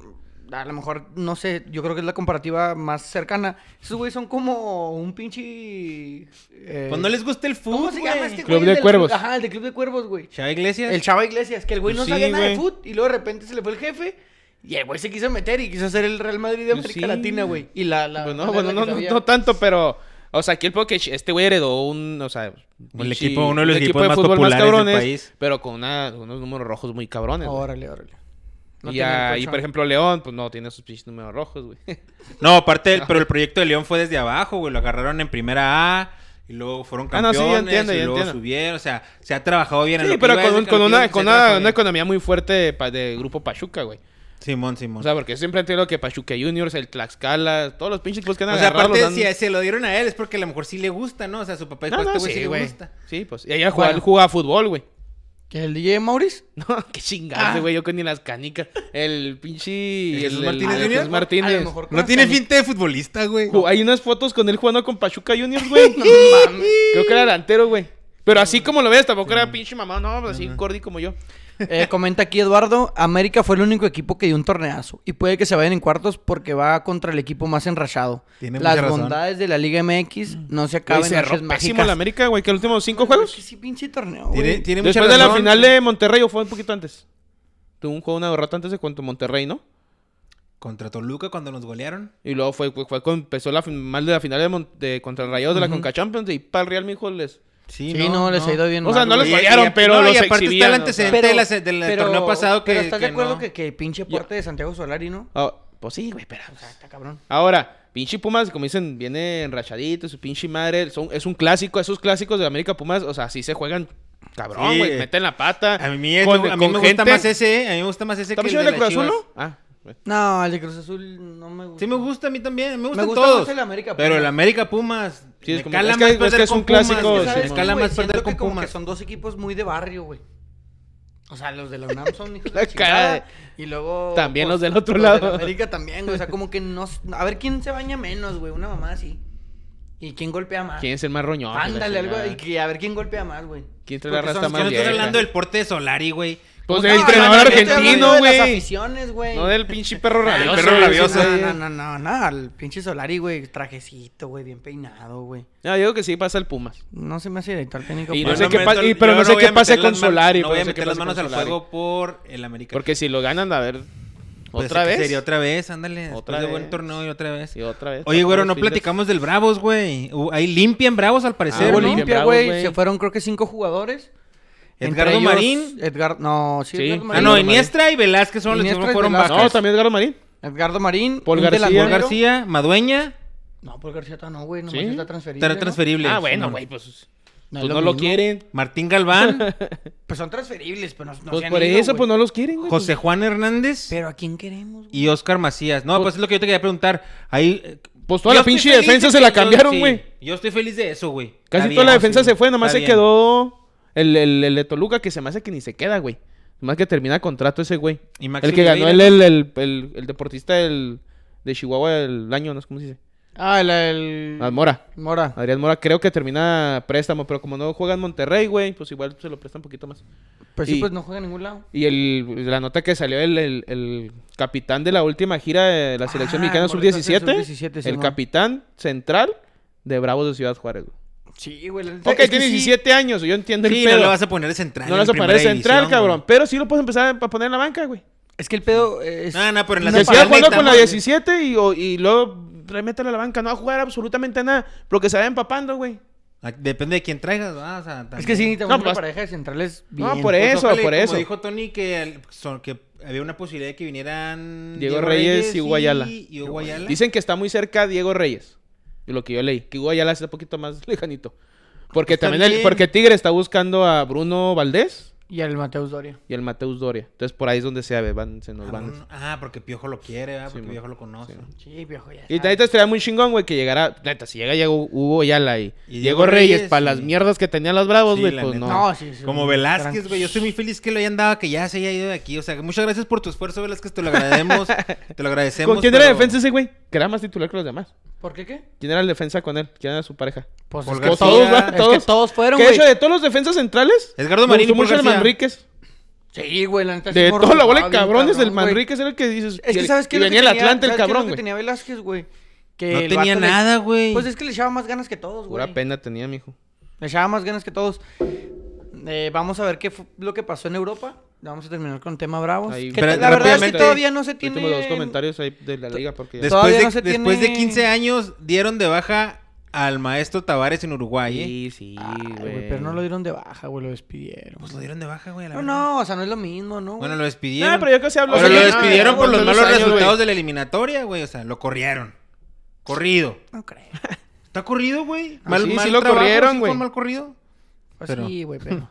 Speaker 1: A lo mejor, no sé, yo creo que es la comparativa más cercana. Esos güeyes son como un pinche. eh,
Speaker 3: Pues no les gusta el fútbol.
Speaker 1: ¿Cómo se llama este güey?
Speaker 2: Club de
Speaker 1: del-
Speaker 2: Cuervos.
Speaker 1: Ajá, el de Club de Cuervos, güey.
Speaker 3: Chava Iglesias.
Speaker 1: El Chava Iglesias, que el güey no
Speaker 2: Pues
Speaker 1: sabía
Speaker 2: sí,
Speaker 1: nada de
Speaker 2: güey.
Speaker 1: fútbol y luego de repente se le fue el jefe y el güey se quiso meter y quiso hacer el Real Madrid de
Speaker 2: Pues
Speaker 1: América
Speaker 2: sí.
Speaker 1: Latina, güey. Y la, la
Speaker 2: Pues
Speaker 1: la
Speaker 2: no, bueno,
Speaker 1: neta
Speaker 2: no,
Speaker 1: que
Speaker 2: no,
Speaker 1: sabía.
Speaker 2: no tanto, pero. O sea, aquí el pedo que este güey heredó un. O sea. pinche-
Speaker 3: equipo- uno de los
Speaker 2: un
Speaker 3: equipos más
Speaker 2: fútbol
Speaker 3: populares del país.
Speaker 2: Pero con una- unos números rojos muy cabrones. güey.
Speaker 1: Órale, órale. No
Speaker 2: y,
Speaker 1: tenía
Speaker 2: ya-
Speaker 1: colchón.
Speaker 2: y por ejemplo, León, pues no, tiene sus pinches números rojos, güey.
Speaker 3: No, aparte,
Speaker 2: Ah.
Speaker 3: del- pero el proyecto de León fue desde abajo, güey. Lo agarraron en primera A y luego fueron
Speaker 2: Ah, no,
Speaker 3: campeones
Speaker 2: sí, ya entiendo,
Speaker 3: y
Speaker 2: ya
Speaker 3: luego
Speaker 2: entiendo.
Speaker 3: subieron. O sea, se ha trabajado bien. en
Speaker 2: Sí,
Speaker 3: lo que
Speaker 2: pero
Speaker 3: iba
Speaker 2: con,
Speaker 3: desde
Speaker 2: un-
Speaker 3: que
Speaker 2: con
Speaker 3: lo
Speaker 2: una,
Speaker 3: tienen, se
Speaker 2: con
Speaker 3: ha trabajado
Speaker 2: una, una
Speaker 3: bien.
Speaker 2: economía muy fuerte de, pa- de Grupo Pachuca, güey.
Speaker 3: Simón, Simón.
Speaker 2: O sea, porque siempre han tenido que Pachuca Juniors, el Tlaxcala, todos los pinches clubes que han
Speaker 3: O sea,
Speaker 2: agarrado los
Speaker 3: aparte,
Speaker 2: han-
Speaker 3: si se lo dieron a él es porque a lo mejor sí le gusta, ¿no? O sea, su papá dijo,
Speaker 2: No,
Speaker 3: este
Speaker 2: no,
Speaker 3: güey sí
Speaker 2: sí,
Speaker 3: le
Speaker 2: güey.
Speaker 3: gusta.
Speaker 2: Sí, pues. Y allá juega-
Speaker 1: Bueno.
Speaker 2: él jugaba fútbol, güey.
Speaker 1: ¿Que el DJ Maurice?
Speaker 2: No, qué chingarse,
Speaker 1: Ah.
Speaker 2: güey. Yo con ni las canicas. El pinche.
Speaker 3: ¿El
Speaker 2: El,
Speaker 3: Jesús
Speaker 2: el-
Speaker 3: Martínez
Speaker 2: el
Speaker 3: Junior?
Speaker 2: Jesús Martínez.
Speaker 1: A lo mejor con
Speaker 3: No
Speaker 1: las
Speaker 3: tiene
Speaker 1: cani-
Speaker 3: finta de futbolista, güey.
Speaker 2: Ju- Hay unas fotos con él jugando con Pachuca Juniors, güey.
Speaker 1: No mames.
Speaker 2: Creo que era delantero, güey. Pero así como lo ves, tampoco era pinche mamá, no, pues así cordi como yo.
Speaker 1: Eh, comenta aquí Eduardo, América fue el único equipo que dio un torneazo y puede que se vayan en cuartos porque va contra el equipo más enrachado.
Speaker 3: Tiene
Speaker 1: Las
Speaker 3: mucha razón.
Speaker 1: bondades de la Liga MX no se
Speaker 2: Güey,
Speaker 1: acaban en
Speaker 2: Mm. cerró
Speaker 1: noches
Speaker 2: pésimo
Speaker 1: mágicas.
Speaker 2: la América, güey, que los últimos cinco
Speaker 1: Es que
Speaker 2: juegos.
Speaker 1: sí, pinche torneo,
Speaker 3: Tiene,
Speaker 1: güey.
Speaker 3: tiene mucha
Speaker 2: Después de la
Speaker 3: razón.
Speaker 2: final de Monterrey, o fue un poquito antes. Tuvo un juego una derrota antes de cuanto Monterrey, ¿no?
Speaker 3: Contra Toluca cuando nos golearon.
Speaker 2: Y luego fue, fue, fue con- empezó la fin- mal de la final de, Mon- de contra el Rayados de la Conca Champions y para el Real mijo les.
Speaker 1: Sí, no, les ha ido bien.
Speaker 2: O sea,
Speaker 1: mal,
Speaker 2: no
Speaker 1: güey.
Speaker 2: les fallaron, pero
Speaker 3: no,
Speaker 2: los
Speaker 3: y aparte está
Speaker 2: exhibían,
Speaker 3: el
Speaker 2: o
Speaker 3: antecedente
Speaker 1: Pero-
Speaker 3: de la se- del
Speaker 1: pero-
Speaker 3: torneo pasado que
Speaker 1: Pero estás de acuerdo
Speaker 3: no.
Speaker 1: que, que el pinche aporte de Santiago Solari, ¿no?
Speaker 2: Ah, pues sí, güey, pero.
Speaker 1: O sea, está cabrón.
Speaker 2: Ahora, Pinche Pumas, como dicen, viene enrachadito, su pinche madre. Son, es un clásico, esos clásicos de América Pumas, o sea, sí se juegan cabrón,
Speaker 3: Sí.
Speaker 2: güey. Meten la pata.
Speaker 3: A mí, es-
Speaker 2: con-
Speaker 3: a mí
Speaker 2: con
Speaker 3: me
Speaker 2: gente.
Speaker 3: gusta más ese, eh, a mí me gusta más ese que
Speaker 2: ¿Estamos
Speaker 3: el de
Speaker 2: diciendo el
Speaker 3: las
Speaker 2: Cruz Azul,
Speaker 3: Chivas.
Speaker 2: no? Ah, güey.
Speaker 1: No, el de Cruz Azul no me gusta.
Speaker 3: Sí me gusta a mí también, me gustan
Speaker 1: gusta
Speaker 3: todos.
Speaker 1: más el América
Speaker 3: pero
Speaker 1: Pumas.
Speaker 3: el América Pumas
Speaker 2: Sí, es
Speaker 3: me
Speaker 2: como-
Speaker 3: cala
Speaker 2: es que-
Speaker 3: más
Speaker 2: es que
Speaker 3: perder
Speaker 2: es un
Speaker 3: con Pumas,
Speaker 2: clásico,
Speaker 3: güey,
Speaker 2: sí,
Speaker 1: ¿Sabes
Speaker 3: me
Speaker 1: qué,
Speaker 3: cala
Speaker 1: güey?
Speaker 3: más perder
Speaker 1: Siento
Speaker 3: con
Speaker 1: que como que
Speaker 3: Pumas.
Speaker 1: son dos equipos muy de barrio, güey. O sea, los de la UNAM son hijos de
Speaker 2: La
Speaker 1: la chingada,
Speaker 2: cara
Speaker 1: Y luego... pues,
Speaker 2: También los del otro
Speaker 1: los de la
Speaker 2: lado.
Speaker 1: América también, güey. O sea, como que no... A ver, ¿quién se baña menos, güey? Una mamá así. ¿Y quién golpea más?
Speaker 2: ¿Quién es el más roñón?
Speaker 1: Ándale,
Speaker 2: La
Speaker 1: algo...
Speaker 2: chingada.
Speaker 1: Y que a ver quién golpea más, güey.
Speaker 2: ¿Quién trae la
Speaker 1: Porque son
Speaker 2: rasta
Speaker 1: los
Speaker 2: más
Speaker 1: que
Speaker 3: no
Speaker 1: no
Speaker 3: estás
Speaker 2: vieja?
Speaker 3: hablando del porte de Solari, güey.
Speaker 2: Pues
Speaker 1: No,
Speaker 2: del
Speaker 1: no,
Speaker 2: entrenador
Speaker 1: no, yo estoy hablando
Speaker 2: argentino,
Speaker 1: de las
Speaker 2: güey.
Speaker 1: aficiones, güey.
Speaker 2: No del pinche perro
Speaker 1: Ah, el
Speaker 2: rabioso.
Speaker 3: perro
Speaker 2: güey,
Speaker 3: rabioso.
Speaker 2: ese güey.
Speaker 1: No, no, no, no, no, el pinche Solari, güey, trajecito, güey, bien peinado, güey.
Speaker 2: No, yo digo que sí pasa el Pumas.
Speaker 1: No se me hace director técnico.
Speaker 2: Y
Speaker 1: para-
Speaker 2: no sé
Speaker 3: Yo
Speaker 2: qué
Speaker 3: me
Speaker 2: pa-
Speaker 3: meto-
Speaker 2: y- pero
Speaker 3: yo
Speaker 2: no sé qué
Speaker 3: voy a
Speaker 2: pase
Speaker 3: meter
Speaker 2: con
Speaker 3: las man-
Speaker 2: Solari,
Speaker 3: No
Speaker 2: pero
Speaker 3: voy
Speaker 2: no sé
Speaker 3: a
Speaker 2: qué
Speaker 3: meter las
Speaker 2: pase
Speaker 3: manos
Speaker 2: con
Speaker 3: al
Speaker 2: Solari.
Speaker 3: fuego por el América.
Speaker 2: Porque si lo ganan, a ver.
Speaker 3: Pues,
Speaker 2: ¿Otra
Speaker 3: ¿qué
Speaker 2: vez?
Speaker 3: Sería otra vez, ándale.
Speaker 2: Otra
Speaker 3: Otra de
Speaker 2: vez.
Speaker 3: buen torneo y otra vez.
Speaker 2: Y otra vez.
Speaker 3: Oye, güero,
Speaker 2: Los
Speaker 3: no
Speaker 2: fines.
Speaker 3: platicamos del Bravos, güey. Uh, Ahí limpian Bravos al
Speaker 1: Ah,
Speaker 3: parecer,
Speaker 1: hubo
Speaker 2: Hubo
Speaker 3: ¿no?
Speaker 2: limpia,
Speaker 1: limpia,
Speaker 2: güey.
Speaker 1: güey. Se fueron creo que cinco jugadores.
Speaker 3: Edgardo
Speaker 1: Entre
Speaker 3: Marín.
Speaker 1: Edgar, no, sí,
Speaker 2: Sí.
Speaker 1: Edgardo
Speaker 3: Ah,
Speaker 1: Marín.
Speaker 3: no,
Speaker 2: Marín.
Speaker 3: Iniestra y Velázquez son los que
Speaker 1: Iniestra y
Speaker 3: fueron
Speaker 1: Velázquez.
Speaker 2: No,
Speaker 3: bajas.
Speaker 2: también Edgar Marín.
Speaker 1: Edgardo Marín.
Speaker 2: Paul
Speaker 1: un
Speaker 2: García.
Speaker 1: delantero.
Speaker 3: Paul García, Madueña,
Speaker 1: No, Paul García todavía no, güey, nomás
Speaker 2: ¿Sí?
Speaker 1: está transferible.
Speaker 3: tra-
Speaker 1: ¿no?
Speaker 3: transferible.
Speaker 2: Ah, bueno,
Speaker 3: Simón.
Speaker 2: güey, pues.
Speaker 1: No
Speaker 2: pues
Speaker 1: es
Speaker 2: no
Speaker 1: lo
Speaker 2: lo
Speaker 1: mismo.
Speaker 2: quieren.
Speaker 3: Martín Galván,
Speaker 1: Pues son transferibles, pero no, no se
Speaker 2: Pues
Speaker 1: han
Speaker 2: por
Speaker 1: ido,
Speaker 2: eso,
Speaker 1: güey.
Speaker 2: pues no los quieren, güey.
Speaker 3: José Juan Hernández
Speaker 1: Pero ¿a quién queremos, güey?
Speaker 3: y Oscar Macías. No, pues es lo que yo te quería preguntar. Ahí eh,
Speaker 2: Pues toda
Speaker 3: yo
Speaker 2: la
Speaker 3: estoy
Speaker 2: pinche
Speaker 3: feliz
Speaker 2: defensa
Speaker 3: de
Speaker 2: se
Speaker 3: que
Speaker 2: la
Speaker 3: yo-
Speaker 2: cambiaron,
Speaker 3: sí,
Speaker 2: güey.
Speaker 3: Yo estoy feliz de eso, güey.
Speaker 2: Casi
Speaker 3: Está bien,
Speaker 2: toda la
Speaker 3: sí,
Speaker 2: defensa se fue, nomás se
Speaker 3: está bien.
Speaker 2: quedó el, el, el de Toluca, que se me hace que ni se queda, güey. Más que termina contrato ese güey.
Speaker 3: Y
Speaker 2: El
Speaker 3: Maxi
Speaker 2: que ganó el,
Speaker 3: Oliveira.
Speaker 2: el, el, el- el deportista del- de Chihuahua el año, no sé cómo se dice.
Speaker 1: Ah, el... el-
Speaker 2: Ah, Mora.
Speaker 1: Mora.
Speaker 2: Adrián Mora creo que termina préstamo, pero como no juega en Monterrey, güey, pues igual se lo presta un poquito más.
Speaker 1: Pues sí,
Speaker 2: Y-
Speaker 1: pues no juega a ningún lado.
Speaker 2: Y el, la nota que salió el, el- el capitán de la última gira de la selección
Speaker 1: Ah,
Speaker 2: mexicana
Speaker 1: el morrito
Speaker 2: sub-17.
Speaker 1: del sub-17,
Speaker 2: el
Speaker 1: Simón.
Speaker 2: capitán central de Bravos de Ciudad Juárez, güey.
Speaker 1: Sí, güey. la neta,
Speaker 2: Ok,
Speaker 1: es que
Speaker 2: tiene
Speaker 1: sí.
Speaker 2: 17 años, yo entiendo el
Speaker 3: Sí,
Speaker 2: pedo.
Speaker 3: no lo vas a poner de central.
Speaker 2: No lo vas a poner central, cabrón. Pero sí lo puedes empezar a poner en la banca, güey.
Speaker 1: Es que el pedo es...
Speaker 3: No, no, pero en la
Speaker 2: Que
Speaker 3: Una
Speaker 2: siga
Speaker 3: paleta,
Speaker 2: jugando con la
Speaker 3: ¿no?
Speaker 2: 17 y, o- y luego remétale a la banca. No va a jugar absolutamente nada. Pero que se vaya empapando, güey.
Speaker 3: Ah, Depende de quién traigas. ah, o sea,
Speaker 1: Es
Speaker 3: también.
Speaker 1: que sí, necesitamos
Speaker 2: No,
Speaker 1: una
Speaker 2: pues-
Speaker 1: pareja de centrales bien.
Speaker 2: No, por eso,
Speaker 3: ojalá y
Speaker 2: por eso.
Speaker 3: Como dijo Tony que, al- son- que había una posibilidad de que vinieran
Speaker 2: Diego Reyes y Hugo Ayala.
Speaker 3: Y Hugo Ayala.
Speaker 2: Dicen que está muy cerca Diego Reyes. De lo que yo leí. Que Hugo Ayala está un poquito más lejanito. Porque
Speaker 3: Pues
Speaker 2: también el,
Speaker 3: también.
Speaker 2: porque Tigre está buscando a Bruno Valdés
Speaker 1: Y al Mateus Doria.
Speaker 2: y el Mateus Doria. Entonces por ahí es donde se, ave- van, se nos
Speaker 3: Ah,
Speaker 2: van.
Speaker 3: bueno, Ah, porque Piojo lo quiere, ¿verdad? Porque
Speaker 2: Simón.
Speaker 3: Piojo lo conoce.
Speaker 1: Sí, viejo, ya
Speaker 2: Y
Speaker 1: sabes.
Speaker 2: neta estaría muy chingón, güey, que llegara. Neta, si llega, llega Hugo Ayala y,
Speaker 3: Y
Speaker 2: Diego
Speaker 3: Diego
Speaker 2: Reyes,
Speaker 3: Reyes,
Speaker 2: para las
Speaker 3: sí.
Speaker 2: mierdas que tenían los Bravos,
Speaker 3: Sí,
Speaker 2: güey,
Speaker 3: la
Speaker 2: pues
Speaker 3: neta.
Speaker 2: no.
Speaker 1: No, sí, sí.
Speaker 3: Como Velázquez, güey. Yo estoy muy feliz que lo hayan dado, que ya se haya ido de aquí. O sea, que muchas gracias por tu esfuerzo, Velázquez. Te lo agradecemos. te lo agradecemos.
Speaker 2: ¿Con quién era
Speaker 3: pero-
Speaker 2: defensa ese güey? Que era más titular que los demás.
Speaker 1: ¿Por qué qué?
Speaker 2: ¿Quién era el defensa con él? ¿Quién era su pareja?
Speaker 1: Pues
Speaker 3: Paul
Speaker 1: es que
Speaker 3: García.
Speaker 1: todos,
Speaker 3: ¿verdad?
Speaker 1: es
Speaker 2: Todos.
Speaker 1: que todos fueron,
Speaker 2: que de
Speaker 1: güey.
Speaker 2: hecho, de todos los defensas centrales,
Speaker 3: Edgardo
Speaker 2: me
Speaker 3: Marín y
Speaker 2: gustó
Speaker 3: Paul
Speaker 2: mucho el
Speaker 3: García.
Speaker 2: Manríquez.
Speaker 1: Sí, güey, la neta. sí
Speaker 2: De
Speaker 1: fue
Speaker 2: toda la bola de
Speaker 1: robado bien
Speaker 2: cabrones, el
Speaker 1: cabrón, güey.
Speaker 2: Manríquez era el que dices.
Speaker 1: Es que, ¿sabes qué?
Speaker 2: Y
Speaker 1: es lo que
Speaker 2: venía el
Speaker 1: tenía-
Speaker 2: Atlante el
Speaker 1: ¿sabes qué es lo
Speaker 2: cabrón,
Speaker 1: que
Speaker 2: güey.
Speaker 1: tenía Velázquez, güey. Que
Speaker 3: No
Speaker 1: el
Speaker 3: tenía
Speaker 1: vato le-
Speaker 3: nada, güey.
Speaker 1: Pues es que le echaba más ganas que todos, güey.
Speaker 2: Pura pena tenía, mijo.
Speaker 1: Le echaba más ganas que todos. Eh, vamos a ver qué fue lo que pasó en Europa. Vamos a terminar con tema bravos.
Speaker 2: Ahí-
Speaker 1: Pues, Que la
Speaker 3: Pero
Speaker 1: verdad es que
Speaker 3: rápidamente,
Speaker 1: todavía no se
Speaker 2: Últimos
Speaker 1: tiene...
Speaker 2: dos comentarios ahí de la liga, porque. ya-
Speaker 1: Des-
Speaker 3: Después,
Speaker 1: Todavía
Speaker 3: de,
Speaker 1: no se
Speaker 3: después de
Speaker 1: tiene-
Speaker 3: 15 años, dieron de baja al maestro Tavares en Uruguay, ¿eh?
Speaker 2: Sí, sí,
Speaker 1: Ay,
Speaker 2: güey.
Speaker 1: güey, pero no lo dieron de baja, güey, lo despidieron.
Speaker 3: Pues lo dieron de baja, güey. la
Speaker 1: No,
Speaker 3: verdad.
Speaker 1: no, o sea, no es lo mismo, ¿no? güey?
Speaker 3: Bueno, lo despidieron.
Speaker 2: No, pero yo creo que se habló.
Speaker 3: Pero
Speaker 1: sea,
Speaker 3: lo
Speaker 1: ya-
Speaker 3: despidieron
Speaker 1: ya
Speaker 3: por los
Speaker 1: volvió
Speaker 3: malos
Speaker 1: los años,
Speaker 3: resultados de la eliminatoria, güey. O sea, lo corrieron. Corrido.
Speaker 1: No creo.
Speaker 3: ¿Está corrido, güey?
Speaker 2: Ah, sí, sí lo corrieron,
Speaker 3: ¿sí
Speaker 2: güey.
Speaker 3: fue mal corrido?
Speaker 1: Pues
Speaker 3: Pero-
Speaker 1: sí, güey, pero...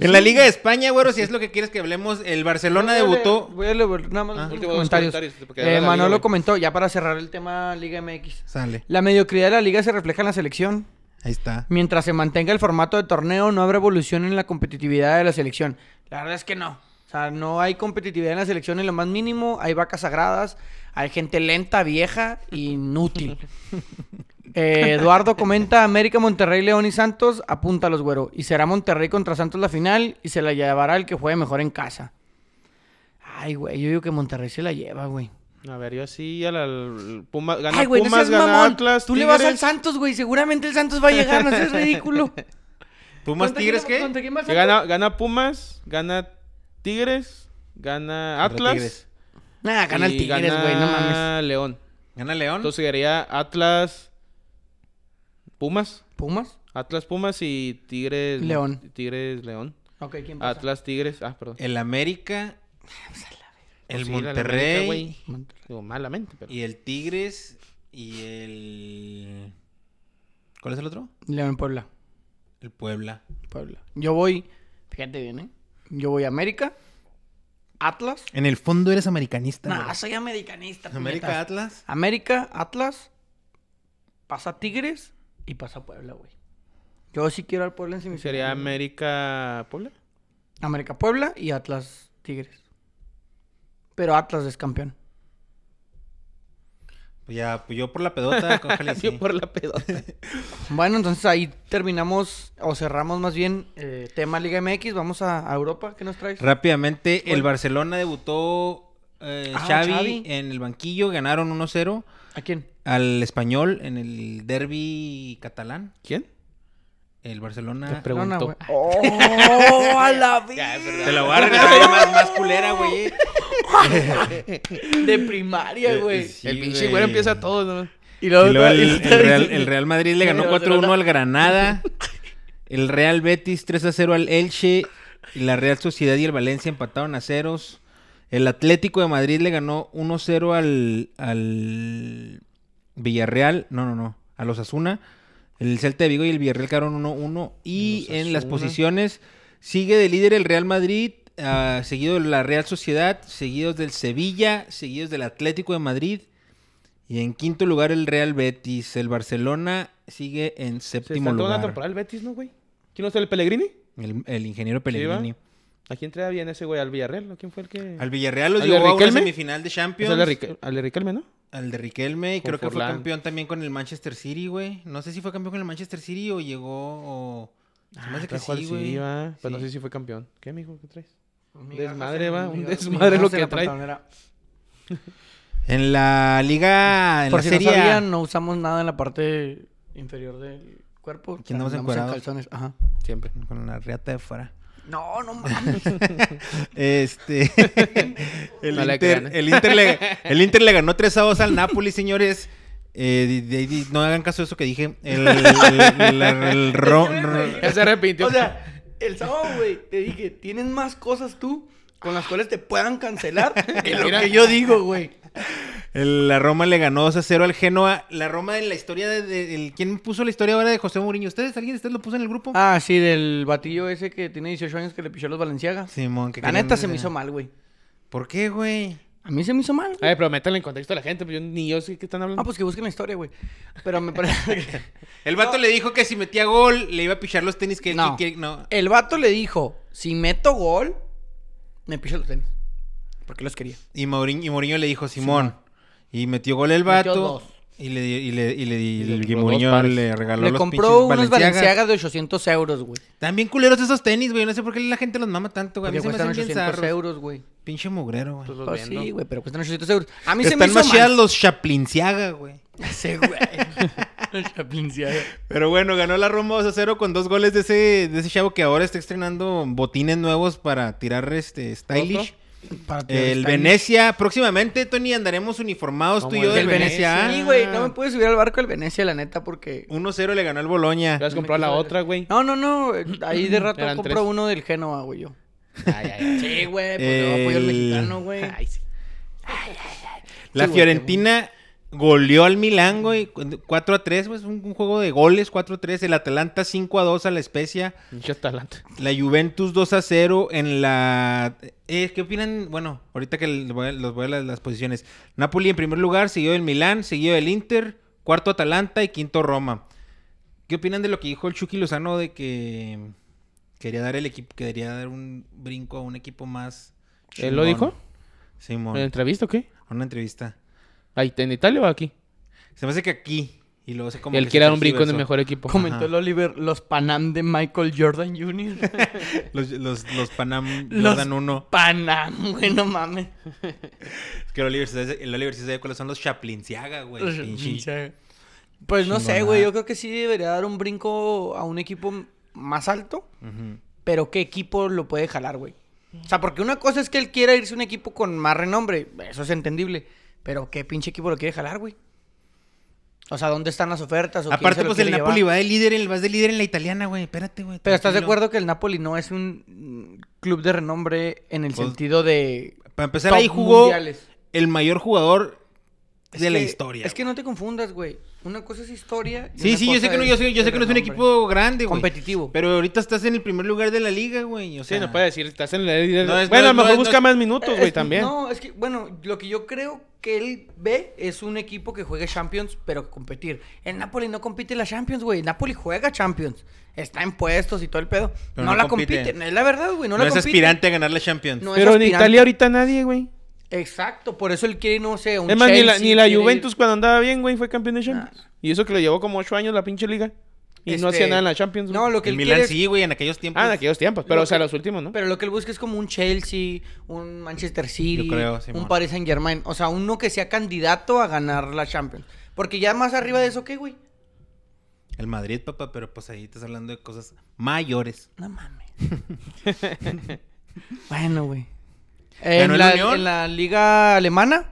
Speaker 3: En la Liga de España, güey, si es lo que quieres que hablemos, el Barcelona debutó.
Speaker 1: Voy a leer voy a leer nada más
Speaker 3: Ah.
Speaker 1: los últimos
Speaker 2: Últimos dos
Speaker 1: comentarios.
Speaker 2: comentarios, porque
Speaker 1: Eh,
Speaker 2: ya la liga,
Speaker 1: Manolo
Speaker 2: güey.
Speaker 1: comentó, ya para cerrar el tema Liga MX.
Speaker 3: Sale.
Speaker 1: La mediocridad de la liga se refleja en la selección.
Speaker 3: Ahí está.
Speaker 1: Mientras se mantenga el formato de torneo, no habrá evolución en la competitividad de la selección. La verdad es que no. O sea, no hay competitividad en la selección en lo más mínimo. Hay vacas sagradas, hay gente lenta, vieja, inútil. Eh, Eduardo comenta, América, Monterrey, León y Santos, apunta a los güero. Y será Monterrey contra Santos la final y se la llevará el que juegue mejor en casa. Ay, güey, yo digo que Monterrey se la lleva, güey.
Speaker 2: A ver, yo sí, a la. al Puma, gana
Speaker 1: Ay, güey, no
Speaker 2: Pumas,
Speaker 1: seas
Speaker 2: gana
Speaker 1: mamón.
Speaker 2: Atlas,
Speaker 1: Tú le vas al
Speaker 2: Tigres.
Speaker 1: Santos, güey. Seguramente el Santos va a llegar, no seas ridículo.
Speaker 3: ¿Pumas
Speaker 1: ¿Contra
Speaker 3: Tigres
Speaker 1: quién-
Speaker 3: qué?
Speaker 1: contra quién va el
Speaker 2: Que
Speaker 1: Santos?
Speaker 2: gana, gana Pumas, gana Tigres, gana
Speaker 3: Contra
Speaker 2: Atlas.
Speaker 3: Tigres.
Speaker 1: Nah, gana el
Speaker 2: y
Speaker 1: Tigres, güey, no mames.
Speaker 2: gana León.
Speaker 3: ¿Gana León?
Speaker 2: Entonces sería Atlas, Pumas.
Speaker 1: ¿Pumas?
Speaker 2: Atlas, Pumas y Tigres.
Speaker 1: León.
Speaker 2: Tigres, León.
Speaker 1: Ok, ¿quién pasa?
Speaker 2: Atlas, Tigres. Ah, perdón.
Speaker 3: el América, el
Speaker 2: Pues sí, la América,
Speaker 3: Monterrey
Speaker 2: güey. Digo, malamente, pero.
Speaker 3: y el Tigres Y el... ¿Cuál es el otro?
Speaker 1: León Puebla.
Speaker 3: El Puebla.
Speaker 1: Puebla. Yo voy, fíjate bien, ¿eh? Yo voy a América, Atlas.
Speaker 3: En el fondo eres americanista.
Speaker 1: Nah,
Speaker 3: güey.
Speaker 1: soy americanista.
Speaker 3: América
Speaker 1: puñetas.
Speaker 3: Atlas.
Speaker 1: América, Atlas, pasa Tigres y pasa Puebla, güey. Yo sí quiero al Puebla en semifinal.
Speaker 2: Sería América Puebla.
Speaker 1: América Puebla y Atlas Tigres. Pero Atlas es campeón.
Speaker 3: Pues ya, pues yo por la pedota, cógele sí.
Speaker 2: Yo por la pedota.
Speaker 1: Bueno, entonces ahí terminamos o cerramos más bien eh, tema Liga MX. Vamos a, a Europa. ¿Qué nos traes?
Speaker 3: Rápidamente, el
Speaker 1: Bueno.
Speaker 3: Barcelona debutó eh,
Speaker 1: Ah,
Speaker 3: Xavi,
Speaker 1: Xavi.
Speaker 3: en el banquillo, ganaron 1-0
Speaker 1: ¿A quién?
Speaker 3: al español en el derby catalán.
Speaker 2: ¿Quién?
Speaker 3: El Barcelona.
Speaker 2: Te pregunto.
Speaker 1: güey. ¡Oh, a la vida!
Speaker 3: Te la voy a arreglar ya más, más culera, güey.
Speaker 1: De primaria, güey.
Speaker 3: Sí,
Speaker 2: el pinche
Speaker 3: güey.
Speaker 2: güero empieza todo, ¿no?
Speaker 3: Eh, Y luego el,
Speaker 1: y-
Speaker 3: el Real, el Real Madrid le
Speaker 1: Sí,
Speaker 3: ganó
Speaker 1: el
Speaker 3: 4-1
Speaker 1: Barcelona.
Speaker 3: al Granada. El Real Betis 3-0 al Elche. Y la Real Sociedad y el Valencia empataron a ceros. El Atlético de Madrid le ganó 1-0 al, al Villarreal. No, no, no. A los Asuna. El Celta de Vigo y el Villarreal quedaron 1-1. Y
Speaker 2: Los
Speaker 3: en las
Speaker 2: Asuna.
Speaker 3: posiciones sigue de líder el Real Madrid. ah, seguido de la Real Sociedad. Seguidos del Sevilla. Seguidos del Atlético de Madrid. Y en quinto lugar el Real Betis. El Barcelona sigue en
Speaker 2: Se
Speaker 3: séptimo
Speaker 2: está toda la
Speaker 3: lugar.
Speaker 2: temporada el Betis, ¿no, güey? ¿Quién no está el Pellegrini?
Speaker 3: El, el ingeniero Pellegrini.
Speaker 2: ¿va? ¿A quién traía bien ese güey? ¿Al Villarreal? ¿O quién fue el que...?
Speaker 3: al Villarreal los
Speaker 2: ¿Al de
Speaker 3: llevó a una
Speaker 2: Riquelme?
Speaker 3: semifinal de
Speaker 2: O
Speaker 3: Champions.
Speaker 2: sea, al de Rique- al de Riquelme, ¿no?
Speaker 3: Al de Riquelme. Y
Speaker 2: Con
Speaker 3: creo que fue
Speaker 2: Forlán.
Speaker 3: campeón también con el Manchester City, güey. No sé si fue campeón con el Manchester City o llegó o... Se me hace que
Speaker 2: Ah, Trajo al
Speaker 3: sí,
Speaker 2: City,
Speaker 3: güey.
Speaker 2: va. Pues no
Speaker 3: Sí.
Speaker 2: sé si fue campeón. ¿Qué, mijo? ¿Qué traes?
Speaker 1: Migajas
Speaker 2: Desmadre,
Speaker 1: en-
Speaker 2: va, un
Speaker 1: migajas-
Speaker 2: desmadre
Speaker 1: migajas
Speaker 2: lo
Speaker 1: en
Speaker 2: que
Speaker 1: la
Speaker 2: trae.
Speaker 1: pantalonera.
Speaker 3: En la liga... En
Speaker 1: Por
Speaker 3: la
Speaker 1: si
Speaker 3: serie...
Speaker 1: no
Speaker 3: A.
Speaker 1: sabían, no usamos nada en la parte inferior del cuerpo. O sea, andamos
Speaker 3: andamos
Speaker 1: en
Speaker 3: encuerados.
Speaker 1: calzones. Ajá.
Speaker 2: Siempre.
Speaker 3: Con la reata de fuera.
Speaker 1: No, no mames.
Speaker 3: Este. el,
Speaker 2: No le
Speaker 3: Inter,
Speaker 2: crean, ¿eh?
Speaker 3: el, Inter le, el Inter le ganó 3 a 2 al Napoli, señores. Eh, de- de- de- no hagan caso de eso que dije. El, el- el- el Ro- Ro-
Speaker 2: Ya se arrepintió.
Speaker 1: o sea, el sábado, güey, te dije, tienes más cosas tú con las cuales te puedan cancelar que lo
Speaker 2: Mira.
Speaker 1: que yo digo, güey.
Speaker 3: el- la Roma le ganó 2 a 0 al Genoa. La Roma en la historia de, de- el- ¿Quién puso la historia ahora de José Mourinho? ¿Ustedes? ¿Alguien de ustedes lo puso en el grupo?
Speaker 1: Ah, sí, del batillo ese que tiene 18 años que le pichó a los Valenciaga.
Speaker 3: Simón, que
Speaker 1: la
Speaker 3: querían-
Speaker 1: neta se me hizo mal, güey.
Speaker 3: ¿Por qué, güey?
Speaker 1: A mí se me hizo mal. güey.
Speaker 2: A ver, pero métanle en contexto a la gente, pues yo ni yo sé qué están hablando.
Speaker 1: Ah, pues que busquen la historia, güey. Pero me parece que...
Speaker 3: El vato le dijo que si metía gol, le iba a pichar los tenis que él
Speaker 1: No.
Speaker 3: que- que- no.
Speaker 1: El vato le dijo, si meto gol, me piso los tenis. Porque los quería.
Speaker 3: Y Mourinho, y Mourinho le dijo Simón. Y metió gol el vato.
Speaker 1: dos.
Speaker 3: Y le, y le, y le, y
Speaker 2: le
Speaker 3: le- y
Speaker 2: compró
Speaker 3: Mourinho
Speaker 2: dos pares.
Speaker 3: le regaló
Speaker 1: Le
Speaker 3: los
Speaker 1: compró
Speaker 3: pinches
Speaker 1: unos
Speaker 3: Balenciagas.
Speaker 1: Valenciaga de 800 euros, güey.
Speaker 3: Están bien culeros esos tenis, güey. No sé por qué la gente los mama tanto, güey. A mí
Speaker 1: Porque
Speaker 3: se me
Speaker 1: cuestan
Speaker 3: hacen bien
Speaker 1: 800
Speaker 3: zarros.
Speaker 1: euros, güey.
Speaker 3: Pinche mugrero, güey.
Speaker 2: Pues los
Speaker 1: Pues
Speaker 2: vendo.
Speaker 1: sí, güey, pero cuestan 800 euros. A mí se me
Speaker 3: Están
Speaker 1: hizo
Speaker 3: más chidas
Speaker 1: mal.
Speaker 3: los Chaplinciaga, güey.
Speaker 1: Ese, güey. Los Chaplinciaga.
Speaker 3: Pero bueno, ganó la Roma 2 a 0 con dos goles de ese, de ese chavo que ahora está estrenando botines nuevos para tirar este stylish.
Speaker 1: Para ti,
Speaker 3: El
Speaker 1: está bien.
Speaker 3: Venecia, próximamente, Tony, andaremos uniformados tú y
Speaker 2: Como
Speaker 3: yo
Speaker 2: el
Speaker 3: del
Speaker 1: Del
Speaker 3: Venecia. Ah.
Speaker 1: Venecia. Sí, güey, no me pude subir al barco del Venecia, la neta, porque...
Speaker 3: 1-0 le ganó al Boloña.
Speaker 2: Pero has comprado la otra, güey.
Speaker 1: No, no, no. eh, Ahí de rato
Speaker 2: Eran
Speaker 1: compro
Speaker 2: tres.
Speaker 1: uno del Génova, güey, yo.
Speaker 2: Ay, ay,
Speaker 1: Sí, güey, pues no apoyo al
Speaker 3: El-
Speaker 1: mexicano, güey.
Speaker 2: ay. Ay, sí.
Speaker 3: La
Speaker 1: Sí, güey,
Speaker 3: Fiorentina goleó al Milán, güey. 4 a 3, pues un, un juego de goles, 4 a 3. El Atalanta 5 a 2 a la Especia.
Speaker 2: Pinche Atalanta.
Speaker 3: La Juventus 2 a 0 en la... eh, ¿Qué opinan? Bueno, ahorita que les voy a, los voy a las, las posiciones. Napoli en primer lugar, seguido el Milán, seguido el Inter, cuarto Atalanta y quinto Roma. ¿Qué opinan de lo que dijo el Chucky Lozano de que quería dar el equipo, quería dar un brinco a un equipo más...
Speaker 2: ¿Él lo
Speaker 3: chingón?
Speaker 2: dijo?
Speaker 3: Simón,
Speaker 2: ¿En entrevista o qué?
Speaker 3: una entrevista.
Speaker 2: Ahí, ¿En Italia o aquí?
Speaker 3: Se me hace que aquí. Y luego se como
Speaker 2: Él
Speaker 3: que
Speaker 2: quiere
Speaker 3: se
Speaker 2: dar un brinco en el
Speaker 3: tergiversó.
Speaker 2: mejor equipo.
Speaker 1: Comentó
Speaker 3: Ajá.
Speaker 1: el Oliver, los Panam de Michael Jordan Jr.
Speaker 3: Los, los, los Panam
Speaker 1: Los-
Speaker 3: Jordan 1.
Speaker 1: Panam, güey, no mames.
Speaker 3: Es que el Oliver sí sabe- el Oliver sí sabe cuáles son los Chaplinciaga, güey.
Speaker 1: Los
Speaker 3: pinche.
Speaker 1: Chaplinciaga. Pues no sé,
Speaker 3: Chingona.
Speaker 1: güey. Yo creo que sí debería dar un brinco a un equipo m- más alto.
Speaker 3: Ujú.
Speaker 1: Pero ¿qué equipo lo puede jalar, güey? O sea, porque una cosa es que él quiera irse a un equipo con más renombre. Eso es entendible. Pero ¿qué pinche equipo lo quiere jalar, güey? O sea, ¿dónde están las ofertas? o quién se
Speaker 3: Aparte,
Speaker 1: lo
Speaker 3: pues el
Speaker 1: quiere
Speaker 3: Napoli
Speaker 1: llevar?
Speaker 3: va de líder, en- vas de líder en la italiana, güey. Espérate, güey.
Speaker 1: Pero ¿estás de
Speaker 3: tranquilo.
Speaker 1: acuerdo que el Napoli no es un mm, club de renombre en el
Speaker 3: Pues,
Speaker 1: sentido de
Speaker 3: Para empezar,
Speaker 1: top
Speaker 3: ahí jugó
Speaker 1: mundiales?
Speaker 3: el mayor jugador de
Speaker 1: Es
Speaker 3: la
Speaker 1: que-
Speaker 3: historia.
Speaker 1: Es que no te confundas, güey. Una cosa es historia. y
Speaker 3: Sí,
Speaker 1: una
Speaker 3: sí, yo sé
Speaker 1: cosa
Speaker 3: que no, yo sé, yo sé
Speaker 1: el
Speaker 3: que no es un
Speaker 1: renombre.
Speaker 3: equipo grande, güey.
Speaker 1: Competitivo.
Speaker 3: Pero ahorita estás en el primer lugar de la liga, güey. O
Speaker 2: Sí,
Speaker 3: sea,
Speaker 2: no puede decir, estás en la...
Speaker 3: No es-
Speaker 2: bueno,
Speaker 3: no
Speaker 2: a
Speaker 3: es-
Speaker 2: lo mejor
Speaker 3: no es-
Speaker 2: busca
Speaker 3: no es-
Speaker 2: más minutos, güey,
Speaker 1: Es-
Speaker 2: también.
Speaker 1: No, es que, bueno, lo que yo creo que él ve es un equipo que juega Champions, pero competir. El Napoli no compite la Champions, güey. El Napoli juega Champions. Está en puestos y todo el pedo.
Speaker 3: Pero
Speaker 1: no,
Speaker 3: no
Speaker 1: la
Speaker 3: compite.
Speaker 1: compite. Es la verdad, güey. No,
Speaker 3: No,
Speaker 1: la
Speaker 3: es
Speaker 1: compite.
Speaker 3: aspirante a ganar la Champions.
Speaker 1: No es
Speaker 2: Pero en
Speaker 1: aspirante.
Speaker 2: Italia ahorita nadie, güey.
Speaker 1: Exacto. Por eso él quiere, no sé, un
Speaker 2: Es más, ni la,
Speaker 1: Chelsea,
Speaker 2: ni la
Speaker 1: quiere ir-
Speaker 2: Juventus cuando andaba bien, güey, fue campeón de Champions.
Speaker 1: Nah.
Speaker 2: Y eso que lo llevó como ocho años la pinche liga. Y
Speaker 1: Este,
Speaker 2: no hacía nada en la Champions. güey.
Speaker 1: No, lo que
Speaker 3: el
Speaker 1: él
Speaker 3: Milan
Speaker 1: quiere es-
Speaker 3: sí, güey, en aquellos tiempos.
Speaker 2: Ah, en aquellos tiempos. Pero,
Speaker 1: Lo
Speaker 2: o sea,
Speaker 1: que-
Speaker 2: los últimos, ¿no?
Speaker 1: Pero lo que él busca es como un Chelsea, un Manchester City,
Speaker 3: Yo creo,
Speaker 1: un
Speaker 3: Simón.
Speaker 1: Paris Saint Germain. O sea, uno que sea candidato a ganar la Champions. Porque ya más arriba de eso, ¿qué, güey?
Speaker 3: El Madrid, papá, pero pues ahí estás hablando de cosas mayores.
Speaker 1: No mames. bueno, güey.
Speaker 3: ¿Ganó
Speaker 1: En
Speaker 3: el
Speaker 1: la,
Speaker 3: Unión?
Speaker 1: en la liga alemana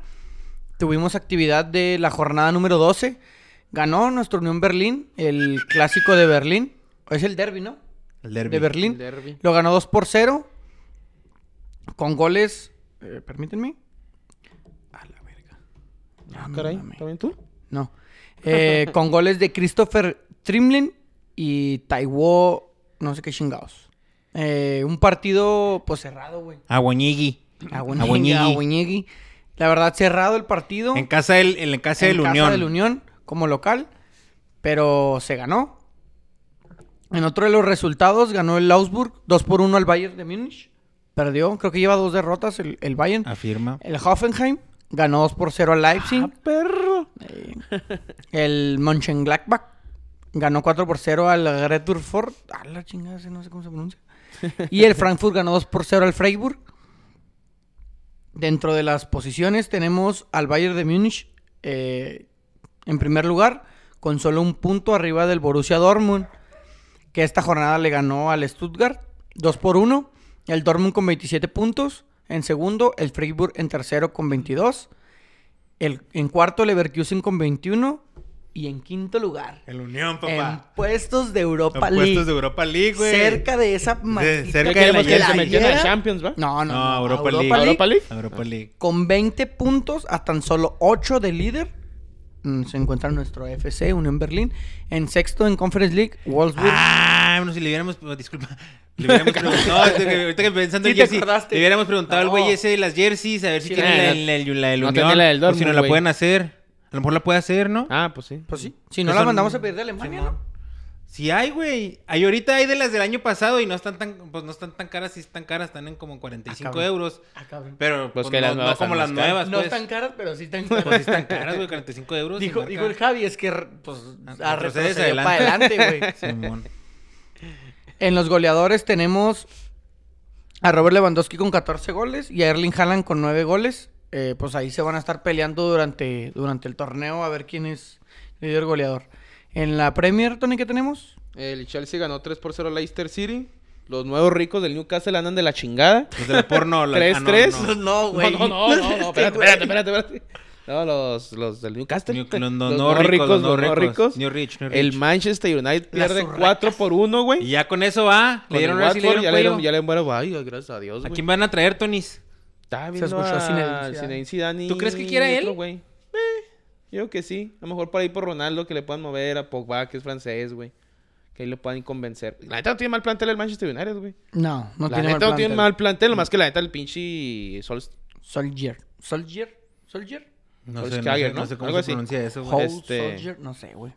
Speaker 1: tuvimos actividad de la jornada número 12. Ganó nuestro Unión Berlín, el clásico de Berlín. Es el derby, ¿no?
Speaker 3: El derbi.
Speaker 1: De Berlín.
Speaker 2: derbi.
Speaker 1: Lo ganó 2 por 0. Con goles. eh, permítanme. A la verga.
Speaker 2: Ah,
Speaker 1: No
Speaker 2: caray,
Speaker 1: mames.
Speaker 2: ¿también tú?
Speaker 1: No. Eh, con goles de Christopher Trimlin y Taiwo, no sé qué chingados. Eh, un partido, pues cerrado, güey.
Speaker 3: Aguañigui.
Speaker 1: Aguñegui. Aguñegui. La verdad, cerrado el partido.
Speaker 3: En casa del, en la casa
Speaker 1: en
Speaker 3: del
Speaker 1: casa
Speaker 3: Unión.
Speaker 1: del Unión, como local. Pero se ganó. En otro de los resultados, ganó el Augsburg 2 por 1 al Bayern de Múnich. Perdió, creo que lleva dos derrotas el, el Bayern.
Speaker 3: Afirma.
Speaker 1: El Hoffenheim ganó 2 por 0 al
Speaker 3: Ah.
Speaker 1: Leipzig.
Speaker 2: perro!
Speaker 1: Eh, El Mönchengladbach ganó 4 por 0 al Gretur Ford. A la chingada, ese no sé cómo se pronuncia. Y el Frankfurt ganó 2 por 0 al Freiburg. Dentro de las posiciones tenemos al Bayern de Múnich eh, en primer lugar, con solo un punto arriba del Borussia Dortmund, que esta jornada le ganó al Stuttgart 2 por 1. El Dortmund con 27 puntos. En segundo, el Freiburg en tercero con 22. El, en cuarto, Leverkusen con 21. Y en quinto lugar,
Speaker 3: El Unión,
Speaker 1: en
Speaker 3: papá.
Speaker 1: puestos de
Speaker 3: Los
Speaker 1: Europa League.
Speaker 3: puestos de Europa League, güey.
Speaker 1: cerca de esa maldita
Speaker 3: cerca
Speaker 2: Ya
Speaker 3: de
Speaker 2: queremos
Speaker 3: la
Speaker 2: que se
Speaker 3: hielera.
Speaker 2: metiera en la
Speaker 1: playera.
Speaker 2: Champions, ¿va?
Speaker 1: No, no,
Speaker 3: No,
Speaker 1: no,
Speaker 3: Europa League.
Speaker 2: ¿Europa League?
Speaker 3: Europa League.
Speaker 1: Con 20 puntos a tan solo 8 de líder. mm, Se encuentra nuestro FC, Unión Berlín. En sexto en Conference League, Wolfsburg.
Speaker 3: Ah, bueno, si le hubiéramos. oh, Disculpa. Le hubiéramos preguntado. es que ahorita que pensando en
Speaker 1: Sí te
Speaker 3: jersey,
Speaker 1: acordaste.
Speaker 3: le hubiéramos preguntado al güey
Speaker 1: No.
Speaker 3: ese de las jerseys, a ver si
Speaker 1: Sí,
Speaker 3: tiene
Speaker 2: la-
Speaker 3: la, la- la del
Speaker 2: no
Speaker 3: Unión.
Speaker 2: tenía la del
Speaker 3: o si
Speaker 2: Dortmund,
Speaker 3: no la
Speaker 2: güey.
Speaker 3: pueden hacer. A lo mejor la puede hacer, ¿no?
Speaker 2: Ah, pues sí.
Speaker 1: Pues sí. Si
Speaker 3: Que
Speaker 1: no la
Speaker 3: son-
Speaker 1: mandamos a pedir de Alemania,
Speaker 3: Simón.
Speaker 1: ¿no?
Speaker 3: Sí hay, güey. Hay ahorita hay de las del año pasado y no están tan, pues no están tan caras, sí están caras, están en como 45
Speaker 1: cabrón.
Speaker 3: euros.
Speaker 1: Ah, cabrón.
Speaker 3: Pero
Speaker 2: Pues
Speaker 3: pues,
Speaker 2: que
Speaker 3: no,
Speaker 2: las
Speaker 3: no
Speaker 2: nuevas
Speaker 3: como las
Speaker 2: están más
Speaker 3: nuevas,
Speaker 1: No
Speaker 3: pues.
Speaker 1: están caras, pero sí están
Speaker 3: Pues sí
Speaker 1: caras.
Speaker 3: están caras, güey, 45 euros. y
Speaker 1: dijo,
Speaker 3: marca-
Speaker 1: dijo el Javi, es que pues,
Speaker 3: Ah,
Speaker 1: a
Speaker 3: retrocedes
Speaker 1: retroceder para adelante, güey.
Speaker 3: Simón.
Speaker 1: En los goleadores tenemos a Robert Lewandowski con 14 goles y a Erling Haaland con 9 goles. Eh, pues ahí se van a estar peleando durante, durante el torneo a ver quién es líder goleador. En la Premier, Tony, ¿qué tenemos?
Speaker 2: El Chelsea ganó 3 por 0 al Leicester City. Los nuevos ricos del Newcastle andan de la chingada.
Speaker 3: Los de la porno, la- ah,
Speaker 2: Tres,
Speaker 3: no,
Speaker 2: tres.
Speaker 3: no.
Speaker 1: No,
Speaker 2: No, no, no, no, no, espérate, espérate, espérate, espérate. No, los, los del Newcastle.
Speaker 3: New- los no-
Speaker 2: Los
Speaker 3: no
Speaker 2: no
Speaker 3: ricos,
Speaker 2: ricos,
Speaker 3: los
Speaker 2: los
Speaker 3: no
Speaker 2: no
Speaker 3: ricos.
Speaker 2: ricos.
Speaker 3: New rich, new
Speaker 2: El
Speaker 3: rich.
Speaker 2: Manchester United pierde
Speaker 1: urracas.
Speaker 2: 4 por 1,
Speaker 3: Y
Speaker 2: güey.
Speaker 3: ya con eso va.
Speaker 2: Con
Speaker 3: Le
Speaker 2: el
Speaker 3: dieron ahora sí le
Speaker 2: Watford,
Speaker 3: dieron
Speaker 2: ya le dieron,
Speaker 3: cuello.
Speaker 2: ya le dieron, ay, gracias a Dios,
Speaker 3: ¿A
Speaker 2: güey.
Speaker 3: quién van a traer, Tonis?
Speaker 2: Está viendo
Speaker 1: escuchó
Speaker 2: a
Speaker 1: Zinedine Zidane.
Speaker 2: Zinedine Zidane y
Speaker 3: ¿Tú crees que quiera
Speaker 2: otro
Speaker 3: él?
Speaker 2: güey. Eh, yo creo que sí. A lo mejor por ahí por Ronaldo que le puedan mover a Pogba, que es francés, güey. Que ahí lo puedan convencer. La neta no tiene mal plantel el Manchester United, güey.
Speaker 1: No, no
Speaker 2: la
Speaker 1: tiene mal
Speaker 2: neta no tiene
Speaker 1: plantel.
Speaker 2: mal plantel, lo más que la neta el pinche Sol...
Speaker 1: Soldier. Soldier. Soldier.
Speaker 3: No
Speaker 2: Pues
Speaker 3: sé, no
Speaker 2: Kager,
Speaker 3: sé, no
Speaker 2: ¿no?
Speaker 3: sé cómo
Speaker 2: Algo
Speaker 3: se
Speaker 2: así.
Speaker 3: pronuncia eso, güey.
Speaker 1: Whole
Speaker 2: este-
Speaker 1: Soldier. No sé, güey.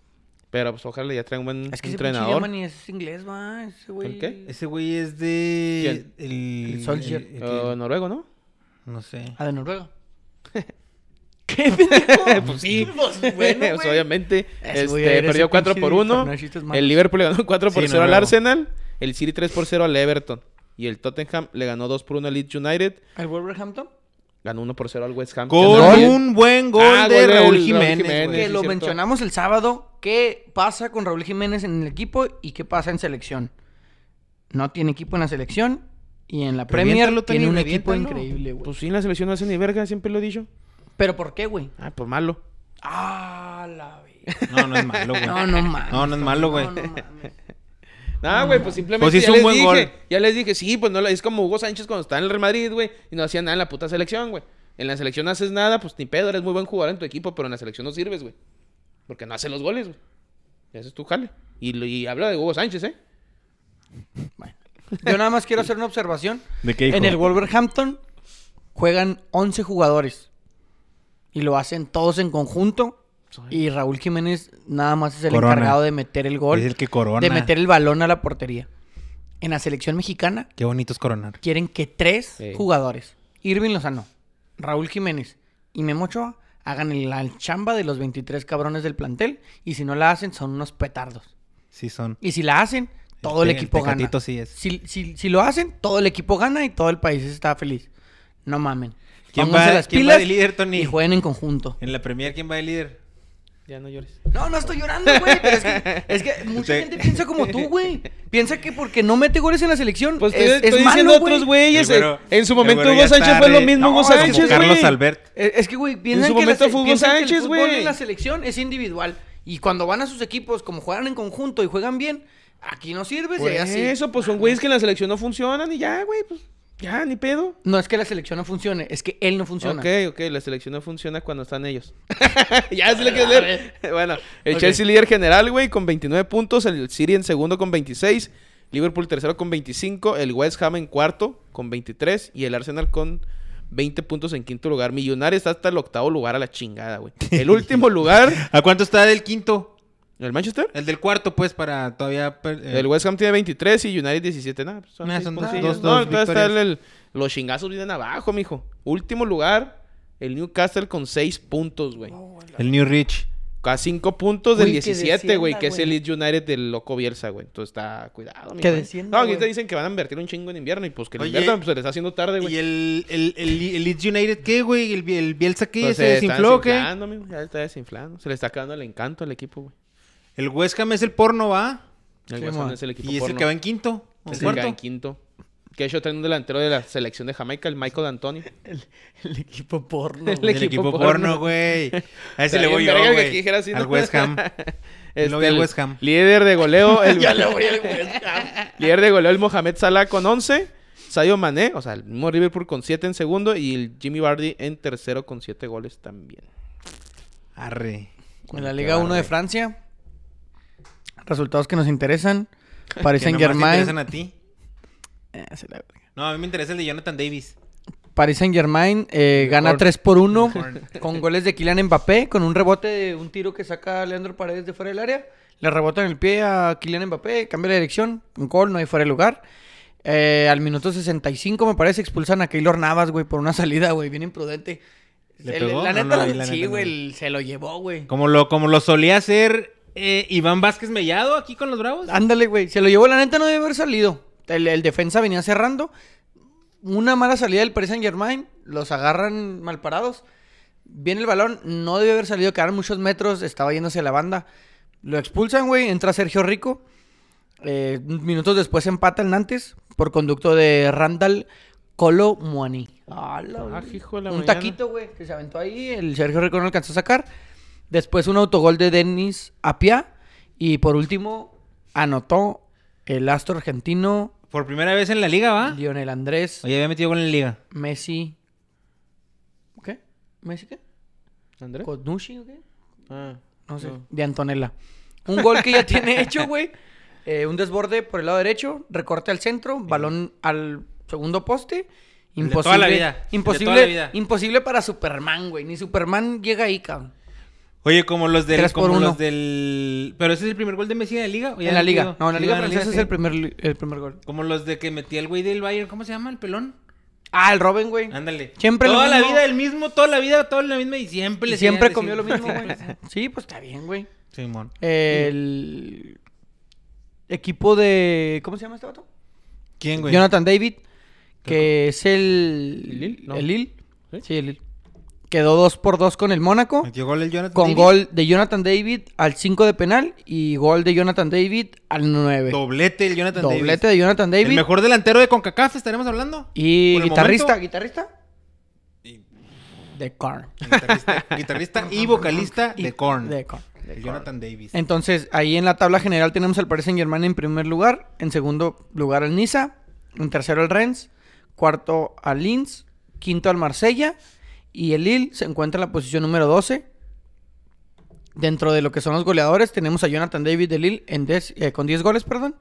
Speaker 2: Pero pues ojalá ya traiga un buen
Speaker 1: Es que ese pinche
Speaker 2: entrenador.
Speaker 1: idioma ni es inglés, va. Ese güey.
Speaker 2: ¿El qué?
Speaker 3: Ese güey es de... El,
Speaker 1: El Solskjaer.
Speaker 3: el- el-
Speaker 2: O Eh, noruego, Oh, ¿no?
Speaker 3: No sé.
Speaker 1: Ah, de Noruega. ¿Qué pendejo? pues sí. Pues bueno,
Speaker 2: Pues,
Speaker 1: güey.
Speaker 2: obviamente.
Speaker 1: Ese
Speaker 2: este,
Speaker 1: güey eres
Speaker 2: perdió
Speaker 1: un
Speaker 2: 4
Speaker 1: pinche
Speaker 2: por 1.
Speaker 1: infernal, chistes malos.
Speaker 2: El Liverpool le ganó 4 por
Speaker 3: Sí,
Speaker 2: 0 al
Speaker 3: noruego.
Speaker 2: Arsenal. El City 3 por 0 al Everton. Y el Tottenham le ganó 2 por 1 al Leeds United.
Speaker 1: ¿El Wolverhampton?
Speaker 2: ganó 1 por 0 al West Ham.
Speaker 3: Con
Speaker 2: Que andaba
Speaker 3: un buen gol
Speaker 2: Ah,
Speaker 3: de
Speaker 2: gol de
Speaker 3: Raúl
Speaker 2: Raúl
Speaker 3: Jiménez,
Speaker 2: Jiménez,
Speaker 3: güey.
Speaker 1: Que
Speaker 2: sí,
Speaker 1: lo
Speaker 2: cierto.
Speaker 1: mencionamos el sábado. ¿Qué pasa con Raúl Jiménez en el equipo y qué pasa en selección? No tiene equipo en la selección y en la Premier
Speaker 3: Reviéntalo, Tony,
Speaker 1: tiene un equipo
Speaker 3: reviéntalo.
Speaker 1: increíble,
Speaker 2: bien.
Speaker 1: güey.
Speaker 2: Pues sí, la selección no hace ni verga, siempre lo he dicho.
Speaker 1: ¿Pero por qué, güey?
Speaker 2: Ah, pues malo.
Speaker 1: Ah, la verga.
Speaker 3: No, no es malo, güey.
Speaker 1: No, no mames.
Speaker 3: No, no es malo, güey.
Speaker 1: No, no mames.
Speaker 2: Nah, güey, pues simplemente
Speaker 3: Pues
Speaker 2: ya
Speaker 3: hizo un
Speaker 2: les
Speaker 3: buen
Speaker 2: dije,
Speaker 3: gol.
Speaker 2: ya les dije, sí, pues no, la- es como Hugo Sánchez cuando estaba en el Real Madrid, güey, y no hacía nada en la puta selección, güey. En la selección no haces nada, pues ni pedo, eres muy buen jugador en tu equipo, pero en la selección no sirves, güey. Porque no haces los goles, güey. Ese es tu jale. Y, lo- y habla de Hugo Sánchez, ¿eh?
Speaker 1: Yo nada más quiero hacer una observación.
Speaker 4: ¿De qué hijo?
Speaker 1: En el Wolverhampton juegan 11 jugadores. Y lo hacen todos en conjunto. Y Raúl Jiménez nada más es el
Speaker 3: Corona.
Speaker 1: encargado de meter el gol.
Speaker 3: Es el que corona.
Speaker 1: De meter el balón a la portería. En la selección mexicana
Speaker 3: Qué bonito es coronar.
Speaker 1: quieren que tres
Speaker 2: Sí.
Speaker 1: jugadores, Irving Lozano, Raúl Jiménez y Memo Ochoa, hagan el- la chamba de los 23 cabrones del plantel. Y si no la hacen, son unos petardos.
Speaker 3: Sí son.
Speaker 1: Y si la hacen, todo el,
Speaker 3: te-
Speaker 1: equipo gana.
Speaker 3: Tecatito sí es.
Speaker 1: Si, si- si lo hacen, todo el equipo gana y todo el país está feliz. No mamen.
Speaker 3: ¿Quién
Speaker 1: Pónganse
Speaker 3: va-
Speaker 1: las
Speaker 3: quién va
Speaker 1: pilas
Speaker 3: de líder, Tony?
Speaker 1: Y jueguen en conjunto.
Speaker 3: En la Premier, ¿quién va de líder?
Speaker 2: Ya no llores.
Speaker 1: No, no estoy llorando, güey. pero es que, es que mucha
Speaker 3: Usted-
Speaker 1: gente piensa como tú, güey. Piensa que porque no mete goles en la selección
Speaker 2: Pues
Speaker 1: es,
Speaker 2: te
Speaker 1: es
Speaker 2: estoy diciendo
Speaker 1: malo,
Speaker 2: otros
Speaker 1: güey.
Speaker 2: güeyes.
Speaker 3: El güero-
Speaker 2: en su
Speaker 3: el
Speaker 2: momento
Speaker 3: güero
Speaker 2: Hugo
Speaker 3: ya
Speaker 2: Sánchez
Speaker 3: está
Speaker 2: fue lo
Speaker 3: re-
Speaker 2: mismo
Speaker 3: No,
Speaker 2: Hugo
Speaker 3: es como
Speaker 2: Sánchez,
Speaker 3: Carlos
Speaker 2: güey.
Speaker 3: Albert.
Speaker 1: Es es que, güey, piensan
Speaker 2: su
Speaker 1: que, la
Speaker 2: momento
Speaker 1: se-
Speaker 2: fue Hugo
Speaker 1: piensan que
Speaker 2: Sánchez,
Speaker 1: el fútbol
Speaker 2: güey.
Speaker 1: en la selección es individual. Y cuando van a sus equipos, como juegan en conjunto y juegan bien, aquí no sirve.
Speaker 2: Por
Speaker 1: si así.
Speaker 2: eso, pues son güeyes que en la selección no funcionan y ya, güey, pues ya, ni pedo.
Speaker 1: No es que la selección no funcione, es que él no funciona.
Speaker 2: Ok, ok, la selección no funciona cuando están ellos. ya es lo que leer. Bueno, el Chelsea líder general, güey, con 29 puntos, el City en segundo con 26, Liverpool tercero con 25, el West Ham en cuarto con 23 y el Arsenal con 20 puntos en quinto lugar. Millonario está hasta el octavo lugar a la chingada, güey. El último lugar,
Speaker 3: ¿A cuánto está del quinto?
Speaker 2: el Manchester.
Speaker 3: El del cuarto, pues, para todavía... per- eh,
Speaker 2: El West Ham tiene 23 y United 17. Nah, pues son
Speaker 3: Nah,
Speaker 2: seis
Speaker 3: son
Speaker 2: puntos.
Speaker 3: dos-
Speaker 2: Sí,
Speaker 3: dos-
Speaker 2: no,
Speaker 3: dos
Speaker 2: entonces está
Speaker 3: victorias.
Speaker 2: el- el- los chingazos vienen abajo, mijo. Último lugar, el Newcastle con 6 puntos, güey.
Speaker 3: El New Rich.
Speaker 2: A 5 puntos del
Speaker 1: Uy, que
Speaker 2: 17, güey,
Speaker 1: descienda,
Speaker 2: que es el
Speaker 1: güey.
Speaker 2: Leeds United del loco Bielsa, güey. Entonces está cuidado, mijo.
Speaker 1: Que
Speaker 2: eh.
Speaker 1: descienda,
Speaker 2: No, aquí
Speaker 1: güey.
Speaker 2: te dicen que van a invertir un chingo en invierno y pues que lo
Speaker 3: Oye,
Speaker 2: inviertan, pues se les está haciendo tarde, güey.
Speaker 3: ¿Y el, el, el, el Leeds United qué, güey? ¿El, el Bielsa qué?
Speaker 2: Entonces,
Speaker 3: Pues ¿Se desinfló o qué?
Speaker 2: desinflando, mijo, ya está desinflando. Se le está acabando el encanto al equipo, güey.
Speaker 3: El West Ham es el porno, ¿va?
Speaker 2: El
Speaker 1: Sí,
Speaker 2: West Ham
Speaker 1: mo.
Speaker 2: es el equipo
Speaker 3: Y es el
Speaker 2: porno.
Speaker 3: que va en quinto. ¿O
Speaker 2: Es el que va en
Speaker 3: cuarto?
Speaker 2: quinto. Que de hecho traen un delantero de la selección de Jamaica, el Michael Antonio.
Speaker 1: El equipo porno.
Speaker 2: El
Speaker 1: güey.
Speaker 3: El
Speaker 2: equipo
Speaker 3: Pues, equipo
Speaker 2: porno.
Speaker 3: porno, güey. A
Speaker 2: Está
Speaker 3: ese le voy
Speaker 2: bien
Speaker 3: yo,
Speaker 2: verga que
Speaker 3: güey.
Speaker 2: aquí dijera así, ¿no?
Speaker 3: Al West Ham.
Speaker 2: Este,
Speaker 3: Lo voy al
Speaker 2: el
Speaker 3: West Ham.
Speaker 2: Líder de goleo, el,
Speaker 1: Ya le voy al West Ham.
Speaker 2: líder de goleo el Mohamed Salah con 11. Sadio Mané, o sea, el mismo Liverpool con 7 en segundo y el Jimmy Vardy en tercero con 7 goles también.
Speaker 3: Arre.
Speaker 1: En la Liga 1 de Francia. Resultados que nos interesan. Paris
Speaker 3: Que nomás te interesan
Speaker 1: Saint-Germain.
Speaker 3: a ti?
Speaker 1: Eh, se la verga.
Speaker 3: No, a mí me interesa el de Jonathan Davis.
Speaker 1: Paris Saint-Germain eh, gana
Speaker 2: Mejor.
Speaker 1: 3 por 1
Speaker 3: Mejor.
Speaker 1: con goles de Kylian Mbappé, con un rebote de un tiro que saca Leandro Paredes de fuera del área. Le rebota en el pie a Kylian Mbappé, cambia la dirección, un gol, no hay fuera de lugar. Eh, al minuto 65, me parece, expulsan a Keylor Navas, güey, por una salida, güey, bien imprudente.
Speaker 3: ¿Le
Speaker 1: El-
Speaker 3: pegó?
Speaker 1: La
Speaker 3: No
Speaker 1: neta,
Speaker 3: lo vi, la
Speaker 1: sí,
Speaker 3: neta no.
Speaker 1: güey, el- se lo llevó, güey.
Speaker 3: Como lo, como lo solía hacer eh, Iván Vázquez Mellado aquí con los Bravos.
Speaker 1: Ándale, güey. Se lo llevó, la neta no debe haber salido. El, el defensa venía cerrando. Una mala salida del Paris Saint Germain. Los agarran mal parados. Viene el balón, no debe haber salido, quedaron muchos metros, estaba yéndose a la banda. Lo expulsan, güey. Entra Sergio Rico. Eh, minutos después empata el Nantes por conducto de Randall Colo Muani.
Speaker 2: Ah, hijo de la
Speaker 1: un
Speaker 2: mañana.
Speaker 1: taquito, güey, que se aventó ahí. El Sergio Rico no alcanzó a sacar. Después un autogol de Denis Apia. Y por último, anotó el astro argentino
Speaker 3: Por primera vez en la liga,
Speaker 2: Ah.
Speaker 3: ¿va?
Speaker 1: Lionel Andrés
Speaker 3: Oye, había metido gol en la liga.
Speaker 1: Messi. ¿Qué? ¿Messi qué?
Speaker 2: ¿Andrés?
Speaker 1: ¿Codnucci o qué?
Speaker 2: Ah.
Speaker 1: No sé.
Speaker 2: No.
Speaker 1: De Antonella. Un gol que ya tiene hecho, güey. Eh, un desborde por el lado derecho, recorte al centro, balón al segundo poste.
Speaker 3: El de
Speaker 1: Imposible.
Speaker 3: toda la vida. El de
Speaker 1: Imposible,
Speaker 3: toda la vida.
Speaker 1: imposible para Superman, güey. Ni Superman llega ahí, cabrón.
Speaker 3: Oye, como los del.
Speaker 1: Tres por
Speaker 3: como
Speaker 1: uno.
Speaker 3: los del. Pero ese es el primer gol de Messi en la liga. ¿O ya
Speaker 1: en la
Speaker 3: había
Speaker 1: liga.
Speaker 3: metido?
Speaker 1: No, en la
Speaker 3: Sí,
Speaker 1: liga
Speaker 3: va,
Speaker 1: francesa es
Speaker 3: sí.
Speaker 1: el primer, li- el primer gol.
Speaker 3: Como los de que metía el güey del Bayern. ¿Cómo se llama? El pelón.
Speaker 1: Ah, el Robin, güey.
Speaker 3: Ándale.
Speaker 1: Siempre lo
Speaker 3: Toda la
Speaker 1: mismo.
Speaker 3: vida el mismo, toda la vida, toda la misma y siempre
Speaker 1: Y
Speaker 3: le
Speaker 1: Siempre
Speaker 3: decían,
Speaker 1: comió lo
Speaker 3: siempre.
Speaker 1: mismo, güey. Sí, pues está bien, güey.
Speaker 3: Simón.
Speaker 1: El equipo de. ¿Cómo se llama este vato?
Speaker 3: ¿Quién, güey?
Speaker 1: Jonathan David, que es el.
Speaker 2: ¿El Lille? No.
Speaker 1: el Lille.
Speaker 2: ¿Sí?
Speaker 1: Sí, el Lille. Quedó 2 por 2 con el Mónaco.
Speaker 3: Metió gol el Jonathan.
Speaker 1: Con
Speaker 3: Davis.
Speaker 1: gol de Jonathan David al 5 de penal y gol de Jonathan David al 9.
Speaker 3: Doblete el Jonathan Davis.
Speaker 1: Doblete de Jonathan David.
Speaker 3: El mejor delantero de CONCACAF, estaremos hablando.
Speaker 1: Y
Speaker 3: Por el
Speaker 1: guitarrista,
Speaker 3: momento,
Speaker 1: guitarrista. De Korn.
Speaker 3: guitarrista, guitarrista y vocalista
Speaker 1: Y-
Speaker 3: de Korn.
Speaker 1: De Korn.
Speaker 3: El Jonathan Davis.
Speaker 1: Entonces, ahí en la tabla general tenemos al Paris Saint-Germain en primer lugar, en segundo lugar al Niza, en tercero al Rennes, cuarto al Linz, quinto al Marsella Y el Lille se encuentra en la posición número 12. Dentro de lo que son los goleadores, tenemos a Jonathan David de Lille en 10, eh, con 10 goles, perdón.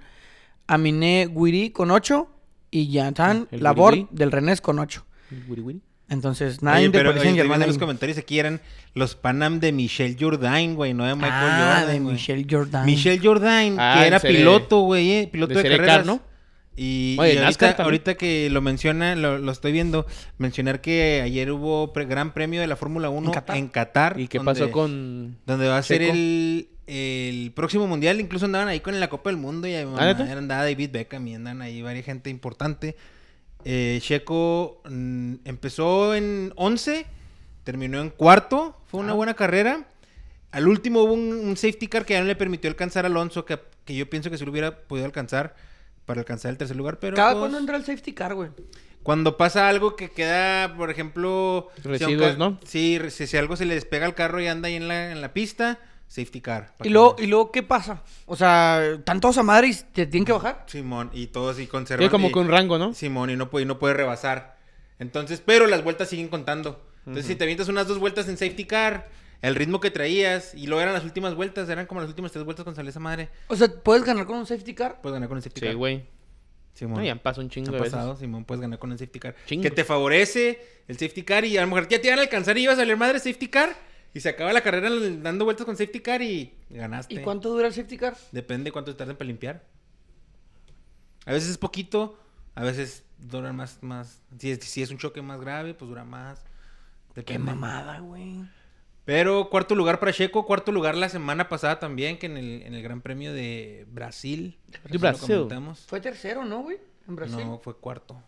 Speaker 1: A Miné Guiri con 8. Y Jonathan
Speaker 2: El
Speaker 1: Labor
Speaker 2: Guiri.
Speaker 1: del Rennes con 8.
Speaker 2: Wiri, wiri.
Speaker 1: Entonces, nada
Speaker 3: Oye,
Speaker 1: de Paris
Speaker 3: pero oye, estoy
Speaker 1: Saint-Germain
Speaker 3: viendo los
Speaker 1: ahí.
Speaker 3: comentarios aquí eran los Panam de Michelle Jourdain, güey, no de Michael
Speaker 1: Ah,
Speaker 3: Jordan.
Speaker 1: de
Speaker 3: güey.
Speaker 1: Michelle Jordan.
Speaker 3: Michelle Jourdain,
Speaker 2: Ah,
Speaker 3: que
Speaker 2: en
Speaker 3: era
Speaker 2: serie-
Speaker 3: piloto, güey, eh,
Speaker 2: de
Speaker 3: piloto de,
Speaker 2: serie car,
Speaker 3: carreras.
Speaker 2: ¿no?
Speaker 3: Y,
Speaker 2: Oye,
Speaker 3: y
Speaker 2: NASCAR
Speaker 3: ahorita,
Speaker 2: también.
Speaker 3: ahorita que lo menciona, lo, lo estoy viendo, mencionar que ayer hubo pre- gran premio de la Fórmula 1 en
Speaker 1: Qatar.
Speaker 3: Qatar.
Speaker 2: ¿Y qué
Speaker 3: donde-
Speaker 2: pasó con...?
Speaker 3: Donde va a ser
Speaker 2: Checo?
Speaker 3: el, el próximo mundial. Incluso andaban ahí con la Copa del Mundo. Y ahí
Speaker 2: ¿Ah, neta?
Speaker 3: andaba David Beckham y andan ahí varias gente importante. Eh, Checo mm, empezó en 11, terminó en cuarto. Fue una
Speaker 2: Ah.
Speaker 3: buena carrera. Al último hubo un, un safety car que ya no le permitió alcanzar a Alonso, que, que yo pienso que se lo hubiera podido alcanzar para alcanzar el tercer lugar. Pero
Speaker 1: Cada
Speaker 3: pues,
Speaker 1: cuando entra el safety car, güey.
Speaker 3: cuando pasa algo que queda, por ejemplo... si a un
Speaker 2: Residuos,
Speaker 3: ca-
Speaker 2: ¿no?
Speaker 3: Sí, re- si, si algo se le despega al carro y anda ahí en la, en la pista, safety car. Pa'
Speaker 1: Y
Speaker 3: que
Speaker 1: luego,
Speaker 3: no-
Speaker 1: ¿Y luego qué pasa? O sea, ¿están todos a madre y te tienen que bajar?
Speaker 3: Simón, y todo así
Speaker 2: Sí,
Speaker 3: conservado.
Speaker 2: como con rango, ¿no?
Speaker 3: Simón, y no, puede, y no puede rebasar. Entonces, pero las vueltas siguen contando. Entonces, si te avientas unas dos vueltas en safety car, el ritmo que traías, y luego eran las últimas vueltas, eran como las últimas tres vueltas con esa madre,
Speaker 1: O sea, ¿puedes ganar con un safety car?
Speaker 3: puedes ganar con el safety
Speaker 2: Sí,
Speaker 3: car.
Speaker 2: güey.
Speaker 3: Simón.
Speaker 2: No, ya han pasado un chingo
Speaker 3: Ha
Speaker 2: de veces. Ah,
Speaker 3: pasado, Simón, puedes ganar con el safety car.
Speaker 2: Chingos.
Speaker 3: Que te favorece el safety car y a lo mejor ya te iban a alcanzar y ibas a salir madre safety car y se acaba la carrera dando vueltas con safety car y ganaste.
Speaker 1: ¿Y cuánto dura el safety car?
Speaker 3: Depende cuánto tarden para limpiar. A veces es poquito, a veces duran más, más. Si es, si es un choque más grave, pues dura más.
Speaker 1: Qué
Speaker 3: Depende.
Speaker 1: mamada, güey.
Speaker 3: Pero cuarto lugar para Checo, cuarto lugar la semana pasada también, que en el, en el Gran Premio de Brasil.
Speaker 2: De
Speaker 3: Brasil lo
Speaker 2: Brasil.
Speaker 3: comentamos.
Speaker 1: Fue tercero, ¿no, güey? En Brasil.
Speaker 3: No, fue cuarto.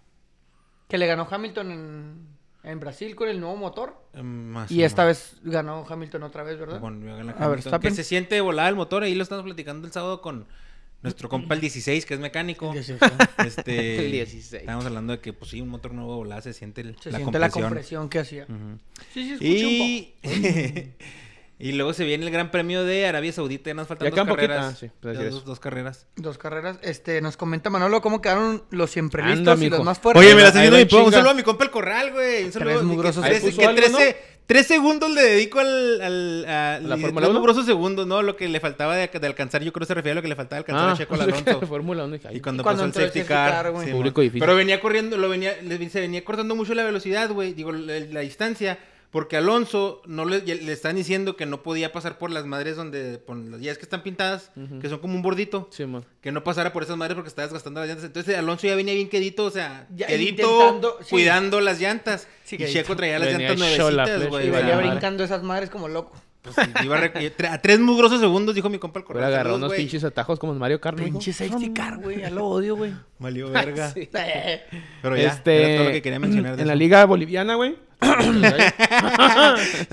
Speaker 1: Que le ganó Hamilton en, en Brasil con el nuevo motor.
Speaker 3: Em, Más
Speaker 1: Y esta vez ganó Hamilton otra vez, ¿verdad?
Speaker 3: Bueno, yo gané
Speaker 1: A ver,
Speaker 3: Hamilton,
Speaker 1: Verstappen.
Speaker 3: que se siente de volada el motor, ahí lo estamos platicando el sábado con nuestro compa el 16, que es mecánico.
Speaker 1: Sí, sí, sí.
Speaker 3: Este,
Speaker 2: El 16.
Speaker 3: Estábamos hablando de que, pues sí, un motor nuevo de volada se siente, el-
Speaker 1: Se
Speaker 3: la,
Speaker 1: siente la
Speaker 3: compresión.
Speaker 1: compresión que hacía.
Speaker 3: Ujú.
Speaker 1: Sí, sí, escuché un poco.
Speaker 3: Y... y luego se viene el Gran Premio de Arabia Saudita, ya nos faltan
Speaker 2: Ya
Speaker 3: dos
Speaker 2: queda un poquito,
Speaker 3: carreras.
Speaker 2: ah, sí, pues así
Speaker 3: Ya
Speaker 2: es.
Speaker 3: dos, dos carreras.
Speaker 1: Dos carreras. Este, nos comenta Manolo cómo quedaron los siempre
Speaker 2: Anda,
Speaker 1: listos y
Speaker 2: mijo.
Speaker 1: los más fuertes.
Speaker 2: Oye, me la estás viendo mi
Speaker 3: Un
Speaker 2: chinga.
Speaker 3: saludo a mi compa el Corral, güey. Un saludo.
Speaker 1: Tres
Speaker 3: a mi-
Speaker 1: mugrosos.
Speaker 3: que
Speaker 1: Ahí
Speaker 3: tres-
Speaker 2: puso
Speaker 3: que
Speaker 2: algo,
Speaker 3: trece-
Speaker 2: ¿no?
Speaker 3: tres segundos le dedico al... al a,
Speaker 2: ¿La
Speaker 3: y
Speaker 2: Fórmula
Speaker 3: tres
Speaker 2: uno?
Speaker 3: mugrosos segundos, ¿no? Lo que le faltaba de, de alcanzar, yo creo que se refiere a lo que le faltaba alcanzar a Checo
Speaker 2: no sé qué
Speaker 3: Alonso.
Speaker 2: Fórmula 1 y-
Speaker 3: Y cuando,
Speaker 1: Y cuando
Speaker 3: pasó
Speaker 1: entró
Speaker 3: el safety car,
Speaker 1: güey.
Speaker 3: sí,
Speaker 2: Público
Speaker 3: mon.
Speaker 2: difícil.
Speaker 3: Pero venía corriendo, lo venía, le- se venía cortando mucho la velocidad, güey. Digo, la, la distancia. Porque Alonso no le, le están diciendo que no podía pasar por las madres donde por las llantas que están pintadas,
Speaker 2: Ujú.
Speaker 3: que son como un bordito.
Speaker 2: Sí, man.
Speaker 3: Que no pasara por esas madres porque estaba desgastando las llantas. Entonces Alonso ya venía bien quedito, o sea,
Speaker 1: Ya, intentando,
Speaker 3: quedito,
Speaker 1: sí.
Speaker 3: cuidando las llantas.
Speaker 1: Sí,
Speaker 3: y
Speaker 1: quedito.
Speaker 3: Checo traía las
Speaker 2: Venía
Speaker 3: llantas
Speaker 2: chola, pues,
Speaker 3: nuevecitas,
Speaker 2: flecha,
Speaker 1: Y
Speaker 3: güey. o
Speaker 2: iba
Speaker 3: sea,
Speaker 1: venía
Speaker 2: ya
Speaker 1: brincando esas madres como loco.
Speaker 3: pues, iba re- a tres mugrosos segundos, dijo mi compa el
Speaker 2: Hubiera
Speaker 3: correo.
Speaker 2: agarrado
Speaker 3: Saludos,
Speaker 2: unos
Speaker 3: güey.
Speaker 2: pinches atajos como en Mario Kart. ¿no?
Speaker 1: Pinche safety car, güey. Ya lo odio, güey.
Speaker 3: Valió verga.
Speaker 2: Sí.
Speaker 1: Eh.
Speaker 3: Pero ya,
Speaker 2: Este,
Speaker 3: era todo lo que quería mencionar. de
Speaker 2: En la
Speaker 3: eso.
Speaker 2: liga boliviana, güey.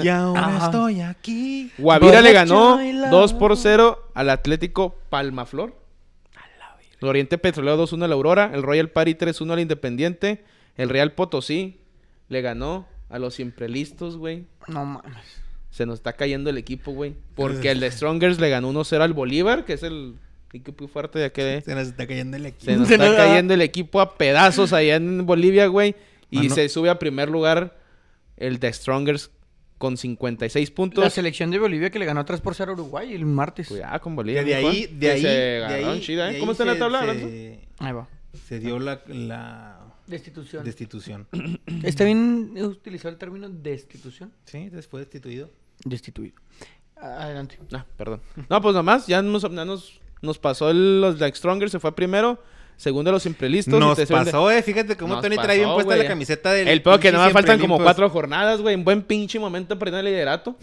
Speaker 3: Y ahora
Speaker 1: Ajá.
Speaker 3: estoy aquí.
Speaker 2: Guavira le
Speaker 1: Borracho
Speaker 2: ganó
Speaker 1: y la-
Speaker 2: 2 por 0 al Atlético Palmaflor. El Oriente Petrolero 2-1 al Aurora. El Royal Party 3-1 al Independiente. El Real Potosí le ganó a los siempre listos, güey.
Speaker 1: No mames.
Speaker 2: Se nos está cayendo el equipo, güey. Porque el de Strongers le ganó 1-0 al Bolívar, que es el equipo fuerte de aquel.
Speaker 3: Se nos está cayendo el equipo.
Speaker 2: Se nos
Speaker 1: Se
Speaker 2: está
Speaker 1: nos-
Speaker 2: cayendo el equipo a pedazos allá en Bolivia, güey. Y
Speaker 3: Mano.
Speaker 2: se sube a primer lugar el de Strongers con 56 puntos.
Speaker 1: La selección de Bolivia que le ganó 3 por 0 a Uruguay el martes.
Speaker 2: Cuidado con
Speaker 3: Que
Speaker 2: Bolivia.
Speaker 3: de
Speaker 2: mijo,
Speaker 3: ahí,
Speaker 2: eh.
Speaker 3: de
Speaker 2: Que
Speaker 3: ahí,
Speaker 2: se
Speaker 3: de
Speaker 2: agarraron
Speaker 3: ahí-
Speaker 2: chida,
Speaker 3: de
Speaker 2: ¿eh? ¿Cómo
Speaker 3: ahí
Speaker 2: está la
Speaker 3: se-
Speaker 2: tabla, Alonso?
Speaker 3: Se,
Speaker 1: Ahí va.
Speaker 3: se dio la, la
Speaker 1: Destitución.
Speaker 3: destitución.
Speaker 1: ¿Está bien utilizado el término destitución?
Speaker 3: Sí, después destituido.
Speaker 1: Destituido. Adelante.
Speaker 2: Ah, perdón. No, pues nomás, ya nos, ya nos, nos pasó el- los de Strongers, se fue primero. Segundo, los siempre listos. y
Speaker 3: Nos
Speaker 2: tercero el de-
Speaker 3: pasó, eh. Fíjate cómo
Speaker 2: Nos
Speaker 3: Tony trae bien
Speaker 2: pasó,
Speaker 3: puesta
Speaker 2: güey.
Speaker 3: la camiseta del.
Speaker 2: El peor que
Speaker 3: pinche
Speaker 2: no me faltan
Speaker 3: siempre
Speaker 2: como
Speaker 3: limpos.
Speaker 2: cuatro jornadas, güey. En buen pinche momento perdiendo el liderato.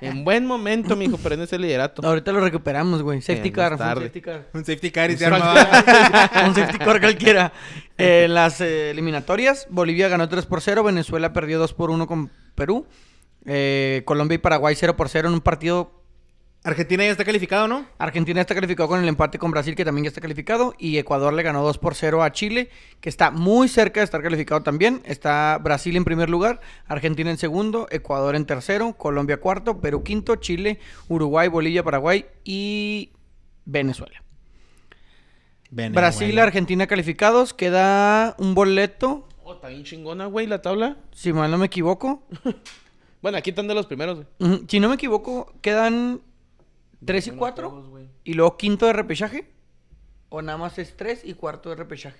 Speaker 2: en buen momento, mijo, perdiendo ese liderato.
Speaker 1: Ahorita lo recuperamos, güey. Safety
Speaker 2: Bien,
Speaker 1: car.
Speaker 2: más
Speaker 1: fue un
Speaker 2: tarde.
Speaker 1: safety car.
Speaker 3: Un safety car y se armaba.
Speaker 1: un safety car cualquiera. Eh, las eh, eliminatorias, Bolivia ganó 3 por 0, Venezuela perdió 2 por 1 con Perú, Eh, Colombia y Paraguay 0 por 0 en un partido.
Speaker 3: Argentina ya está calificado, ¿no?
Speaker 1: Argentina está calificado con el empate con Brasil, que también ya está calificado, y Ecuador le ganó 2 por 0 a Chile, que está muy cerca de estar calificado también. Está Brasil en primer lugar, Argentina en segundo, Ecuador en tercero, Colombia cuarto, Perú quinto, Chile, Uruguay, Bolivia, Paraguay y Venezuela.
Speaker 3: Venezuela.
Speaker 1: Brasil, Argentina calificados. Queda un boleto
Speaker 2: Oh, está bien chingona, güey, la tabla.
Speaker 1: Si mal no me equivoco.
Speaker 2: Bueno, aquí están de los primeros, güey.
Speaker 1: Ujú, Si no me equivoco, quedan 3 y
Speaker 2: Buenos
Speaker 1: 4.
Speaker 2: juegos, güey.
Speaker 1: Y luego quinto de repechaje. O nada más es 3 y cuarto de repechaje.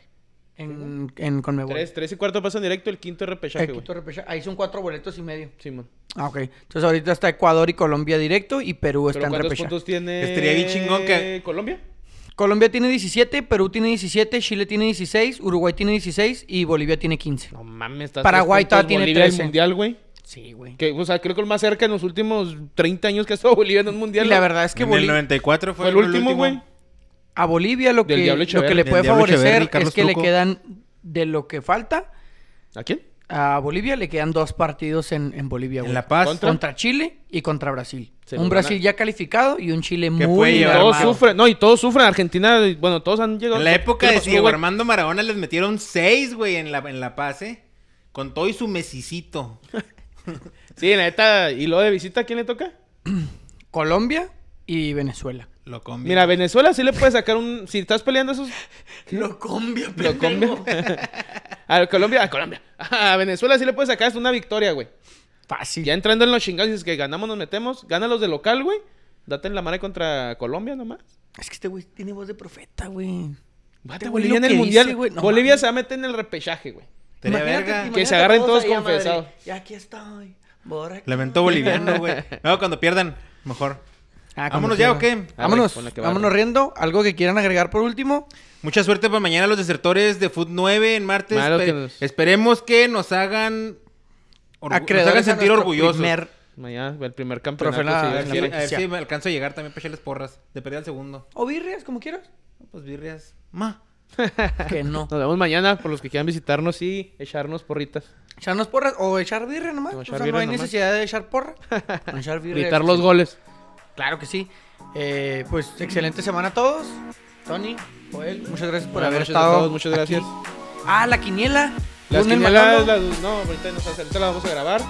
Speaker 1: En, en Conmebol.
Speaker 2: Tres, tres y cuarto pasan directo, el quinto es repechaje,
Speaker 1: El
Speaker 2: güey.
Speaker 1: quinto de repechaje. Ahí son cuatro boletos y medio.
Speaker 2: Simón.
Speaker 1: Ah, ok. Entonces ahorita está Ecuador y Colombia directo y Perú
Speaker 2: ¿Pero
Speaker 1: está en
Speaker 2: cuántos
Speaker 1: repechaje.
Speaker 2: puntos tiene
Speaker 3: Pues Estaría bien chingón que-
Speaker 2: Colombia?
Speaker 1: Colombia tiene 17, Perú tiene 17, Chile tiene 16, Uruguay tiene 16 y Bolivia tiene 15.
Speaker 2: No mames, está a
Speaker 1: Paraguay
Speaker 2: tres puntos
Speaker 1: todavía tiene
Speaker 2: Bolivia del
Speaker 1: 13.
Speaker 2: mundial, güey.
Speaker 1: Sí, güey.
Speaker 2: Que, o sea, creo que el más cerca en los últimos 30 años que ha estado Bolivia en un
Speaker 1: Y
Speaker 2: mundial.
Speaker 1: la
Speaker 2: ¿no?
Speaker 1: verdad es que
Speaker 3: en el
Speaker 1: Boli-
Speaker 3: 94
Speaker 2: Fue el último, güey.
Speaker 1: a Bolivia lo
Speaker 2: Del
Speaker 1: que,
Speaker 2: Diablo
Speaker 1: lo que
Speaker 2: Echeverri,
Speaker 1: le puede
Speaker 3: del Diablo Echeverri,
Speaker 1: favorecer
Speaker 3: Carlos
Speaker 1: es que
Speaker 3: Truco.
Speaker 1: le quedan, de lo que falta,
Speaker 2: ¿A quién?
Speaker 1: a Bolivia le quedan dos partidos en, en Bolivia, güey.
Speaker 3: En La Paz.
Speaker 2: Contra-
Speaker 1: Contra Chile y contra Brasil.
Speaker 2: Se lo
Speaker 1: un
Speaker 2: van a-
Speaker 1: Brasil ya calificado y un Chile
Speaker 3: Que
Speaker 1: muy
Speaker 3: puede
Speaker 1: bien
Speaker 3: llevar
Speaker 2: Todos
Speaker 1: armado.
Speaker 2: sufren, no, y todos sufren. Argentina, y, bueno, todos han llegado.
Speaker 3: En la época
Speaker 2: ¿Qué le
Speaker 3: de
Speaker 2: pasó,
Speaker 3: Diego
Speaker 2: güey?
Speaker 3: Armando Maradona les metieron seis, güey, en la, en la paz, ¿eh? Con todo y su mesicito.
Speaker 2: Sí, la neta. ¿Y luego de visita quién le toca?
Speaker 1: Colombia y Venezuela.
Speaker 3: Lo combi.
Speaker 2: Mira, Venezuela sí le puede sacar un. Si estás peleando esos.
Speaker 3: lo combi,
Speaker 2: Lo Colombia. a Colombia, a Colombia. A Venezuela sí le puede sacar hasta una victoria, güey.
Speaker 1: Fácil.
Speaker 2: Ya entrando en los chingados, dices que ganamos, nos metemos. Gana los de local, güey. Date en la madre contra Colombia nomás.
Speaker 1: Es que este güey tiene voz de profeta, güey.
Speaker 2: Bate
Speaker 1: Este güey
Speaker 2: Bolivia
Speaker 1: lo
Speaker 2: en el
Speaker 1: que
Speaker 2: mundial.
Speaker 1: dice, güey, no
Speaker 2: Bolivia
Speaker 1: mames.
Speaker 2: se va a meter en el repechaje, güey.
Speaker 3: Estaría
Speaker 1: Imagínate-
Speaker 3: verga.
Speaker 1: imagínate
Speaker 2: se agarren todos
Speaker 1: ahí a Madrid.
Speaker 2: confesados.
Speaker 1: Ya aquí estoy. borracho.
Speaker 3: Lamento boliviano, güey. No, cuando pierdan, mejor.
Speaker 1: Ah, cuando
Speaker 3: Vámonos ya, ¿o
Speaker 1: quieran.
Speaker 3: qué?
Speaker 1: Vámonos.
Speaker 2: Arre, ponle que va,
Speaker 1: Vámonos
Speaker 2: arre.
Speaker 1: riendo. ¿Algo que quieran agregar por último?
Speaker 3: Mucha suerte para mañana los desertores de Food 9 en martes.
Speaker 2: Malo
Speaker 3: Espe-
Speaker 2: que nos-
Speaker 3: Esperemos que nos hagan, orgu- nos
Speaker 1: Acreedores
Speaker 3: hagan
Speaker 1: a
Speaker 3: sentir
Speaker 1: nuestro
Speaker 3: orgullosos.
Speaker 1: primer-
Speaker 2: Mañana, el primer campeonato.
Speaker 1: Trofeo en la-
Speaker 2: si Dios
Speaker 3: A ver, si,
Speaker 2: quiere.
Speaker 3: a ver si me alcanzo a llegar también para echarles porras. De perder al segundo.
Speaker 1: O birrias, como quieras.
Speaker 3: No, Pues birrias. Ma.
Speaker 1: que no.
Speaker 2: Nos vemos mañana por los que quieran visitarnos y echarnos porritas.
Speaker 1: Echarnos porras o echar birria nomás.
Speaker 2: O
Speaker 1: O
Speaker 2: echar
Speaker 1: sea, no
Speaker 2: birria
Speaker 1: hay
Speaker 2: nomás.
Speaker 1: necesidad de echar porra. Con echar birria.
Speaker 2: Gritar los goles.
Speaker 1: Claro que sí. Eh, pues excelente semana a todos. Tony, Joel, muchas gracias por
Speaker 2: Buenas
Speaker 1: haber
Speaker 2: noches a
Speaker 1: estado.
Speaker 2: todos, muchas
Speaker 1: aquí.
Speaker 2: gracias.
Speaker 1: Ah, la quiniela.
Speaker 2: Las
Speaker 1: Lunes
Speaker 2: quinielas,
Speaker 1: matando.
Speaker 2: las- no, ahorita, nos, ahorita las vamos a grabar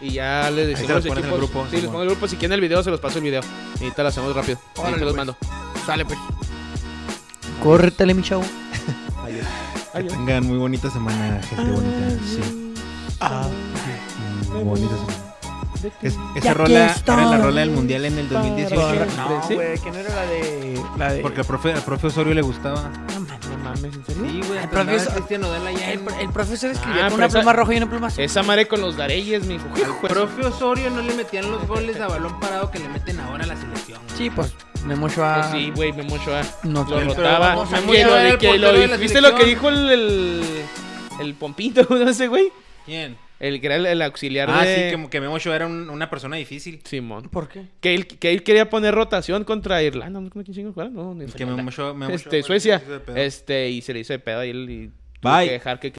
Speaker 2: y ya les decimos
Speaker 3: se las
Speaker 2: los
Speaker 3: pones en el
Speaker 2: equipos.
Speaker 3: grupo,
Speaker 2: Sí, les
Speaker 3: Simón.
Speaker 2: pongo el grupo. Si quieren el video, se los paso el video. Y te lo hacemos rápido. Ahí
Speaker 1: Órale,
Speaker 2: te los
Speaker 1: pues.
Speaker 2: mando.
Speaker 1: Sale pues. Córretele, mi chavo.
Speaker 3: Que tengan muy bonita semana, gente bonita. Sí. Muy bonita semana. Es-
Speaker 1: aquí
Speaker 3: esa rola
Speaker 1: estoy.
Speaker 3: era la rola del mundial en el 2018.
Speaker 1: No,
Speaker 2: ¿Sí?
Speaker 1: güey, ¿quién era la de...? La de...
Speaker 3: Porque al profe, al profe Osorio le gustaba.
Speaker 1: No mames.
Speaker 2: No mames, ¿en serio?
Speaker 3: Sí, güey.
Speaker 1: El
Speaker 3: hasta andaba
Speaker 1: profe-
Speaker 3: Cristian Nodal allá
Speaker 1: El,
Speaker 3: en-
Speaker 1: el profesor escribió
Speaker 2: Ah,
Speaker 1: con
Speaker 2: pero
Speaker 1: una
Speaker 2: esa-
Speaker 1: pluma roja y una pluma azul.
Speaker 2: Esa madre con los dareyes, mijo.
Speaker 3: Al profe Osorio no le metían los goles a balón parado que le meten ahora a la selección. güey.
Speaker 1: Sí, pues, Memo Ochoa...
Speaker 2: Pues sí, güey, Memo Ochoa.
Speaker 1: No,
Speaker 2: lo
Speaker 1: pero
Speaker 2: rotaba.
Speaker 3: vamos a
Speaker 2: Que lo-
Speaker 3: ver al
Speaker 2: que lo-
Speaker 3: portero de la
Speaker 2: ¿Viste lo que
Speaker 3: selección?
Speaker 2: dijo el, el, el Pompito, no sé, güey?
Speaker 3: ¿Quién?
Speaker 2: El que era el, el auxiliar
Speaker 3: Ah,
Speaker 2: de...
Speaker 3: sí, como que Memo Ochoa era un- una persona difícil.
Speaker 2: Simón.
Speaker 1: ¿Por qué?
Speaker 2: Que él, que él quería poner rotación contra Irlanda. No, ¿Quién chingos jugaron? No, ni
Speaker 3: Que Memo Ochoa- Memo
Speaker 2: Pues,
Speaker 3: Ochoa
Speaker 2: Este,
Speaker 3: fue el que
Speaker 2: Suecia.
Speaker 3: se hizo de pedo.
Speaker 2: Este, y se le hizo de pedo a él y... tuvo
Speaker 3: Bye.
Speaker 2: que dejar que